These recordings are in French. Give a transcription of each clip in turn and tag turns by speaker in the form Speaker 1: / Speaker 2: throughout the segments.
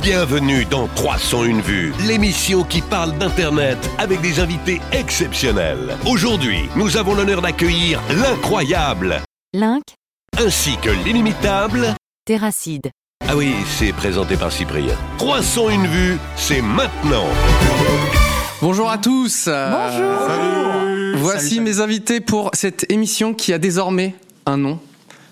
Speaker 1: Bienvenue dans 301 vues, l'émission qui parle d'Internet avec des invités exceptionnels. Aujourd'hui, nous avons l'honneur d'accueillir l'incroyable
Speaker 2: Link,
Speaker 1: ainsi que l'inimitable.
Speaker 2: Terracide.
Speaker 1: Ah oui, c'est présenté par Cyprien. 301 vues, c'est maintenant.
Speaker 3: Bonjour à tous. Euh,
Speaker 2: Bonjour.
Speaker 3: Voici mes invités pour cette émission qui a désormais un nom.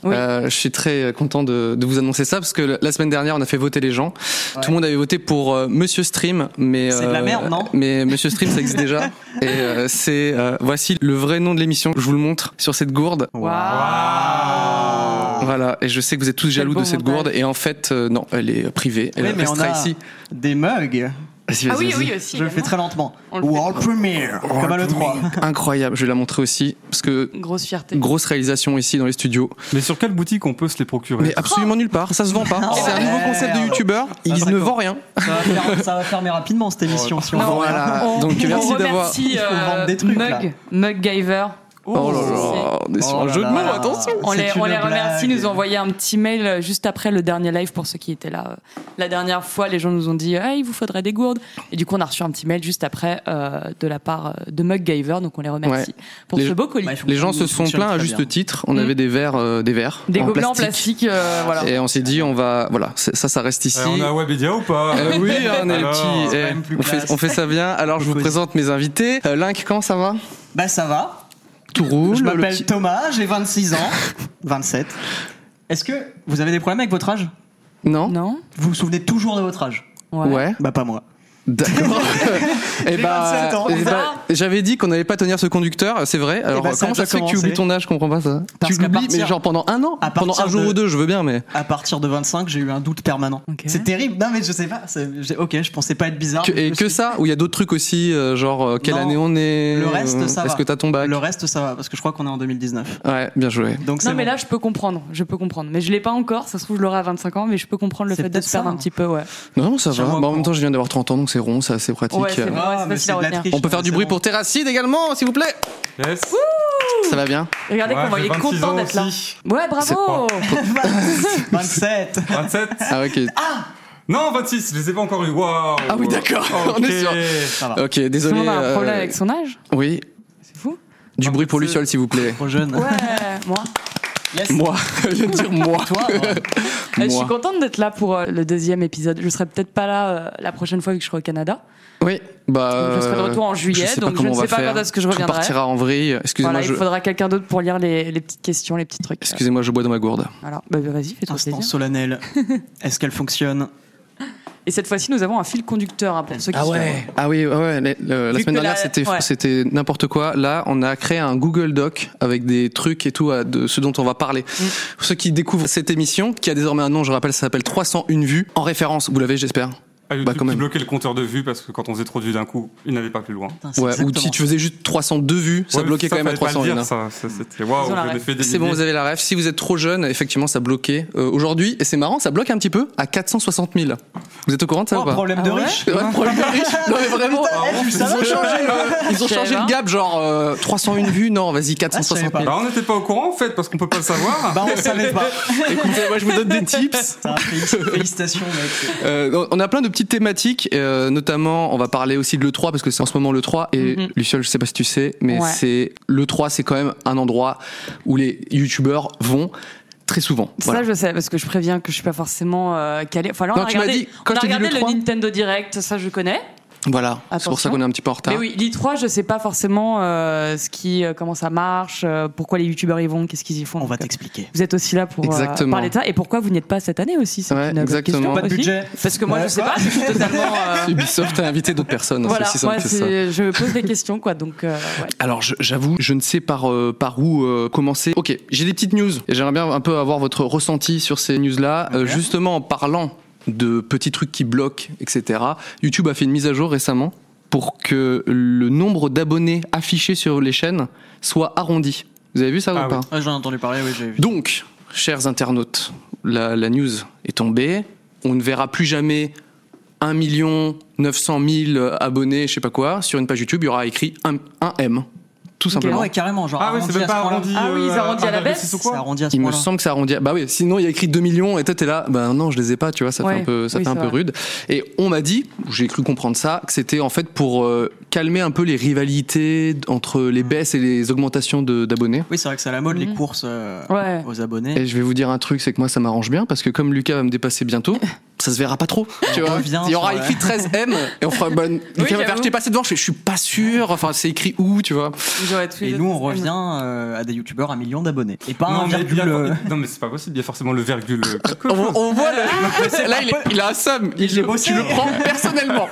Speaker 2: Oui.
Speaker 3: Euh, je suis très content de, de vous annoncer ça parce que la semaine dernière on a fait voter les gens. Tout le monde avait voté pour euh, Monsieur Stream, mais euh,
Speaker 4: C'est de la merde, non
Speaker 3: Mais Monsieur Stream ça existe déjà. Et euh, c'est euh, voici le vrai nom de l'émission. Je vous le montre sur cette gourde. Voilà. Et je sais que vous êtes tous jaloux
Speaker 2: beau
Speaker 3: de cette
Speaker 2: montage.
Speaker 3: gourde. Et en fait, euh, non, elle est privée. Elle
Speaker 4: Oui, mais on
Speaker 3: restera
Speaker 4: a
Speaker 3: ici.
Speaker 4: des mugs.
Speaker 3: Vas-y,
Speaker 5: Ah
Speaker 3: vas-y,
Speaker 5: oui,
Speaker 3: vas-y.
Speaker 5: oui, aussi.
Speaker 4: Je le fais
Speaker 5: également.
Speaker 4: très lentement.
Speaker 5: On le fait
Speaker 4: World Premiere, comme à l'E3.
Speaker 3: Incroyable. Je vais la montrer aussi parce que
Speaker 5: Grosse fierté.
Speaker 3: grosse réalisation ici dans les studios.
Speaker 6: Mais sur quelle boutique on peut se les procurer
Speaker 3: Mais absolument nulle part, ça se vend pas.
Speaker 4: Oh,
Speaker 3: C'est un nouveau
Speaker 4: merde.
Speaker 3: concept de youtubeur, il
Speaker 4: Ah,
Speaker 3: ne
Speaker 4: d'accord.
Speaker 3: vend rien.
Speaker 4: Ça va, faire- ça va fermer rapidement cette émission si on
Speaker 5: Non,
Speaker 4: veut.
Speaker 3: Voilà. Donc
Speaker 5: on
Speaker 3: merci d'avoir.
Speaker 5: remercie,
Speaker 4: Il faut
Speaker 5: euh,
Speaker 4: vendre des trucs, là.
Speaker 5: Mug, Mug Giver.
Speaker 3: Oh là là, on est sur
Speaker 4: Oh
Speaker 3: un
Speaker 4: là
Speaker 3: jeu de
Speaker 4: là. Oh,
Speaker 3: mots, attention.
Speaker 5: On
Speaker 4: C'est
Speaker 5: les,
Speaker 4: une
Speaker 5: on les remercie,
Speaker 4: blague.
Speaker 5: nous ont envoyé un petit mail euh, juste après le dernier live pour ceux qui étaient là. euh, La dernière fois, les gens nous ont dit Ah, il vous faudrait des gourdes. Et du coup, on a reçu un petit mail juste après euh, de la part euh, de Mug Giver. Donc, on les remercie pour
Speaker 3: Les-
Speaker 5: ce beau colis.
Speaker 4: Bah, il faut que
Speaker 3: Les gens
Speaker 4: tout
Speaker 3: se sont
Speaker 4: fonctionne
Speaker 3: plaints à
Speaker 4: très
Speaker 3: juste
Speaker 4: bien.
Speaker 3: titre. On
Speaker 5: Mm.
Speaker 3: avait des verres, euh, des verres.
Speaker 5: Des gobelets en plastique, euh, voilà.
Speaker 3: Et on s'est dit, on va, voilà, c'est- ça, ça reste ici.
Speaker 6: Eh, on a Webedia ou pas
Speaker 3: Euh, oui, on est les
Speaker 6: Alors,
Speaker 3: petits.
Speaker 6: c'est
Speaker 3: eh,
Speaker 4: quand même plus
Speaker 3: on, fait,
Speaker 4: classe.
Speaker 3: on fait ça bien. Alors, je vous
Speaker 4: Cosy.
Speaker 3: présente mes invités. Euh, Link, quand ça va
Speaker 4: Bah ça va.
Speaker 3: Tout roule.
Speaker 4: Je
Speaker 3: le
Speaker 4: m'appelle
Speaker 3: petit-
Speaker 4: Thomas, j'ai 26 ans. 27. Est-ce que vous avez des problèmes avec votre âge
Speaker 3: Non.
Speaker 5: Non
Speaker 4: Vous vous souvenez toujours de votre âge
Speaker 3: Ouais.
Speaker 4: Bah pas moi.
Speaker 3: D'accord. et bah,
Speaker 4: 27 ans.
Speaker 3: eh bah, j'avais dit qu'on n'allait pas tenir ce conducteur, c'est vrai. Alors
Speaker 4: bah, ça
Speaker 3: comment
Speaker 4: a
Speaker 3: ça
Speaker 4: déjà
Speaker 3: se fait que tu
Speaker 4: commencé.
Speaker 3: oublies ton âge Je comprends pas ça.
Speaker 4: Parce
Speaker 3: tu
Speaker 4: qu'à
Speaker 3: l'oublies, mais
Speaker 4: partir-
Speaker 3: genre pendant un an,
Speaker 4: à
Speaker 3: pendant un
Speaker 4: partir
Speaker 3: jour
Speaker 4: de-
Speaker 3: ou deux, je veux bien, mais
Speaker 4: À partir de 25, j'ai eu un doute permanent.
Speaker 5: Ok.
Speaker 4: C'est terrible. Non mais je sais pas. c'est- j'ai- Ok, je pensais pas être bizarre.
Speaker 3: que,
Speaker 4: mais Ah, je
Speaker 3: et
Speaker 4: me
Speaker 3: que
Speaker 4: suis-
Speaker 3: ça. Ou il y a d'autres trucs aussi, euh, genre euh, quelle
Speaker 4: Non.
Speaker 3: année on est.
Speaker 4: Le reste, ça
Speaker 3: euh, Est-ce
Speaker 4: va.
Speaker 3: que t'as ton bac
Speaker 4: Le reste ça va parce que je crois qu'on est en 2019.
Speaker 3: Ouais, bien joué.
Speaker 4: Donc c'est
Speaker 5: Non, mais
Speaker 4: bon.
Speaker 5: là, je peux comprendre. Je peux comprendre. Mais je l'ai pas encore. Ça se trouve, je l'aurai à 25 ans. Mais je peux comprendre le
Speaker 4: C'est
Speaker 5: fait de
Speaker 4: peut-être
Speaker 5: se perdre
Speaker 4: ça.
Speaker 5: un petit peu. Ouais,
Speaker 3: Non, ça va.
Speaker 4: Tiens-moi au
Speaker 3: Bah, en même
Speaker 4: courant.
Speaker 3: temps, je viens d'avoir 30 ans, donc c'est rond, c'est assez pratique.
Speaker 5: Ouais, c'est vrai.
Speaker 4: Ah,
Speaker 5: c'est
Speaker 4: mais
Speaker 5: facile
Speaker 4: c'est
Speaker 5: à
Speaker 4: de la
Speaker 5: retenir.
Speaker 4: triche,
Speaker 3: on peut faire
Speaker 4: mais
Speaker 3: du
Speaker 4: c'est
Speaker 3: bruit
Speaker 4: bon.
Speaker 3: pour Terracide également, s'il vous plaît.
Speaker 6: Yes.
Speaker 3: Ça va bien.
Speaker 5: Regardez
Speaker 6: Ouais,
Speaker 5: comment il
Speaker 6: j'ai
Speaker 5: est
Speaker 6: 26
Speaker 5: content
Speaker 6: ans
Speaker 5: d'être là.
Speaker 6: aussi.
Speaker 5: Ouais, bravo
Speaker 4: 27
Speaker 6: 27
Speaker 3: Ah, ok.
Speaker 6: Non, 26, je les ai pas encore eu. Waouh
Speaker 3: Ah oui, d'accord. On est sur-
Speaker 6: Ok.
Speaker 4: Ça va.
Speaker 3: Ok,
Speaker 5: Tout le
Speaker 3: désolé.
Speaker 5: monde a un
Speaker 3: euh,
Speaker 5: problème avec son âge.
Speaker 3: Oui.
Speaker 5: C'est fou.
Speaker 3: Du
Speaker 6: Ah,
Speaker 3: bruit pour
Speaker 6: c'est-
Speaker 3: Luciole, s'il vous plaît.
Speaker 4: Trop jeune.
Speaker 5: Ouais, moi.
Speaker 4: Yes.
Speaker 3: Moi, je viens de dire moi.
Speaker 4: Toi, hein.
Speaker 5: Euh, Je suis
Speaker 3: Moi.
Speaker 5: contente d'être là pour euh, le deuxième épisode. Je serai peut-être pas là euh, la prochaine fois vu que je serai au Canada.
Speaker 3: Oui, bah.
Speaker 5: Donc, je serai de
Speaker 3: euh,
Speaker 5: retour en juillet,
Speaker 3: sais pas
Speaker 5: donc je
Speaker 3: comment
Speaker 5: ne
Speaker 3: on va
Speaker 5: sais pas
Speaker 3: faire.
Speaker 5: quand est-ce que je
Speaker 3: Tout
Speaker 5: reviendrai.
Speaker 3: partira en vrille. Excusez-moi,
Speaker 5: Voilà,
Speaker 3: je...
Speaker 5: il faudra quelqu'un d'autre pour lire les, les petites questions, les petits trucs.
Speaker 3: excusez-moi, je bois dans ma gourde.
Speaker 5: Voilà. Bah, bah, vas-y, fais-toi
Speaker 4: instant
Speaker 5: plaisir.
Speaker 4: solennel. Est-ce qu'elle fonctionne
Speaker 5: Et cette fois-ci, nous avons un fil conducteur hein, pour ceux qui suivent.
Speaker 3: Ah oui, ouais, ouais, le- le- la
Speaker 5: Vu
Speaker 3: semaine
Speaker 5: que
Speaker 3: dernière
Speaker 5: la-
Speaker 3: c'était
Speaker 5: ouais.
Speaker 3: c'était n'importe quoi. Là, on a créé un Google Doc avec des trucs et tout à- de ce dont on va parler.
Speaker 5: Mm.
Speaker 3: Pour ceux qui découvrent cette émission, qui a désormais un nom, je rappelle, ça s'appelle 301 vues en référence. Vous l'avez, j'espère.
Speaker 6: Ah, YouTube
Speaker 3: Bah, quand
Speaker 6: qui
Speaker 3: même.
Speaker 6: bloquait le compteur de vues parce que quand on faisait trop de vues d'un coup, il n'allait pas plus loin.
Speaker 4: Putain, c'est
Speaker 3: Ouais. Ou
Speaker 4: exactement
Speaker 3: si tu faisais juste 302 vues, ça
Speaker 6: Ouais, mais
Speaker 3: bloquait quand même à hein.
Speaker 6: fallait pas le
Speaker 3: 301.
Speaker 6: dire, ça, ça, c'était
Speaker 5: Ils ont
Speaker 6: waouh,
Speaker 5: la
Speaker 6: je l'ai
Speaker 5: ref.
Speaker 6: fait des
Speaker 3: C'est bon, vous avez la ref. Si vous êtes trop jeune, effectivement, ça bloquait. Euh, Aujourd'hui, et c'est marrant, ça bloque un petit peu à 460 000. Vous êtes au courant de ça
Speaker 4: Oh,
Speaker 3: ou pas
Speaker 4: problème de
Speaker 5: Ah ouais
Speaker 4: riche.
Speaker 3: Ouais, problème de riche. Non mais vraiment.
Speaker 4: Putain, eh, tu
Speaker 3: Ils
Speaker 4: savais
Speaker 3: ont changé le, ils ont
Speaker 5: Je savais
Speaker 3: changé le
Speaker 5: pas.
Speaker 3: gap, genre euh, 301 vues, non, vas-y, 460
Speaker 4: Ah,
Speaker 3: 000.
Speaker 4: je
Speaker 6: Bah, on n'était pas au courant en fait parce qu'on peut pas le savoir.
Speaker 4: Bah on savait pas.
Speaker 3: Écoutez, moi je vous donne des tips.
Speaker 4: Putain, félic- Ah, Félicitations mec.
Speaker 3: Euh, on a plein de petites thématiques, euh, notamment on va parler aussi de l'E3 parce que c'est en ce moment l'E3 et
Speaker 5: Mhm.
Speaker 3: Luciole, je sais pas si tu sais, mais
Speaker 5: Ouais.
Speaker 3: c'est l'E3 c'est quand même un endroit où les youtubeurs vont très souvent. Voilà.
Speaker 5: Ça, je sais, parce que je préviens que je suis pas forcément euh, calée. Enfin, là, on
Speaker 3: Non,
Speaker 5: a
Speaker 3: tu m'as
Speaker 5: regardé,
Speaker 3: dit, quand
Speaker 5: on
Speaker 3: je
Speaker 5: a
Speaker 3: t'ai dit
Speaker 5: regardé
Speaker 3: le
Speaker 5: le
Speaker 3: 3.
Speaker 5: Nintendo Direct, ça je connais.
Speaker 3: Voilà, c'est
Speaker 5: Attention.
Speaker 3: pour ça qu'on est un petit peu en retard.
Speaker 5: Mais oui, l'I3, je sais pas forcément euh, ce qui, euh, comment ça marche, euh, pourquoi les youtubeurs y vont, qu'est-ce qu'ils y font.
Speaker 4: On va
Speaker 5: Donc, euh,
Speaker 4: t'expliquer.
Speaker 5: Vous êtes aussi là pour
Speaker 3: Exactement.
Speaker 5: euh, parler de ça. Et pourquoi vous n'y êtes pas cette année aussi c'est
Speaker 3: Ouais,
Speaker 5: une bonne
Speaker 3: exactement.
Speaker 5: question
Speaker 3: Pas de
Speaker 5: aussi.
Speaker 4: budget.
Speaker 5: Parce que moi,
Speaker 4: Ouais,
Speaker 5: je sais
Speaker 4: quoi
Speaker 5: pas, je suis totalement. euh,
Speaker 3: Ubisoft a invité d'autres personnes,
Speaker 5: voilà,
Speaker 3: c'est aussi simple
Speaker 5: moi,
Speaker 3: que ça.
Speaker 5: c'est- je me pose des questions, quoi. Donc, euh, ouais.
Speaker 3: Alors je- j'avoue, je ne sais par, euh, par où euh, commencer. Ok, j'ai des petites news. Et J'aimerais bien un peu avoir votre ressenti sur ces news-là. Euh,
Speaker 4: Ok.
Speaker 3: justement, en parlant de petits trucs qui bloquent, etc. YouTube a fait une mise à jour récemment pour que le nombre d'abonnés affichés sur les chaînes soit arrondi. Vous avez vu ça
Speaker 6: Ah
Speaker 3: ou pas
Speaker 6: oui.
Speaker 4: Ouais, j'en ai entendu parler, oui, j'ai vu.
Speaker 3: donc, chers internautes, la, la news est tombée. On ne verra plus jamais 1 million 900 000 abonnés, je sais pas quoi, sur une page YouTube. Il y aura écrit 1, M. tout
Speaker 4: Ah
Speaker 3: simplement.
Speaker 4: ouais, carrément, genre.
Speaker 6: Ah oui, c'est
Speaker 4: arrondi
Speaker 6: même
Speaker 4: à
Speaker 6: pas
Speaker 4: ce point-là.
Speaker 6: arrondi.
Speaker 5: Ah oui, ils
Speaker 6: euh,
Speaker 5: arrondissent à la
Speaker 6: 1,6
Speaker 5: baisse.
Speaker 6: ou
Speaker 4: C'est
Speaker 6: quoi
Speaker 4: arrondi à ce
Speaker 3: Il me
Speaker 4: point-là.
Speaker 3: semble que ça arrondit. Bah oui, sinon il y a écrit 2 millions et toi t'es là. Bah non, je les ai pas, tu vois, ça fait
Speaker 5: Ouais,
Speaker 3: un peu, ça
Speaker 5: oui,
Speaker 3: fait un
Speaker 5: c'est
Speaker 3: peu
Speaker 5: vrai.
Speaker 3: rude. Et on m'a dit, j'ai cru comprendre ça, que c'était en fait pour euh, calmer un peu les rivalités entre les baisses et les augmentations de- d'abonnés.
Speaker 4: Oui, c'est vrai que c'est à la mode, les
Speaker 5: Mhm.
Speaker 4: courses euh,
Speaker 5: Ouais.
Speaker 4: aux abonnés.
Speaker 3: Et je vais vous dire un truc, c'est que moi ça m'arrange bien parce que comme Lucas va me dépasser bientôt, ça se verra pas trop. Tu vois,
Speaker 4: revient
Speaker 3: il y aura
Speaker 4: sur la-
Speaker 3: écrit 13 M et on fera. bah, Lucas va
Speaker 5: j'avoue.
Speaker 3: faire, je t'ai passé devant. Je fais, je suis pas sûr. Enfin, c'est écrit où, tu vois.
Speaker 5: J'aurais tous les
Speaker 4: Et
Speaker 5: autres
Speaker 4: nous, on
Speaker 5: systèmes.
Speaker 4: revient euh, à des youtubeurs à un million d'abonnés. Et pas
Speaker 6: Non,
Speaker 4: un
Speaker 6: mais il y
Speaker 4: virgule.
Speaker 6: a-
Speaker 4: euh,
Speaker 6: non, mais c'est pas possible, il y a forcément le virgule.
Speaker 3: On, on voit le- là, il, est- il a un somme. Il,
Speaker 4: l'ai
Speaker 3: le-
Speaker 4: bossé.
Speaker 3: tu le prends personnellement.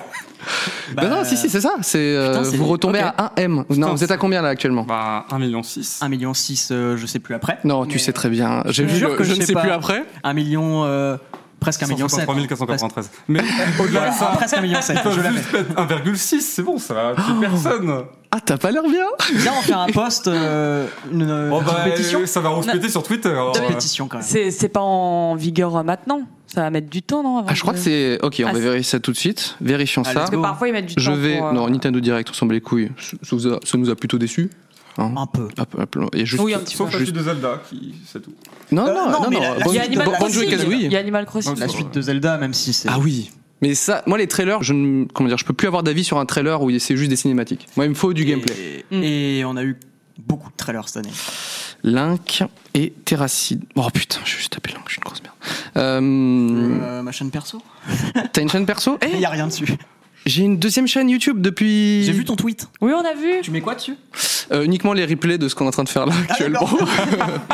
Speaker 4: bah,
Speaker 3: non, non, si, si, c'est ça. C'est, euh,
Speaker 4: Putain, c'est-
Speaker 3: vous retombez
Speaker 4: ok.
Speaker 3: à 1M.
Speaker 6: Putain,
Speaker 3: non, vous êtes à combien là actuellement
Speaker 6: Bah, 1,6 million. 6.
Speaker 4: 1 million 6, euh, je sais plus après.
Speaker 3: Non, tu
Speaker 4: Mais-
Speaker 3: sais très bien. J'ai
Speaker 4: Je
Speaker 3: vu
Speaker 4: jure
Speaker 3: le-
Speaker 4: que
Speaker 3: je
Speaker 4: je
Speaker 3: ne
Speaker 4: sais
Speaker 3: sais
Speaker 4: pas.
Speaker 3: plus après.
Speaker 4: 1 million. euh, presque 1 million 7.
Speaker 6: 493. Mais
Speaker 4: Voilà,
Speaker 6: au-delà de ça,
Speaker 4: presque 1 million 7.
Speaker 6: ils peuvent
Speaker 4: Je l'avais.
Speaker 6: juste mettre 1,6, c'est bon, ça va tuer personne.
Speaker 3: Ah, t'as pas l'air bien.
Speaker 4: Viens, on fait un post, euh, une, une
Speaker 6: Bon, bah,
Speaker 4: pétition.
Speaker 6: euh, ça va rouspéter sur Twitter.
Speaker 4: Une
Speaker 6: euh,
Speaker 4: pétition quand même.
Speaker 5: C'est c'est pas en vigueur euh, maintenant. Ça va mettre du temps, non avant
Speaker 3: Ah, je crois
Speaker 5: de-
Speaker 3: que c'est. Ok, on
Speaker 5: Ah,
Speaker 3: va
Speaker 5: c'est-
Speaker 3: vérifier ça tout de suite. Vérifions ça.
Speaker 4: Ah, let's
Speaker 5: Parce que
Speaker 4: go.
Speaker 5: parfois ils mettent du
Speaker 3: Je
Speaker 5: temps.
Speaker 3: vais.
Speaker 5: pour, euh,
Speaker 3: Non, Nintendo Direct, on s'en bat les couilles. Ça- Ça nous a, ça nous a plutôt déçus. Hein.
Speaker 4: Un peu.
Speaker 3: Hop, hop, il y a juste-
Speaker 5: Oui, un petit peu.
Speaker 6: Sauf la suite de Zelda, qui c'est tout.
Speaker 3: Non, non,
Speaker 4: Euh, non,
Speaker 3: non,
Speaker 4: mais
Speaker 3: non.
Speaker 4: la- la
Speaker 3: Bon-
Speaker 5: Il y
Speaker 4: suite de-
Speaker 5: a Animal
Speaker 3: bon- Banjo et
Speaker 5: Crossing. Ah,
Speaker 3: Kazooie.
Speaker 5: Il y a Animal Crossing.
Speaker 6: Non,
Speaker 4: La
Speaker 6: c'est
Speaker 4: suite
Speaker 6: vrai.
Speaker 4: de Zelda, même si c'est.
Speaker 3: Ah oui. Mais ça, moi les trailers, je ne, comment dire, je peux plus avoir d'avis sur un trailer où c'est juste des cinématiques. Moi, il me faut du gameplay.
Speaker 4: Et, et on a eu beaucoup de trailers cette année.
Speaker 3: Link et Terracid. Oh putain, je vais juste taper Link, je suis une grosse merde. Euh,
Speaker 4: Euh, ma chaîne perso
Speaker 3: T'as une chaîne perso Eh,
Speaker 4: Il n'y a rien dessus.
Speaker 3: J'ai une deuxième chaîne YouTube depuis.
Speaker 4: J'ai vu ton tweet.
Speaker 5: Oui, on a vu
Speaker 4: Tu mets quoi dessus
Speaker 3: Euh, uniquement les replays de ce qu'on est en train de
Speaker 4: Ah,
Speaker 3: faire là actuellement.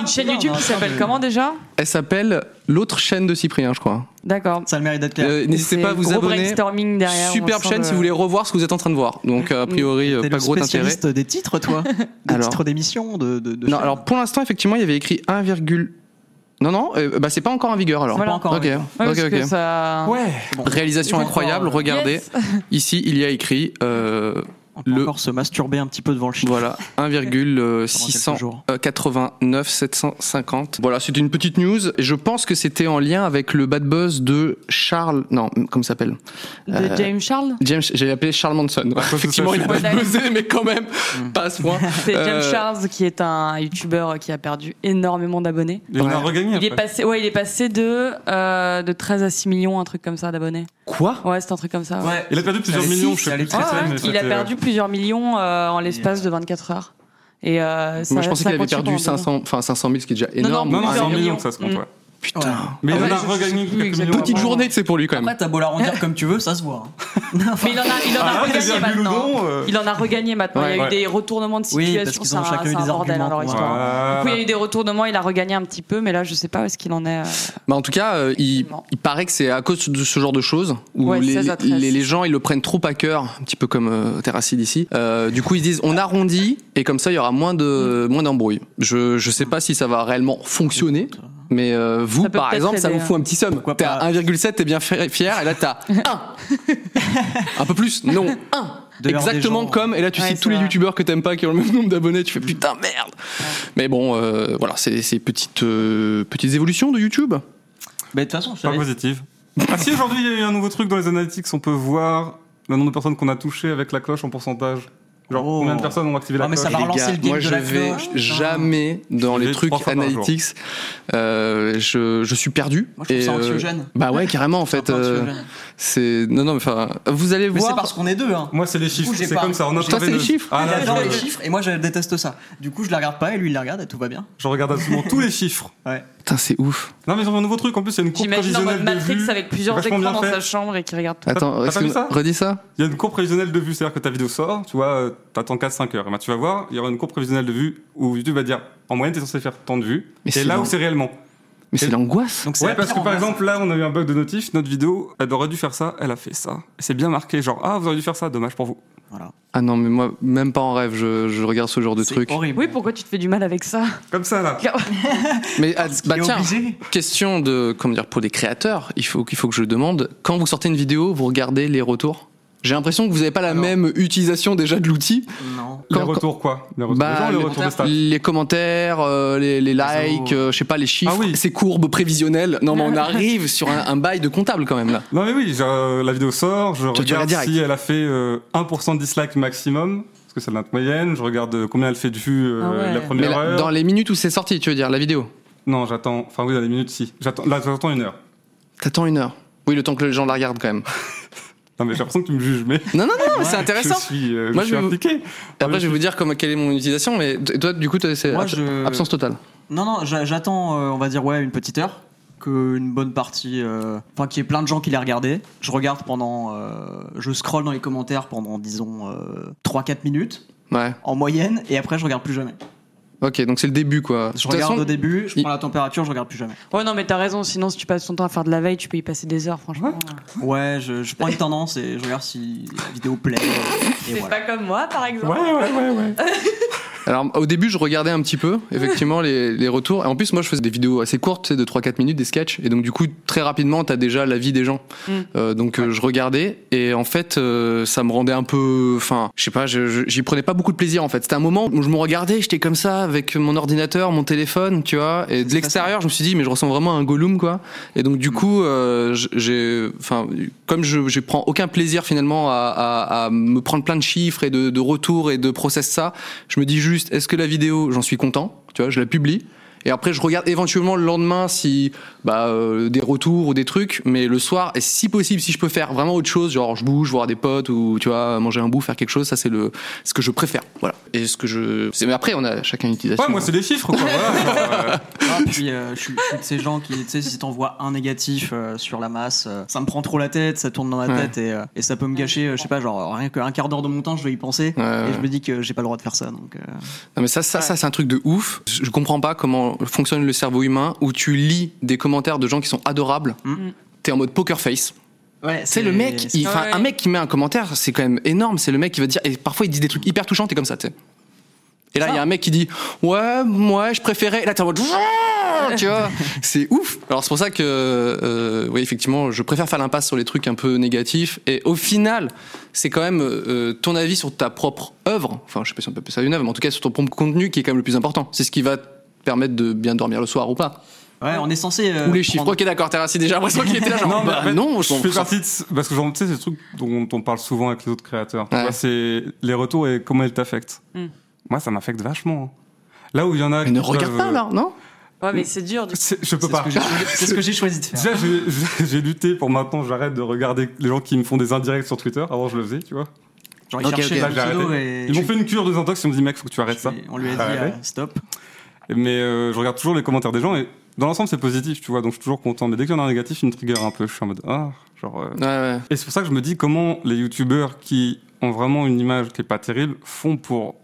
Speaker 5: une chaîne YouTube
Speaker 4: non,
Speaker 5: qui s'appelle
Speaker 4: attends,
Speaker 5: comment déjà
Speaker 3: Elle s'appelle l'autre chaîne de Cyprien, je crois.
Speaker 5: D'accord.
Speaker 4: Ça a le mérite d'être clair.
Speaker 3: Euh, N'hésitez
Speaker 5: C'est
Speaker 3: pas à vous
Speaker 5: gros
Speaker 3: abonner.
Speaker 5: brainstorming derrière, on
Speaker 3: Superbe
Speaker 5: sent
Speaker 3: chaîne
Speaker 5: le-
Speaker 3: si vous voulez revoir ce que vous êtes en train de voir. Donc a priori, euh,
Speaker 4: T'es
Speaker 3: pas
Speaker 4: le
Speaker 3: gros intérêt.
Speaker 4: spécialiste des titres, toi Des
Speaker 3: Alors.
Speaker 4: titres d'émissions de, de, de
Speaker 3: Non,
Speaker 4: chaînes.
Speaker 3: alors pour l'instant, effectivement, il y avait écrit 1, non non, euh, bah c'est pas encore en vigueur alors.
Speaker 4: Pas
Speaker 5: voilà.
Speaker 4: encore. euh,
Speaker 3: Ok,
Speaker 4: d'accord.
Speaker 5: Ouais,
Speaker 3: ok,
Speaker 5: parce que
Speaker 3: ok.
Speaker 5: ça-
Speaker 6: Ouais.
Speaker 4: Bon,
Speaker 3: Réalisation
Speaker 4: Il faut
Speaker 3: incroyable,
Speaker 4: encore, euh,
Speaker 3: regardez.
Speaker 5: Yes.
Speaker 3: Ici, il y a écrit, euh,
Speaker 4: On peut
Speaker 3: le-
Speaker 4: encore se masturber un petit peu devant le chiffre.
Speaker 3: voilà,
Speaker 4: pendant quelques
Speaker 3: 1,600.
Speaker 4: jours.
Speaker 3: Euh, 89 750. Voilà, c'était une petite news. Et je pense que c'était en lien avec le bad buzz de Charles. Non, comment il s'appelle
Speaker 5: De
Speaker 3: Euh,
Speaker 5: James Charles
Speaker 3: James. J'ai appelé Charles Manson.
Speaker 6: cause de ça,
Speaker 3: Effectivement,
Speaker 6: je
Speaker 3: il a
Speaker 6: suis Mm.
Speaker 3: bad buzzé, mais quand même pas à ce point.
Speaker 5: C'est James
Speaker 3: euh,
Speaker 5: Charles qui est un youtubeur qui a perdu énormément d'abonnés.
Speaker 6: Il y en a
Speaker 3: Ouais.
Speaker 6: regagné
Speaker 5: Il est
Speaker 6: après.
Speaker 5: passé, ouais, il est passé de, euh, de 13 à 6 millions, un truc comme ça d'abonnés.
Speaker 3: Quoi
Speaker 5: Ouais, c'est un truc comme ça. ouais.
Speaker 4: Ouais.
Speaker 6: Il a perdu plusieurs
Speaker 4: Ça allait
Speaker 6: millions,
Speaker 4: si,
Speaker 6: je
Speaker 4: ça
Speaker 6: sais
Speaker 4: allait
Speaker 6: plus.
Speaker 4: très,
Speaker 6: très
Speaker 4: très
Speaker 6: bien,
Speaker 5: Ouais,
Speaker 6: mais
Speaker 5: ouais, il
Speaker 6: c'était,
Speaker 5: a perdu plusieurs millions euh, en l'espace de 24 heures. Et euh, ça,
Speaker 3: Moi, je pensais
Speaker 5: ça
Speaker 3: qu'il avait
Speaker 5: continue
Speaker 3: perdu
Speaker 5: pendant
Speaker 3: 500, enfin 500 000, ce qui est déjà
Speaker 5: non,
Speaker 3: énorme. Ah,
Speaker 6: Non, non,
Speaker 5: plusieurs
Speaker 6: 100 millions,
Speaker 5: millions.
Speaker 6: ça se
Speaker 5: Mm.
Speaker 6: compte, ouais.
Speaker 4: Putain.
Speaker 6: Mais il y
Speaker 5: Ouais,
Speaker 6: en a
Speaker 5: je- je
Speaker 6: regagné
Speaker 5: sais plus
Speaker 6: quelques millions.
Speaker 5: exactement.
Speaker 3: Petite
Speaker 6: après.
Speaker 3: journée que c'est pour lui quand
Speaker 4: Après,
Speaker 3: même.
Speaker 4: t'as beau l'arrondir comme tu veux, ça se voit. hein.
Speaker 5: Mais il en a, il en a
Speaker 6: Ah, des
Speaker 5: regagné
Speaker 6: virgules ou
Speaker 5: maintenant.
Speaker 6: non, euh,
Speaker 5: Il en a regagné maintenant. il y a
Speaker 6: Ouais.
Speaker 5: eu des retournements de
Speaker 4: Oui,
Speaker 5: situation.
Speaker 4: parce qu'ils
Speaker 5: c'est
Speaker 4: ont
Speaker 5: un-
Speaker 4: chacun eu
Speaker 5: c'est un
Speaker 4: des
Speaker 5: bordel, hein,
Speaker 4: arguments.
Speaker 5: leur
Speaker 4: pour-
Speaker 5: histoire.
Speaker 6: Voilà.
Speaker 5: Du coup, il y a eu des retournements, il a regagné un petit peu, mais là, je sais pas où est-ce qu'il en est. euh.
Speaker 3: Bah, en tout cas, euh, il,
Speaker 5: Absolument.
Speaker 3: il paraît que c'est à cause de ce genre de choses où
Speaker 5: Ouais,
Speaker 3: les,
Speaker 5: 16 à 13.
Speaker 3: les, les gens ils le prennent trop à cœur, un petit peu comme euh, Terracid ici. Euh, du coup, ils disent on arrondit et comme ça il y aura moins de
Speaker 5: Mm.
Speaker 3: moins d'embrouilles. Je je sais pas si ça va réellement fonctionner. Mais euh, vous,
Speaker 5: Ça peut
Speaker 3: par
Speaker 5: peut-être
Speaker 3: exemple, ça
Speaker 5: aider,
Speaker 3: vous fout un petit somme.
Speaker 4: Pourquoi
Speaker 3: T'es
Speaker 4: pas.
Speaker 3: à 1,7, t'es bien fi- fier, et là t'as 1. un peu plus Non, 1.
Speaker 4: De l'heure des
Speaker 3: Exactement
Speaker 4: gens.
Speaker 3: comme, et là tu
Speaker 5: Ouais,
Speaker 3: cites
Speaker 5: c'est
Speaker 3: tous les
Speaker 5: vrai.
Speaker 3: youtubeurs que t'aimes pas qui ont le même nombre d'abonnés, tu fais putain merde. Mais bon, euh, voilà, c'est ces petites, euh, petites évolutions de YouTube.
Speaker 4: Mais de toute façon, je
Speaker 6: Pas
Speaker 4: savais-
Speaker 6: positive. Ah si, aujourd'hui, il y a eu un nouveau truc dans les analytics, on peut voir le nombre de personnes qu'on a touchées avec la cloche en pourcentage. Genre,
Speaker 4: Oh.
Speaker 6: combien de personnes ont activé la
Speaker 4: Ah, mais ça
Speaker 6: cloche
Speaker 4: va relancer le game
Speaker 3: moi
Speaker 4: de
Speaker 3: je
Speaker 4: la
Speaker 3: vais
Speaker 4: cloche.
Speaker 3: jamais dans
Speaker 6: Je
Speaker 3: les
Speaker 6: vais
Speaker 3: trucs
Speaker 6: trois fois par jour.
Speaker 3: analytics. Euh, je, je suis perdu.
Speaker 4: Moi, je trouve
Speaker 3: Et,
Speaker 4: ça
Speaker 3: euh,
Speaker 4: anxiogène.
Speaker 3: bah ouais, carrément en
Speaker 4: C'est un
Speaker 3: fait.
Speaker 4: peu
Speaker 3: euh,
Speaker 4: anxiogène.
Speaker 3: c'est non non mais enfin vous allez
Speaker 4: Mais c'est
Speaker 3: voir.
Speaker 4: parce qu'on est deux, hein.
Speaker 6: Moi, c'est les
Speaker 4: Du
Speaker 6: chiffres,
Speaker 4: coup, j'ai
Speaker 6: c'est
Speaker 4: pas-
Speaker 6: comme ça. On a
Speaker 3: Toi, c'est les chiffres
Speaker 6: Ah,
Speaker 4: Il
Speaker 6: là,
Speaker 4: adore
Speaker 6: je-
Speaker 4: les chiffres et moi je déteste ça. Du coup, je la regarde pas et lui il la regarde et tout va bien.
Speaker 6: Je regarde absolument tous les chiffres.
Speaker 4: Ouais.
Speaker 3: Putain c'est ouf.
Speaker 6: Non, mais ils ont un nouveau truc. En plus, il y a une courbe
Speaker 5: J'imagine en
Speaker 6: prévisionnelle
Speaker 5: mode
Speaker 6: de
Speaker 5: Matrix
Speaker 6: vues.
Speaker 5: avec plusieurs
Speaker 6: Vachement
Speaker 5: écrans
Speaker 6: bien
Speaker 5: dans
Speaker 6: fait.
Speaker 5: sa chambre et qui regarde tout.
Speaker 3: Attends,
Speaker 6: t'as pas vu
Speaker 3: excuse-
Speaker 6: ça
Speaker 3: redis ça.
Speaker 6: Il y a une courbe prévisionnelle de vue, c'est-à-dire que ta vidéo sort, tu vois, euh, t'attends 4-5 heures. Et ben, tu vas voir, il y aura une courbe prévisionnelle de vue où YouTube va dire en moyenne, t'es censé faire tant de vues.
Speaker 3: Mais
Speaker 6: et
Speaker 3: c'est
Speaker 6: là où
Speaker 3: bon.
Speaker 6: c'est réellement.
Speaker 3: Mais c'est
Speaker 6: Et-
Speaker 3: l'angoisse.
Speaker 4: Donc c'est
Speaker 6: Ouais,
Speaker 4: la
Speaker 6: parce que
Speaker 4: pire
Speaker 6: par
Speaker 4: angoisse.
Speaker 6: exemple, là, on a eu un bug de notif, notre vidéo, elle aurait dû faire ça, elle a fait ça. Et C'est bien marqué, genre, ah, vous auriez dû faire ça, dommage pour vous.
Speaker 4: Voilà.
Speaker 3: Ah non mais moi même pas en rêve je, je regarde ce genre de
Speaker 4: C'est
Speaker 3: truc.
Speaker 4: horrible.
Speaker 5: Oui, pourquoi tu te fais du mal avec ça
Speaker 6: Comme ça, là.
Speaker 3: Mais ah,
Speaker 4: Parce qu'il
Speaker 3: bah
Speaker 4: est
Speaker 3: tiens
Speaker 4: obligé.
Speaker 3: question de comment dire pour des créateurs il faut qu'il faut que je demande quand vous sortez une vidéo vous regardez les retours. J'ai l'impression que vous n'avez pas la
Speaker 4: Alors.
Speaker 3: même utilisation déjà de l'outil.
Speaker 4: Non.
Speaker 6: Les
Speaker 3: Quand-
Speaker 6: retours, quoi Ah, Les retours
Speaker 3: Bah,
Speaker 6: des gens, les
Speaker 3: les
Speaker 6: retours des stats.
Speaker 3: les commentaires, euh, les, les likes, euh, je sais pas, les chiffres,
Speaker 6: Ah oui.
Speaker 3: ces courbes prévisionnelles. Non, mais on arrive sur un, un bail de comptable quand même là.
Speaker 6: Non mais oui, je- euh, la vidéo sort, je
Speaker 3: Tu- tu
Speaker 6: regarde
Speaker 3: regardes direct.
Speaker 6: si elle a fait euh, 1% de dislike maximum, parce que c'est la moyenne. Je regarde euh, combien elle fait de vues euh,
Speaker 5: Ah ouais.
Speaker 6: la
Speaker 3: Mais
Speaker 6: première
Speaker 3: là,
Speaker 6: heure.
Speaker 3: dans les minutes où c'est sorti, tu veux dire, la vidéo
Speaker 6: Non, j'attends. Enfin, oui, dans les minutes, si. J'attends, là, j'attends une heure.
Speaker 3: T'attends une heure. Oui, le temps que les gens la regardent quand même.
Speaker 6: Non, mais j'ai l'impression que tu me juges, mais.
Speaker 3: Non, non, non, mais c'est
Speaker 6: Je
Speaker 3: intéressant.
Speaker 6: suis, euh,
Speaker 3: Moi,
Speaker 6: je
Speaker 3: je
Speaker 6: suis
Speaker 3: vais vous-
Speaker 6: impliqué.
Speaker 3: Après, je vais vous dire comment, quelle est mon utilisation, mais t- toi, du coup, t'as- c'est
Speaker 4: Moi,
Speaker 3: abs-
Speaker 4: je-
Speaker 3: absence totale.
Speaker 4: Non, non, j'a- j'attends, euh, on va dire, ouais, une petite heure. Qu'une bonne partie. euh, Enfin, qu'il y ait plein de gens qui l'aient regardé. Je regarde pendant. euh, je scroll dans les commentaires pendant, disons, euh, 3-4 minutes,
Speaker 3: Ouais,
Speaker 4: en moyenne, et après, je regarde plus jamais.
Speaker 3: ok, donc c'est le début, quoi. De
Speaker 4: Je
Speaker 3: toute
Speaker 4: regarde
Speaker 3: façon-
Speaker 4: au début, je
Speaker 3: il-
Speaker 4: prends la température, je regarde plus jamais.
Speaker 5: Ouais, non, mais t'as raison. Sinon, si tu passes ton temps à faire de la veille, tu peux y passer des heures, franchement.
Speaker 4: Ouais, je, je prends une tendance et je regarde si la vidéo plaît. euh, Et voilà.
Speaker 5: pas comme moi, par exemple.
Speaker 6: Ouais, ouais, ouais, ouais.
Speaker 3: Alors au début je regardais un petit peu effectivement les, les retours et en plus moi je faisais des vidéos assez courtes tu sais, de 3-4 minutes des sketchs et donc du coup très rapidement t'as déjà l'avis des gens
Speaker 5: Mm.
Speaker 3: Euh, donc euh, je regardais et en fait euh, ça me rendait un peu enfin je sais pas je- je- j'y prenais pas beaucoup de plaisir en fait c'était un moment où je me regardais j'étais comme ça avec mon ordinateur mon téléphone tu vois et de
Speaker 4: C'est
Speaker 3: l'extérieur je me suis dit mais je ressens vraiment un Gollum quoi et donc du coup euh, j- j'ai enfin comme je, je prends aucun plaisir finalement à, à- à me prendre plein de chiffres et de, de retours et de process ça je me dis juste, est-ce que la vidéo, j'en suis content Tu vois, je la publie. Et après, je regarde éventuellement le lendemain si bah, euh, des retours ou des trucs. Mais le soir, et si possible, si je peux faire vraiment autre chose, genre je bouge, voir des potes ou tu vois, manger un bout, faire quelque chose, ça c'est le ce que je préfère. Voilà. Et ce que je. c'est- Mais après, on a chacun une utilisation. hein.
Speaker 6: Ouais, moi, c'est des chiffres, quoi. voilà. Genre, euh,
Speaker 4: Ah, puis euh, je suis je suis de ces gens qui, tu sais, si t'envoies un négatif euh, sur la masse, euh, ça me prend trop la tête, ça tourne dans la
Speaker 3: Ouais.
Speaker 4: tête et, euh, et ça peut me gâcher, euh, je sais pas, genre rien qu'un quart d'heure de mon temps, je vais y penser.
Speaker 3: Ouais, ouais.
Speaker 4: Et je me dis que j'ai pas le droit de faire ça, donc. euh,
Speaker 3: Non, mais ça, ça, ça c'est un truc de ouf. Je je comprends pas comment fonctionne le cerveau humain où tu lis des commentaires de gens qui sont adorables.
Speaker 4: Mhm.
Speaker 3: T'es en mode poker face.
Speaker 4: Ouais,
Speaker 3: C'est le mec, il- enfin,
Speaker 5: Ouais.
Speaker 3: un mec qui met un commentaire, c'est quand même énorme. C'est le mec qui va dire, et parfois il dit des trucs hyper touchants, t'es comme ça, tu sais. Et là, il y a un mec qui dit, ouais, moi, je préférais. Et là, t'es en mode, Wouah tu vois, c'est ouf. Alors, c'est pour ça que, euh, oui, effectivement, je préfère faire l'impasse sur les trucs un peu négatifs. Et au final, c'est quand même euh, ton avis sur ta propre œuvre. Enfin, je sais pas si on peut appeler ça une œuvre, mais en tout cas, sur ton propre contenu qui est quand même le plus important. C'est ce qui va te permettre de bien dormir le soir ou pas.
Speaker 4: Ouais, on est censé. euh,
Speaker 3: ou les chiffres.
Speaker 4: prendre-
Speaker 3: Ok, d'accord, t'as rassis déjà l'impression qu'il était là, genre,
Speaker 6: non, mais
Speaker 3: bah,
Speaker 6: en fait,
Speaker 3: non,
Speaker 6: je
Speaker 3: on
Speaker 6: fais
Speaker 3: s'en
Speaker 6: partie de ce- Parce que, genre, tu sais, c'est le truc dont on parle souvent avec les autres créateurs. Tu
Speaker 3: Ouais.
Speaker 6: vois, c'est les retours et comment ils t'affectent.
Speaker 5: Hmm.
Speaker 6: Moi, ça m'affecte vachement. hein. Là où il y en a.
Speaker 3: Mais
Speaker 6: qui
Speaker 3: ne regarde
Speaker 6: peuvent- euh,
Speaker 3: pas, là, non
Speaker 5: Ouais, mais c'est dur. Du... coup.
Speaker 6: C'est- Je peux
Speaker 4: C'est ce
Speaker 6: pas.
Speaker 4: que j'ai choisi- c'est ce que j'ai choisi de faire.
Speaker 6: Déjà, j'ai- j'ai j'ai lutté pour maintenant, j'arrête de regarder les gens qui me font des indirects sur Twitter. Avant, je le faisais, tu vois.
Speaker 4: Genre, il
Speaker 3: Ok,
Speaker 4: cherchait
Speaker 3: ok.
Speaker 4: un
Speaker 6: Là, j'ai
Speaker 4: pseudo
Speaker 6: arrêté.
Speaker 4: et.
Speaker 6: Ils m'ont fait une cure de intox, ils m'ont dit, mec, faut que tu arrêtes ça.
Speaker 4: On lui a dit
Speaker 6: Ah, ouais.
Speaker 4: euh, stop.
Speaker 6: Mais euh, je regarde toujours les commentaires des gens et dans l'ensemble, c'est positif, tu vois. Donc, je suis toujours content. Mais dès qu'il y en a un négatif, il me trigger un peu. Je suis en mode, ah, genre. euh,
Speaker 3: Ouais, ouais.
Speaker 6: Et c'est pour ça que je me dis comment les youtubeurs qui ont vraiment une image qui est pas terrible font pour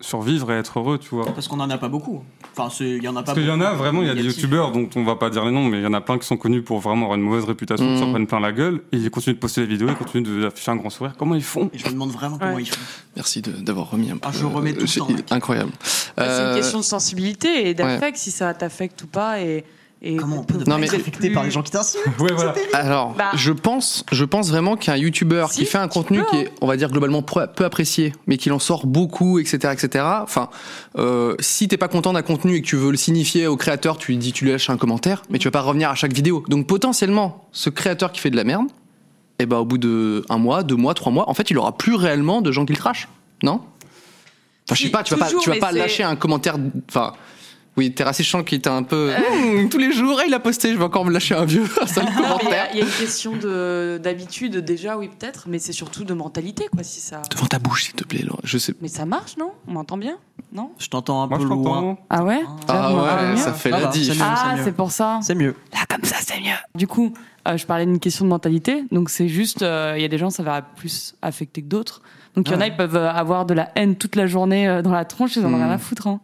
Speaker 6: survivre et être heureux, tu vois.
Speaker 4: Parce qu'on en a pas beaucoup. Enfin, c'est- il y en a pas
Speaker 6: Parce qu'il y en a vraiment, il y a des
Speaker 4: Négatif.
Speaker 6: youtubeurs dont on va pas dire les noms, mais il y en a plein qui sont connus pour vraiment avoir une mauvaise réputation,
Speaker 4: Mmh.
Speaker 6: qui
Speaker 3: Mhm.
Speaker 6: s'en prennent plein la gueule, et ils continuent de poster des vidéos, ils continuent de- d'afficher un grand sourire. Comment ils font
Speaker 4: Et je me demande vraiment comment ils font.
Speaker 3: Merci de- d'avoir remis un peu. euh,
Speaker 4: Ah, je remets tout le
Speaker 3: C'est
Speaker 4: temps, mec.
Speaker 3: Incroyable.
Speaker 5: Bah, C'est
Speaker 3: Euh,
Speaker 5: une question de sensibilité et d'affect, si ça t'affecte ou pas. Et, et
Speaker 4: Comment on peut ne
Speaker 3: Non,
Speaker 4: pas
Speaker 3: mais-
Speaker 4: être affecté par les gens qui t'insultent
Speaker 6: Ouais, voilà.
Speaker 3: Alors,
Speaker 5: Bah.
Speaker 3: je pense, je pense vraiment qu'un youtubeur
Speaker 5: Si,
Speaker 3: qui fait un
Speaker 5: tu
Speaker 3: contenu
Speaker 5: peux,
Speaker 3: qui
Speaker 5: hein.
Speaker 3: est, on va dire globalement pro- peu apprécié, mais qu'il en sort beaucoup, etc., etc. Enfin, euh, si t'es pas content d'un contenu et que tu veux le signifier au créateur, tu lui dis, tu lui lâches un commentaire, mais tu vas pas revenir à chaque vidéo. Donc potentiellement, ce créateur qui fait de la merde, eh ben au bout de un mois, deux mois, trois mois, en fait, il aura plus réellement de gens qui le trashent, non Enfin, je sais
Speaker 5: Si,
Speaker 3: pas, tu vas pas,
Speaker 5: toujours,
Speaker 3: tu vas
Speaker 5: mais
Speaker 3: pas
Speaker 5: c'est-
Speaker 3: lâcher un commentaire, enfin. Oui, Terrassé, je sens qu'il était un peu. Hmm, tous les jours, et il a posté, je vais encore me lâcher un vieux, un sale
Speaker 5: Non, mais il y
Speaker 3: commentaire.
Speaker 5: a- il y, a une question de- d'habitude déjà, oui peut-être, mais c'est surtout de mentalité, quoi, si ça.
Speaker 3: Devant ta bouche, s'il te plaît, Laura. Je sais.
Speaker 5: Mais ça marche, non On m'entend bien, non
Speaker 4: Je t'entends un
Speaker 6: Moi,
Speaker 4: peu
Speaker 6: je
Speaker 4: loin.
Speaker 6: t'entends.
Speaker 5: Ah ouais
Speaker 3: Ah ouais,
Speaker 5: mieux.
Speaker 3: ça fait
Speaker 4: Ah
Speaker 3: la
Speaker 4: bah,
Speaker 3: diff.
Speaker 4: c'est mieux.
Speaker 5: Ah,
Speaker 4: mieux.
Speaker 5: c'est pour ça.
Speaker 4: C'est mieux.
Speaker 5: Là, comme ça, c'est mieux. Du coup, euh, je parlais d'une question de mentalité. Donc, c'est juste, euh, il y a des gens, ça va plus affecter que d'autres. Donc, il y en a,
Speaker 4: Ouais.
Speaker 5: ils peuvent euh, avoir de la haine toute la journée euh, dans la tronche, ils en ont
Speaker 3: Hmm.
Speaker 5: rien à foutre. hein.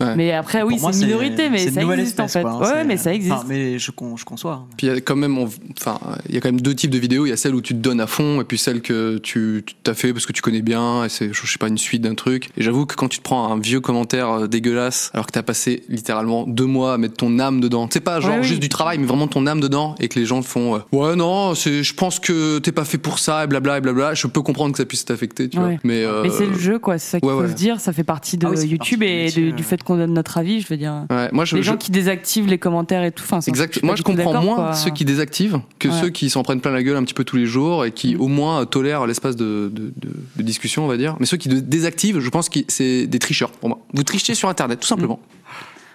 Speaker 3: Ouais.
Speaker 5: Mais après, oui,
Speaker 4: Pour moi,
Speaker 5: c'est une minorité, mais
Speaker 4: c'est une
Speaker 5: ça
Speaker 4: nouvelle
Speaker 5: existe
Speaker 4: espèce,
Speaker 5: en
Speaker 4: quoi,
Speaker 5: fait.
Speaker 4: hein,
Speaker 5: ouais,
Speaker 4: c'est-
Speaker 5: mais ça existe.
Speaker 4: Enfin, mais je, con- je conçois.
Speaker 3: Puis il y a quand même, on- enfin, il y a quand même deux types de vidéos. Il y a celle où tu te donnes à fond, et puis celle que tu tu t'as fait parce que tu connais bien, et c'est, je sais pas, une suite d'un truc. Et j'avoue que quand tu te prends un vieux commentaire euh, dégueulasse, alors que t'as passé littéralement deux mois à mettre ton âme dedans. C'est pas genre
Speaker 5: Ouais, oui.
Speaker 3: juste du travail, mais vraiment ton âme dedans, et que les gens font, euh, ouais, non, c'est, je pense que t'es pas fait pour ça, et blabla, et blabla. Je peux comprendre que ça puisse t'affecter, tu vois.
Speaker 5: Ouais.
Speaker 3: Mais, euh,
Speaker 5: Mais c'est le jeu, quoi. C'est ça qu'il
Speaker 3: ouais,
Speaker 5: faut
Speaker 3: ouais.
Speaker 5: se dire. Ça fait partie de
Speaker 4: Ah oui, ça fait
Speaker 5: YouTube
Speaker 4: partie du
Speaker 5: et
Speaker 4: métier,
Speaker 5: de-
Speaker 4: ouais.
Speaker 5: du fait qu'on donne notre avis, je veux dire.
Speaker 3: Ouais, moi, je,
Speaker 5: les
Speaker 3: je-
Speaker 5: gens qui désactivent les commentaires et tout. Enfin, c'est un truc,
Speaker 3: Exact.
Speaker 5: suis
Speaker 3: Moi,
Speaker 5: pas
Speaker 3: je
Speaker 5: du tout
Speaker 3: comprends
Speaker 5: d'accord,
Speaker 3: moins
Speaker 5: quoi.
Speaker 3: ceux qui désactivent que
Speaker 5: Ouais.
Speaker 3: ceux qui s'en prennent plein la gueule un petit peu tous les jours et qui, au moins, euh, tolèrent l'espace de, de- de- de discussion, on va dire. Mais ceux qui dé- désactivent, je pense que c'est des tricheurs pour moi. Vous trichez sur Internet, tout simplement.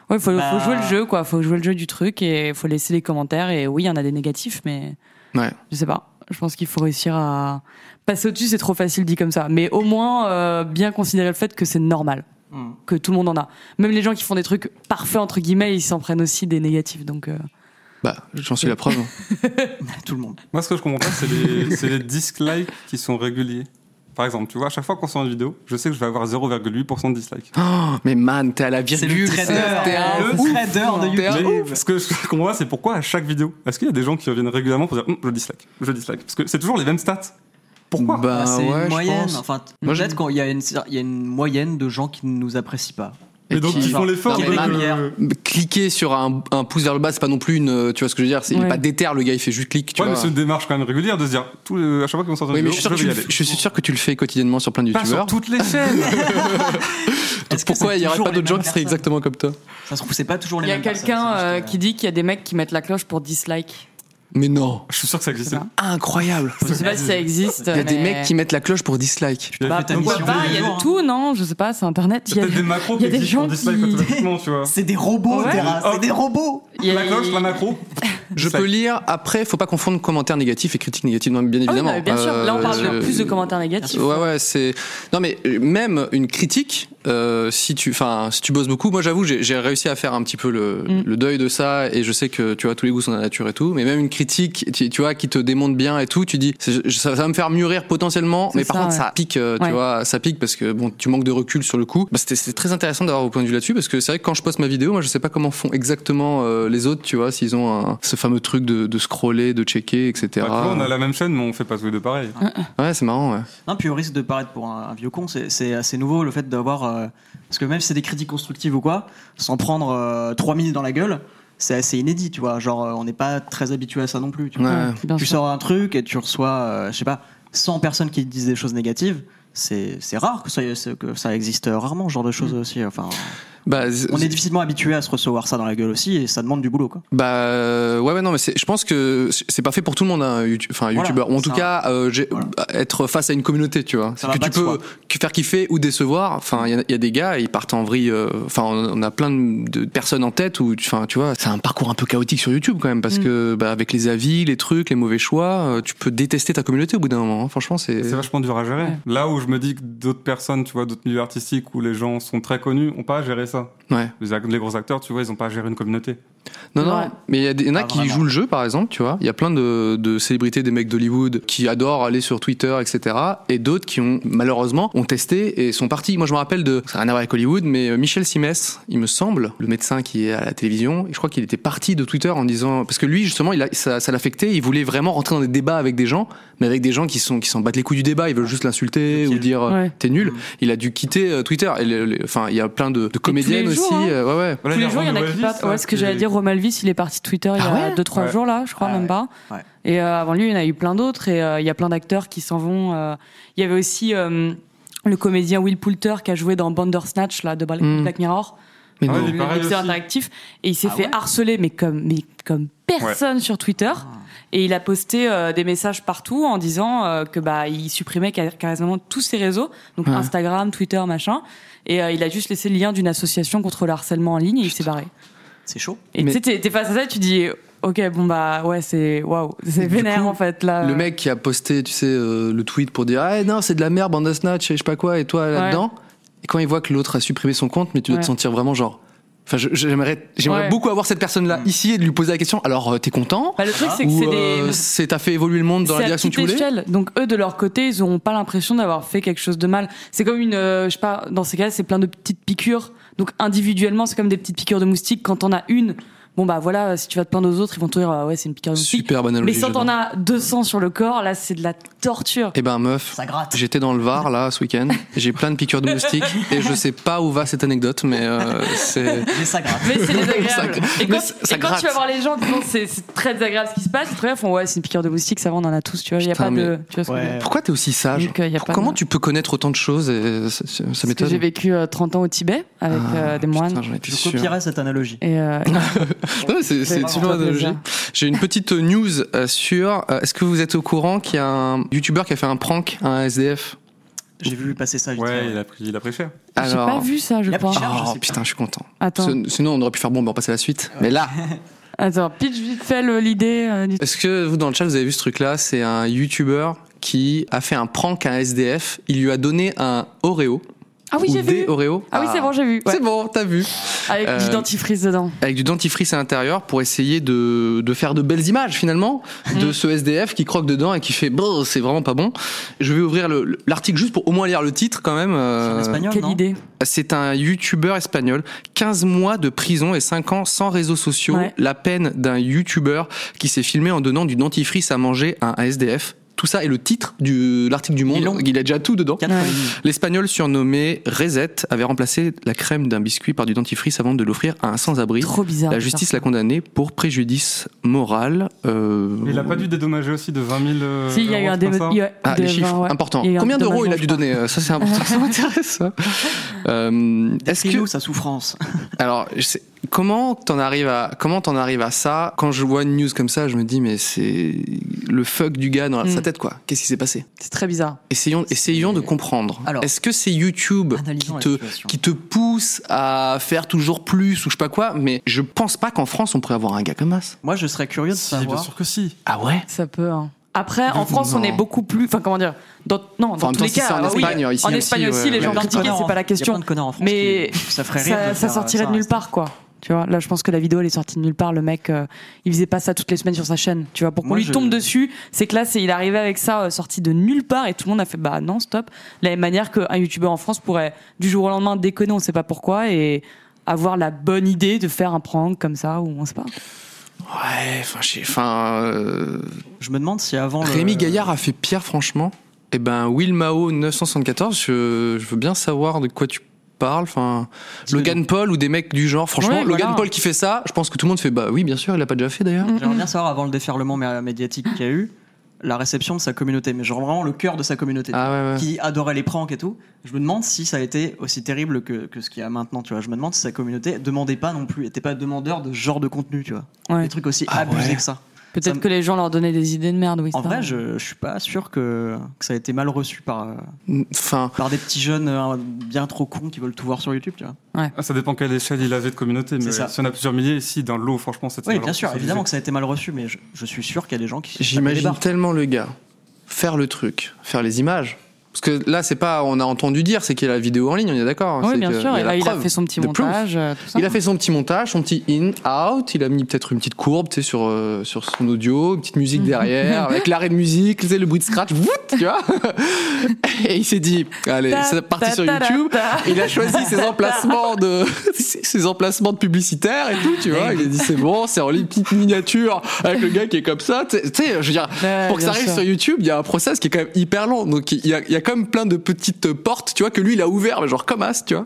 Speaker 5: Ouais, faut,
Speaker 4: Bah-
Speaker 5: faut jouer le jeu, quoi. Faut jouer le jeu du truc et faut laisser les commentaires. Et oui, il y en a des négatifs, mais
Speaker 3: Mm. Ouais.
Speaker 5: je sais pas. Je pense qu'il faut réussir à passer au-dessus. C'est trop facile dit comme ça, mais au moins euh, bien considérer le fait que c'est normal,
Speaker 4: Hmm.
Speaker 5: que tout le monde en a. Même les gens qui font des trucs parfaits entre guillemets, ils s'en prennent aussi des négatifs. Donc euh,
Speaker 3: Bah, j'en suis la preuve.
Speaker 4: Tout le monde.
Speaker 6: Moi, ce que je comprends pas, c'est les, c'est les dislikes qui sont réguliers. Par exemple, tu vois, à chaque fois qu'on sort une vidéo, je sais que je vais avoir 0,8% de dislikes.
Speaker 3: Oh, mais man, t'es à la
Speaker 4: C'est le
Speaker 3: virgule. ça, t'es un
Speaker 4: trader, le
Speaker 3: ouf.
Speaker 4: trader de
Speaker 3: T'es un
Speaker 4: YouTube.
Speaker 6: Ce que je comprends pas, c'est pourquoi à chaque vidéo, est-ce qu'il y a des gens qui reviennent régulièrement pour dire Hum, je dislike, je dislike Parce que c'est toujours les mêmes stats. Pourquoi
Speaker 3: Bah,
Speaker 4: Bah, c'est
Speaker 3: ouais, je
Speaker 4: une moyenne.
Speaker 3: pense.
Speaker 4: Enfin, t-
Speaker 3: Moi, je-
Speaker 4: peut-être qu'il y, a une- il y a une moyenne de gens qui ne nous apprécient pas.
Speaker 3: Et
Speaker 6: Et donc,
Speaker 3: qui-
Speaker 6: ils font l'effort
Speaker 4: qui
Speaker 6: de.
Speaker 3: a une
Speaker 4: manière.
Speaker 3: Cliquer sur un, un pouce vers le bas, c'est pas non plus une. euh, Tu vois ce que je veux dire c'est, Il est
Speaker 5: Ouais.
Speaker 3: pas déter, le gars, il fait juste clic. Tu
Speaker 6: Ouais, mais
Speaker 3: vois.
Speaker 6: c'est une démarche quand même régulière de se dire tout, le- à chaque fois qu'on sort une
Speaker 3: Oui, mais
Speaker 6: vidéo,
Speaker 3: je suis, sûr
Speaker 6: je
Speaker 3: que
Speaker 6: vais
Speaker 3: tu
Speaker 6: y
Speaker 3: le-
Speaker 6: aller.
Speaker 3: je suis sûr que tu le fais quotidiennement sur plein de
Speaker 6: Pas sur
Speaker 3: youtubeurs.
Speaker 6: toutes les chaînes
Speaker 4: Est-ce que
Speaker 3: Pourquoi
Speaker 4: c'est
Speaker 3: il y aurait
Speaker 4: toujours
Speaker 3: pas
Speaker 4: les
Speaker 3: d'autres gens
Speaker 4: mêmes
Speaker 3: qui seraient
Speaker 4: personnes
Speaker 3: exactement comme toi
Speaker 4: Ça se trouve, c'est pas toujours
Speaker 5: il
Speaker 4: les
Speaker 5: y a
Speaker 4: mêmes
Speaker 5: quelqu'un
Speaker 4: personnes, c'est
Speaker 5: euh,
Speaker 4: juste,
Speaker 5: qui dit qu'il y a des mecs qui mettent la cloche pour dislike.
Speaker 3: Mais non.
Speaker 6: Je suis sûr que ça existait.
Speaker 5: C'est ça.
Speaker 3: Incroyable.
Speaker 5: Je sais pas si ça existe.
Speaker 3: Il y a des
Speaker 5: mais-
Speaker 3: mecs qui mettent la cloche pour dislike.
Speaker 6: Il y
Speaker 4: Bah,
Speaker 6: avait
Speaker 4: t'as
Speaker 6: donc
Speaker 4: mis
Speaker 5: Pourquoi
Speaker 4: Si on
Speaker 6: des-
Speaker 4: veut
Speaker 5: pas Il y a
Speaker 4: toujours,
Speaker 5: de
Speaker 4: hein.
Speaker 5: tout, non Je sais pas. C'est Internet.
Speaker 6: C'est
Speaker 5: Il y a
Speaker 6: peut-être des
Speaker 5: il
Speaker 6: macros
Speaker 5: y
Speaker 6: qui
Speaker 5: a des
Speaker 6: existent
Speaker 5: gens
Speaker 6: pour dislike
Speaker 5: qui-
Speaker 6: automatiquement, tu vois.
Speaker 4: hein. C'est des robots,
Speaker 5: Ouais.
Speaker 4: Terra, c'est
Speaker 6: Hop.
Speaker 4: des robots.
Speaker 5: il y a-
Speaker 6: La cloche, la macro.
Speaker 3: Je
Speaker 6: Dislike.
Speaker 3: peux lire après, faut pas confondre commentaires négatifs et critiques négatives, non, bien
Speaker 5: Ah oui,
Speaker 3: évidemment.
Speaker 5: non, mais bien sûr. Là, on parle de
Speaker 3: Euh,
Speaker 5: plus de commentaires négatifs.
Speaker 3: Ouais ouais c'est non mais euh, même une critique euh, si tu enfin si tu bosses beaucoup moi j'avoue j'ai j'ai réussi à faire un petit peu le,
Speaker 5: Mm.
Speaker 3: le deuil de ça et je sais que tu vois tous les goûts sont la nature et tout mais même une critique tu, tu vois qui te démonte bien et tout tu dis c'est- ça, ça va me faire mûrir potentiellement
Speaker 5: C'est
Speaker 3: mais par
Speaker 5: ça,
Speaker 3: contre
Speaker 5: ouais.
Speaker 3: ça pique euh, tu
Speaker 5: Ouais.
Speaker 3: vois ça pique parce que bon tu manques de recul sur le coup bah, c'était c'était très intéressant d'avoir vos points de vue là-dessus parce que c'est vrai que quand je poste ma vidéo moi je sais pas comment font exactement euh, les autres tu vois s'ils ont un- ce fameux truc de, de scroller de checker etc
Speaker 6: Bah, tu vois, on a la même chaîne, mais on fait pas tous les deux pareil.
Speaker 3: ouais c'est marrant ouais.
Speaker 4: Non, puis au risque de paraître pour un, un vieux con, c'est c'est assez nouveau le fait d'avoir. euh, parce que même si c'est des critiques constructives ou quoi, s'en prendre euh, 3000 dans la gueule, c'est assez inédit, tu vois. Genre, euh, on n'est pas très habitué à ça non plus. Tu, vois.
Speaker 3: Ouais.
Speaker 5: Bien
Speaker 4: tu
Speaker 5: sûr.
Speaker 4: sors un truc et tu reçois, euh, je sais pas, 100 personnes qui te disent des choses négatives. C'est c'est rare que ça, que ça existe rarement, ce genre de choses
Speaker 5: Mm.
Speaker 4: aussi. Enfin,
Speaker 5: Euh,
Speaker 3: Bah, z-
Speaker 4: on est difficilement habitué à se recevoir ça dans la gueule aussi, et ça demande du boulot, quoi.
Speaker 3: Bah euh, ouais ouais non mais c'est- je pense que c'est- c'est pas fait pour tout le monde un YouTube- enfin un
Speaker 4: Voilà,
Speaker 3: youtubeur ou en tout
Speaker 4: ça-
Speaker 3: cas euh, j'ai-
Speaker 4: voilà.
Speaker 3: être face à une communauté tu vois
Speaker 4: Ça
Speaker 3: c'est
Speaker 4: va
Speaker 3: que
Speaker 4: pas
Speaker 3: tu
Speaker 4: de
Speaker 3: peux
Speaker 4: soi.
Speaker 3: que- faire kiffer ou décevoir enfin il y en a- il y, a des gars ils partent en vrille euh, enfin on on a plein de de personnes en tête ou enfin tu vois c'est un parcours un peu chaotique sur YouTube quand même parce
Speaker 5: Mm.
Speaker 3: que bah, avec les avis les trucs les mauvais choix euh, tu peux détester ta communauté au bout d'un moment hein. franchement c'est
Speaker 6: C'est vachement dur à gérer.
Speaker 5: Ouais.
Speaker 6: Là où je me dis que d'autres personnes, tu vois, d'autres milieux artistiques où les gens sont très connus, ont pas à gérer ça.
Speaker 3: ouais
Speaker 6: Les, ac- les gros acteurs, tu vois, ils ont pas à gérer une communauté.
Speaker 3: Non, non,
Speaker 5: Ouais.
Speaker 3: mais il y, a des- il y en a
Speaker 4: Pas
Speaker 3: qui
Speaker 4: Ah, vraiment.
Speaker 3: jouent le jeu, par exemple, tu vois. Il y a plein de, de célébrités, des mecs d'Hollywood qui adorent aller sur Twitter, etc. Et d'autres qui ont, malheureusement, ont testé et sont partis. Moi, je me rappelle de, ça n'a rien à voir avec Hollywood, mais euh, Michel Simès, il me semble, le médecin qui est à la télévision, et je crois qu'il était parti de Twitter en disant, parce que lui, justement, il a, ça, ça l'affectait, il voulait vraiment rentrer dans des débats avec des gens, mais avec des gens qui sont, qui s'en battent les couilles du débat, ils veulent juste l'insulter
Speaker 4: Le
Speaker 3: ou
Speaker 4: piège.
Speaker 3: dire, euh,
Speaker 5: Ouais.
Speaker 3: t'es nul.
Speaker 4: Mm.
Speaker 3: Il a dû quitter euh, Twitter. Et le- le- Enfin, il y a plein de, de comédiennes
Speaker 5: jours,
Speaker 3: aussi.
Speaker 5: hein.
Speaker 3: euh, ouais, ouais.
Speaker 6: Voilà,
Speaker 5: Tous les
Speaker 6: les
Speaker 5: jours, il y en a
Speaker 6: Romain
Speaker 5: qui
Speaker 6: Elvis,
Speaker 5: partent.
Speaker 6: là,
Speaker 5: Ouais, ce que
Speaker 6: qui-
Speaker 5: j'allais dire, Rome Elvis, il est parti de Twitter il y
Speaker 3: Ah
Speaker 5: a
Speaker 3: ouais
Speaker 5: 2-3
Speaker 6: Ouais.
Speaker 5: jours, là, je crois,
Speaker 4: Ah
Speaker 5: même
Speaker 4: ouais.
Speaker 5: pas.
Speaker 4: Ouais.
Speaker 5: Et euh, avant lui, il y en a eu plein d'autres. Et euh, il y a plein d'acteurs qui s'en vont. euh. Il y avait aussi euh, le comédien Will Poulter qui a joué dans Bandersnatch, là, de Bal-
Speaker 3: Hmm.
Speaker 5: Black Mirror.
Speaker 3: Mais
Speaker 6: Ah ouais,
Speaker 3: non.
Speaker 6: il est
Speaker 5: Le
Speaker 6: pareil
Speaker 5: épisode
Speaker 6: aussi.
Speaker 5: interactif. Et il s'est
Speaker 4: Ah
Speaker 5: fait
Speaker 4: ouais
Speaker 5: harceler, mais comme, mais comme personne sur Twitter. Et il a posté euh, des messages partout en disant euh, que bah il supprimait ca- carrément tous ses réseaux, donc
Speaker 3: Ouais.
Speaker 5: Instagram, Twitter, machin. Et euh, il a juste laissé le lien d'une association contre le harcèlement en ligne et il s'est barré.
Speaker 4: C'est chaud.
Speaker 5: Et
Speaker 3: Mais-
Speaker 5: tu sais, t'es- t'es face à ça, tu dis, ok, bon bah ouais, c'est waouh, c'est
Speaker 3: Du
Speaker 5: vénère
Speaker 3: coup,
Speaker 5: en fait là.
Speaker 3: Le mec qui a posté, tu sais, euh, le tweet pour dire Ah non, c'est de la merde, bande de snatch, et je sais pas quoi, et toi là-dedans. Et quand il voit que l'autre a supprimé son compte, mais tu dois
Speaker 5: Ouais.
Speaker 3: te sentir vraiment genre. Enfin, je- j'aimerais, j'aimerais
Speaker 5: Ouais.
Speaker 3: beaucoup avoir cette personne-là
Speaker 4: Mm.
Speaker 3: ici et de lui poser la question Alors, euh, t'es content
Speaker 5: Bah, le truc, c'est que
Speaker 3: Ou,
Speaker 5: c'est
Speaker 3: euh,
Speaker 5: des.
Speaker 3: c'est- t'as fait évoluer le monde dans
Speaker 5: c'est
Speaker 3: la
Speaker 5: à
Speaker 3: direction que
Speaker 5: petite
Speaker 3: tu voulais
Speaker 5: échelle. Donc eux, de leur côté, ils n'auront pas l'impression d'avoir fait quelque chose de mal. C'est comme une, euh, je sais pas, dans ces cas-là, c'est plein de petites piqûres. Donc individuellement, c'est comme des petites piqûres de moustiques. Quand on a une, bon bah voilà, si tu vas te plaindre aux autres, ils vont te dire ah ouais c'est une piqûre. de moustiques.
Speaker 3: Superbe
Speaker 5: Mais
Speaker 3: analogie.
Speaker 5: si t'en
Speaker 3: j'adore.
Speaker 5: as 200 sur le corps, là c'est de la torture.
Speaker 3: Eh ben meuf,
Speaker 4: Ça gratte.
Speaker 3: j'étais dans le Var là ce week-end, j'ai plein de piqûres de moustiques et je sais pas où va cette anecdote, mais euh, c'est.
Speaker 4: Mais ça gratte.
Speaker 5: Mais c'est désagréable.
Speaker 3: Ça-
Speaker 5: et quand,
Speaker 3: mais ça- ça
Speaker 5: et quand
Speaker 3: gratte.
Speaker 5: tu vas voir les gens, disons, c'est c'est très désagréable ce qui se passe. Ils te regardent, font ouais, c'est une piqûre de moustique, ça va, on en a tous, tu vois. Il y a
Speaker 3: Putain,
Speaker 5: pas
Speaker 3: mais-
Speaker 5: de. Tu vois ce que je veux dire
Speaker 4: Ouais.
Speaker 3: Pourquoi t'es aussi sage
Speaker 5: Donc, euh, y a pas
Speaker 3: Comment
Speaker 5: de-
Speaker 3: tu peux connaître autant de choses et ça- ça- Ça
Speaker 5: Parce que J'ai
Speaker 3: m'étonne.
Speaker 5: vécu euh, 30 ans au Tibet avec
Speaker 3: Ah,
Speaker 5: euh, des
Speaker 3: putain,
Speaker 5: moines.
Speaker 3: j'en étais
Speaker 4: Je
Speaker 3: sûr.
Speaker 4: copierais cette analogie.
Speaker 5: Et, euh,
Speaker 3: Ouais, c'est c'est une
Speaker 5: vraiment
Speaker 3: super
Speaker 5: un plaisir.
Speaker 3: analogie. J'ai une petite news euh, sur. euh, Est-ce que vous êtes au courant qu'il y a un youtubeur qui a fait un prank à un SDF
Speaker 4: J'ai vu passer ça vite.
Speaker 6: Ouais,
Speaker 4: fait.
Speaker 6: il a pris, il a pris cher.
Speaker 5: j'ai pas vu ça, je
Speaker 4: La
Speaker 5: crois.
Speaker 4: piqûre. Ah, je
Speaker 3: Oh
Speaker 4: sais pas.
Speaker 3: putain, je suis content.
Speaker 5: Attends,
Speaker 3: Ce- Sinon, on aurait pu faire bon, ben, on passe à la suite. Mais là,
Speaker 5: attends, pitch vite fait le- l'idée. euh, du-
Speaker 3: Est-ce que vous, dans le chat, vous avez vu ce truc-là C'est un YouTuber qui a fait un prank à un SDF. Il lui a donné un Oreo.
Speaker 5: Ah oui,
Speaker 3: ou
Speaker 5: j'ai
Speaker 3: des
Speaker 5: vu.
Speaker 3: Oreo.
Speaker 5: Ah oui, c'est bon, j'ai vu. ouais.
Speaker 3: C'est bon, t'as vu.
Speaker 5: Avec
Speaker 3: Euh,
Speaker 5: du dentifrice dedans.
Speaker 3: Avec du dentifrice à l'intérieur pour essayer de, de faire de belles images finalement
Speaker 4: Mm.
Speaker 3: de ce SDF qui croque dedans et qui fait Brr, c'est vraiment pas bon. Je vais ouvrir le- le- l'article juste pour au moins lire le titre quand même.
Speaker 4: C'est en
Speaker 3: euh,
Speaker 4: espagnol,
Speaker 5: Quelle
Speaker 4: non
Speaker 5: idée.
Speaker 3: c'est un youtubeur espagnol. 15 mois de prison et 5 ans sans réseaux sociaux.
Speaker 5: Ouais.
Speaker 3: La peine d'un youtubeur qui s'est filmé en donnant du dentifrice à manger à un SDF. Tout ça est le titre de l'article du
Speaker 4: est
Speaker 3: Monde.
Speaker 4: long.
Speaker 3: Il a déjà tout dedans.
Speaker 4: Quatre
Speaker 5: Ouais.
Speaker 4: lignes.
Speaker 3: L'espagnol surnommé Rezette avait remplacé la crème d'un biscuit par du dentifrice avant de l'offrir à un sans-abri.
Speaker 5: Trop bizarre.
Speaker 3: La justice l'a condamné pour préjudice moral. euh,
Speaker 6: Mais il a Oh. pas dû dédommager aussi de 20 000. euh,
Speaker 5: Si, il y a eu
Speaker 6: euros,
Speaker 5: un
Speaker 6: truc
Speaker 5: démo.
Speaker 6: comme ça
Speaker 5: il y a-
Speaker 3: Ah,
Speaker 5: de-
Speaker 3: les chiffres,
Speaker 5: ouais.
Speaker 3: important.
Speaker 5: Il y a eu un
Speaker 3: Combien d'euros il a dû
Speaker 5: dédommagement,
Speaker 3: donner Euh, Ça, c'est important, ça m'intéresse. ça. Euh, Est-ce que
Speaker 4: Décris-nous sa souffrance.
Speaker 3: Alors, je sais- comment t'en arrives à comment t'en arrives à ça Quand je vois une news comme ça, je me dis mais c'est le fuck du gars dans
Speaker 5: Mm.
Speaker 3: sa tête quoi. Qu'est-ce qui s'est passé
Speaker 5: C'est très bizarre.
Speaker 3: Essayons essayons de comprendre.
Speaker 4: Alors,
Speaker 3: Est-ce que c'est YouTube qui
Speaker 4: Analysons la
Speaker 3: te
Speaker 4: situation.
Speaker 3: qui te pousse à faire toujours plus ou je sais pas quoi Mais je pense pas qu'en France on pourrait avoir un gars comme ça.
Speaker 4: Moi, je serais curieux de
Speaker 6: Si, bien
Speaker 4: savoir.
Speaker 6: sûr que si.
Speaker 3: Ah ouais
Speaker 5: Ça peut. hein. Après, en France, on
Speaker 3: Non.
Speaker 5: est beaucoup plus. Enfin, comment dire dans, Non, dans
Speaker 3: Enfin, en même
Speaker 5: tous
Speaker 3: temps,
Speaker 5: les
Speaker 3: si
Speaker 5: cas.
Speaker 3: c'est en
Speaker 5: ah oui,
Speaker 3: Espagne, ici
Speaker 5: en
Speaker 3: aussi,
Speaker 5: Espagne aussi,
Speaker 3: ouais, ouais.
Speaker 5: les gens
Speaker 4: Il y a plein de
Speaker 5: critiquaient,
Speaker 4: connards
Speaker 5: c'est
Speaker 4: en-
Speaker 5: pas la
Speaker 4: Il y a
Speaker 5: question.
Speaker 4: plein de connards en France
Speaker 5: Mais
Speaker 4: qui- ça ferait rire.
Speaker 5: ça,
Speaker 4: de
Speaker 5: ça
Speaker 4: faire euh,
Speaker 5: sortirait
Speaker 4: ça
Speaker 5: de nulle
Speaker 4: rester.
Speaker 5: part, quoi. Tu vois, là, je pense que la vidéo, elle est sortie de nulle part. Le mec, euh, il faisait pas ça toutes les semaines sur sa chaîne. Tu vois, pour qu'on
Speaker 4: Moi,
Speaker 5: lui
Speaker 4: je-
Speaker 5: tombe dessus, c'est que là, c'est, il arrivait avec ça euh, sorti de nulle part et tout le monde a fait, bah non, stop. De la même manière qu'un youtubeur en France pourrait, du jour au lendemain, déconner, on sait pas pourquoi, et avoir la bonne idée de faire un prank comme ça, ou on sait pas.
Speaker 3: Ouais. Enfin, je sais- enfin, euh,
Speaker 4: Je me demande si avant. le-
Speaker 5: euh,
Speaker 3: Rémi Gaillard a fait Pierre franchement. Eh ben Will Mao 974. Je, je veux bien savoir de quoi tu parles. Enfin.
Speaker 4: Dis-le nous.
Speaker 3: Logan Paul ou des mecs du genre, franchement,
Speaker 5: Ouais,
Speaker 3: Logan
Speaker 5: voilà. Mm,
Speaker 3: Paul qui fait ça, je pense que tout le monde fait bah oui, bien sûr, il l'a pas déjà fait d'ailleurs.
Speaker 4: J'aimerais bien savoir, avant le déferlement mé- médiatique qu'il y a eu, la réception de sa communauté. Mais genre vraiment le cœur de sa communauté.
Speaker 3: Ah ouais, ouais.
Speaker 4: Qui adorait les pranks et tout. Je me demande si ça a été aussi terrible que, que ce qu'il y a maintenant, tu vois. Je me demande si sa communauté demandait pas non plus, était pas demandeur de ce genre de contenu, tu vois.
Speaker 5: Ouais.
Speaker 4: Des trucs aussi
Speaker 3: Ah
Speaker 4: abusés
Speaker 3: ouais.
Speaker 4: que ça. Ça
Speaker 5: Peut-être
Speaker 4: me-
Speaker 5: que les gens leur donnaient des idées de merde, oui.
Speaker 4: En
Speaker 5: ça.
Speaker 4: vrai, je, je suis pas sûr que, que ça a été mal reçu par, euh,
Speaker 3: Mm, Enfin,
Speaker 4: par des petits jeunes euh, bien trop cons qui veulent tout voir sur YouTube, tu vois.
Speaker 6: Ah, ça dépend quelle échelle il avait de communauté. Mais
Speaker 4: C'est ça.
Speaker 6: si on a plusieurs milliers, si dans l'eau, franchement, c'est
Speaker 4: Oui, bien sûr, évidemment que ça a été mal reçu, mais je, je suis sûr qu'il y a des gens qui.
Speaker 3: j'imagine
Speaker 4: tapent des barres.
Speaker 3: tellement le gars faire le truc, faire les images. Parce que là, c'est pas, on a entendu dire, c'est qu'il y a la vidéo en ligne, on est d'accord. hein,
Speaker 5: Oui,
Speaker 3: c'est
Speaker 5: bien
Speaker 3: que
Speaker 5: sûr.
Speaker 3: il y
Speaker 5: Et
Speaker 3: la
Speaker 5: là, il a
Speaker 3: preuve,
Speaker 5: fait son petit
Speaker 3: the proof.
Speaker 5: montage. euh, tout ça.
Speaker 3: Il a fait son petit montage, son petit in, out, il a mis peut-être une petite courbe, tu sais, sur, euh, sur son audio, une petite musique derrière, avec l'arrêt de musique, tu sais, le bruit de scratch, voûte, tu vois. Et il s'est dit, allez,
Speaker 5: Ta-
Speaker 3: c'est parti
Speaker 5: ta-
Speaker 3: sur
Speaker 5: ta- ta-
Speaker 3: YouTube.
Speaker 5: ta.
Speaker 3: Il a choisi ses emplacements de ses emplacements de publicitaires et tout, tu vois. Il a dit c'est bon, c'est en petite miniature avec le gars qui est comme ça. Tu sais- tu sais, je veux dire,
Speaker 5: Ouais,
Speaker 3: pour que ça
Speaker 5: bien
Speaker 3: arrive
Speaker 5: sûr.
Speaker 3: sur YouTube, il y a un process qui est quand même hyper long. Donc il y a, il y a quand même plein de petites portes, tu vois, que lui il a ouvert, mais genre comme as, tu vois.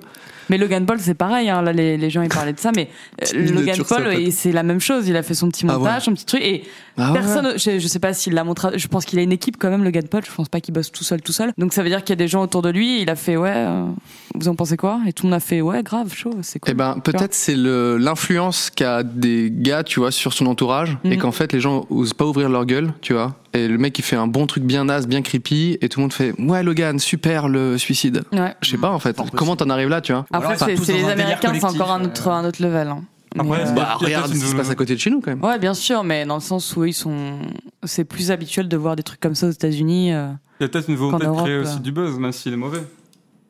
Speaker 5: Mais Logan Paul, c'est pareil. hein. Là, les, les gens, ils parlaient de ça, mais euh, Logan
Speaker 3: miniature,
Speaker 5: Paul,
Speaker 3: ça, peut-être.
Speaker 5: et c'est la même chose. Il a fait son petit
Speaker 3: Ah
Speaker 5: montage,
Speaker 3: ouais.
Speaker 5: son petit truc, et
Speaker 3: Ah ouais.
Speaker 5: personne. Je, je sais pas s'il l'a montré. Je pense qu'il a une équipe quand même, Logan Paul. Je pense pas qu'il bosse tout seul, tout seul. Donc ça veut dire qu'il y a des gens autour de lui. et il a fait ouais. euh, vous en pensez quoi Et tout le monde a fait ouais, grave, chaud. C'est cool.
Speaker 3: Eh ben, peut-être c'est le- l'influence qu'a des gars, tu vois, sur son entourage, et
Speaker 5: Mhm.
Speaker 3: qu'en fait les gens osent pas ouvrir leur gueule, tu vois. Et le mec il fait un bon truc bien naze, bien creepy, et tout le monde fait ouais Logan, super le suicide.
Speaker 5: Ouais.
Speaker 3: Je sais pas en fait,
Speaker 4: Fort possible.
Speaker 3: comment t'en arrives là, tu vois.
Speaker 4: alors,
Speaker 5: Après,
Speaker 4: ils sont
Speaker 5: c'est
Speaker 4: tous
Speaker 5: c'est
Speaker 4: dans
Speaker 5: les
Speaker 4: un délire
Speaker 5: Américains, c'est encore un
Speaker 4: collectif,
Speaker 5: autre, un autre level. hein. Mais,
Speaker 6: Après,
Speaker 5: euh,
Speaker 6: c'est-
Speaker 3: Bah
Speaker 6: Il y a
Speaker 3: regarde
Speaker 6: peut-être
Speaker 3: ce qui
Speaker 6: une-
Speaker 3: se passe à côté de chez nous quand même.
Speaker 5: Ouais, bien sûr, mais dans le sens où ils sont, c'est plus habituel de voir des trucs comme ça aux États-Unis. euh.
Speaker 6: Il y a peut-être une volonté
Speaker 5: Qu'en
Speaker 6: de créer
Speaker 5: Europe,
Speaker 6: aussi
Speaker 5: euh.
Speaker 6: du buzz, même s'il est mauvais.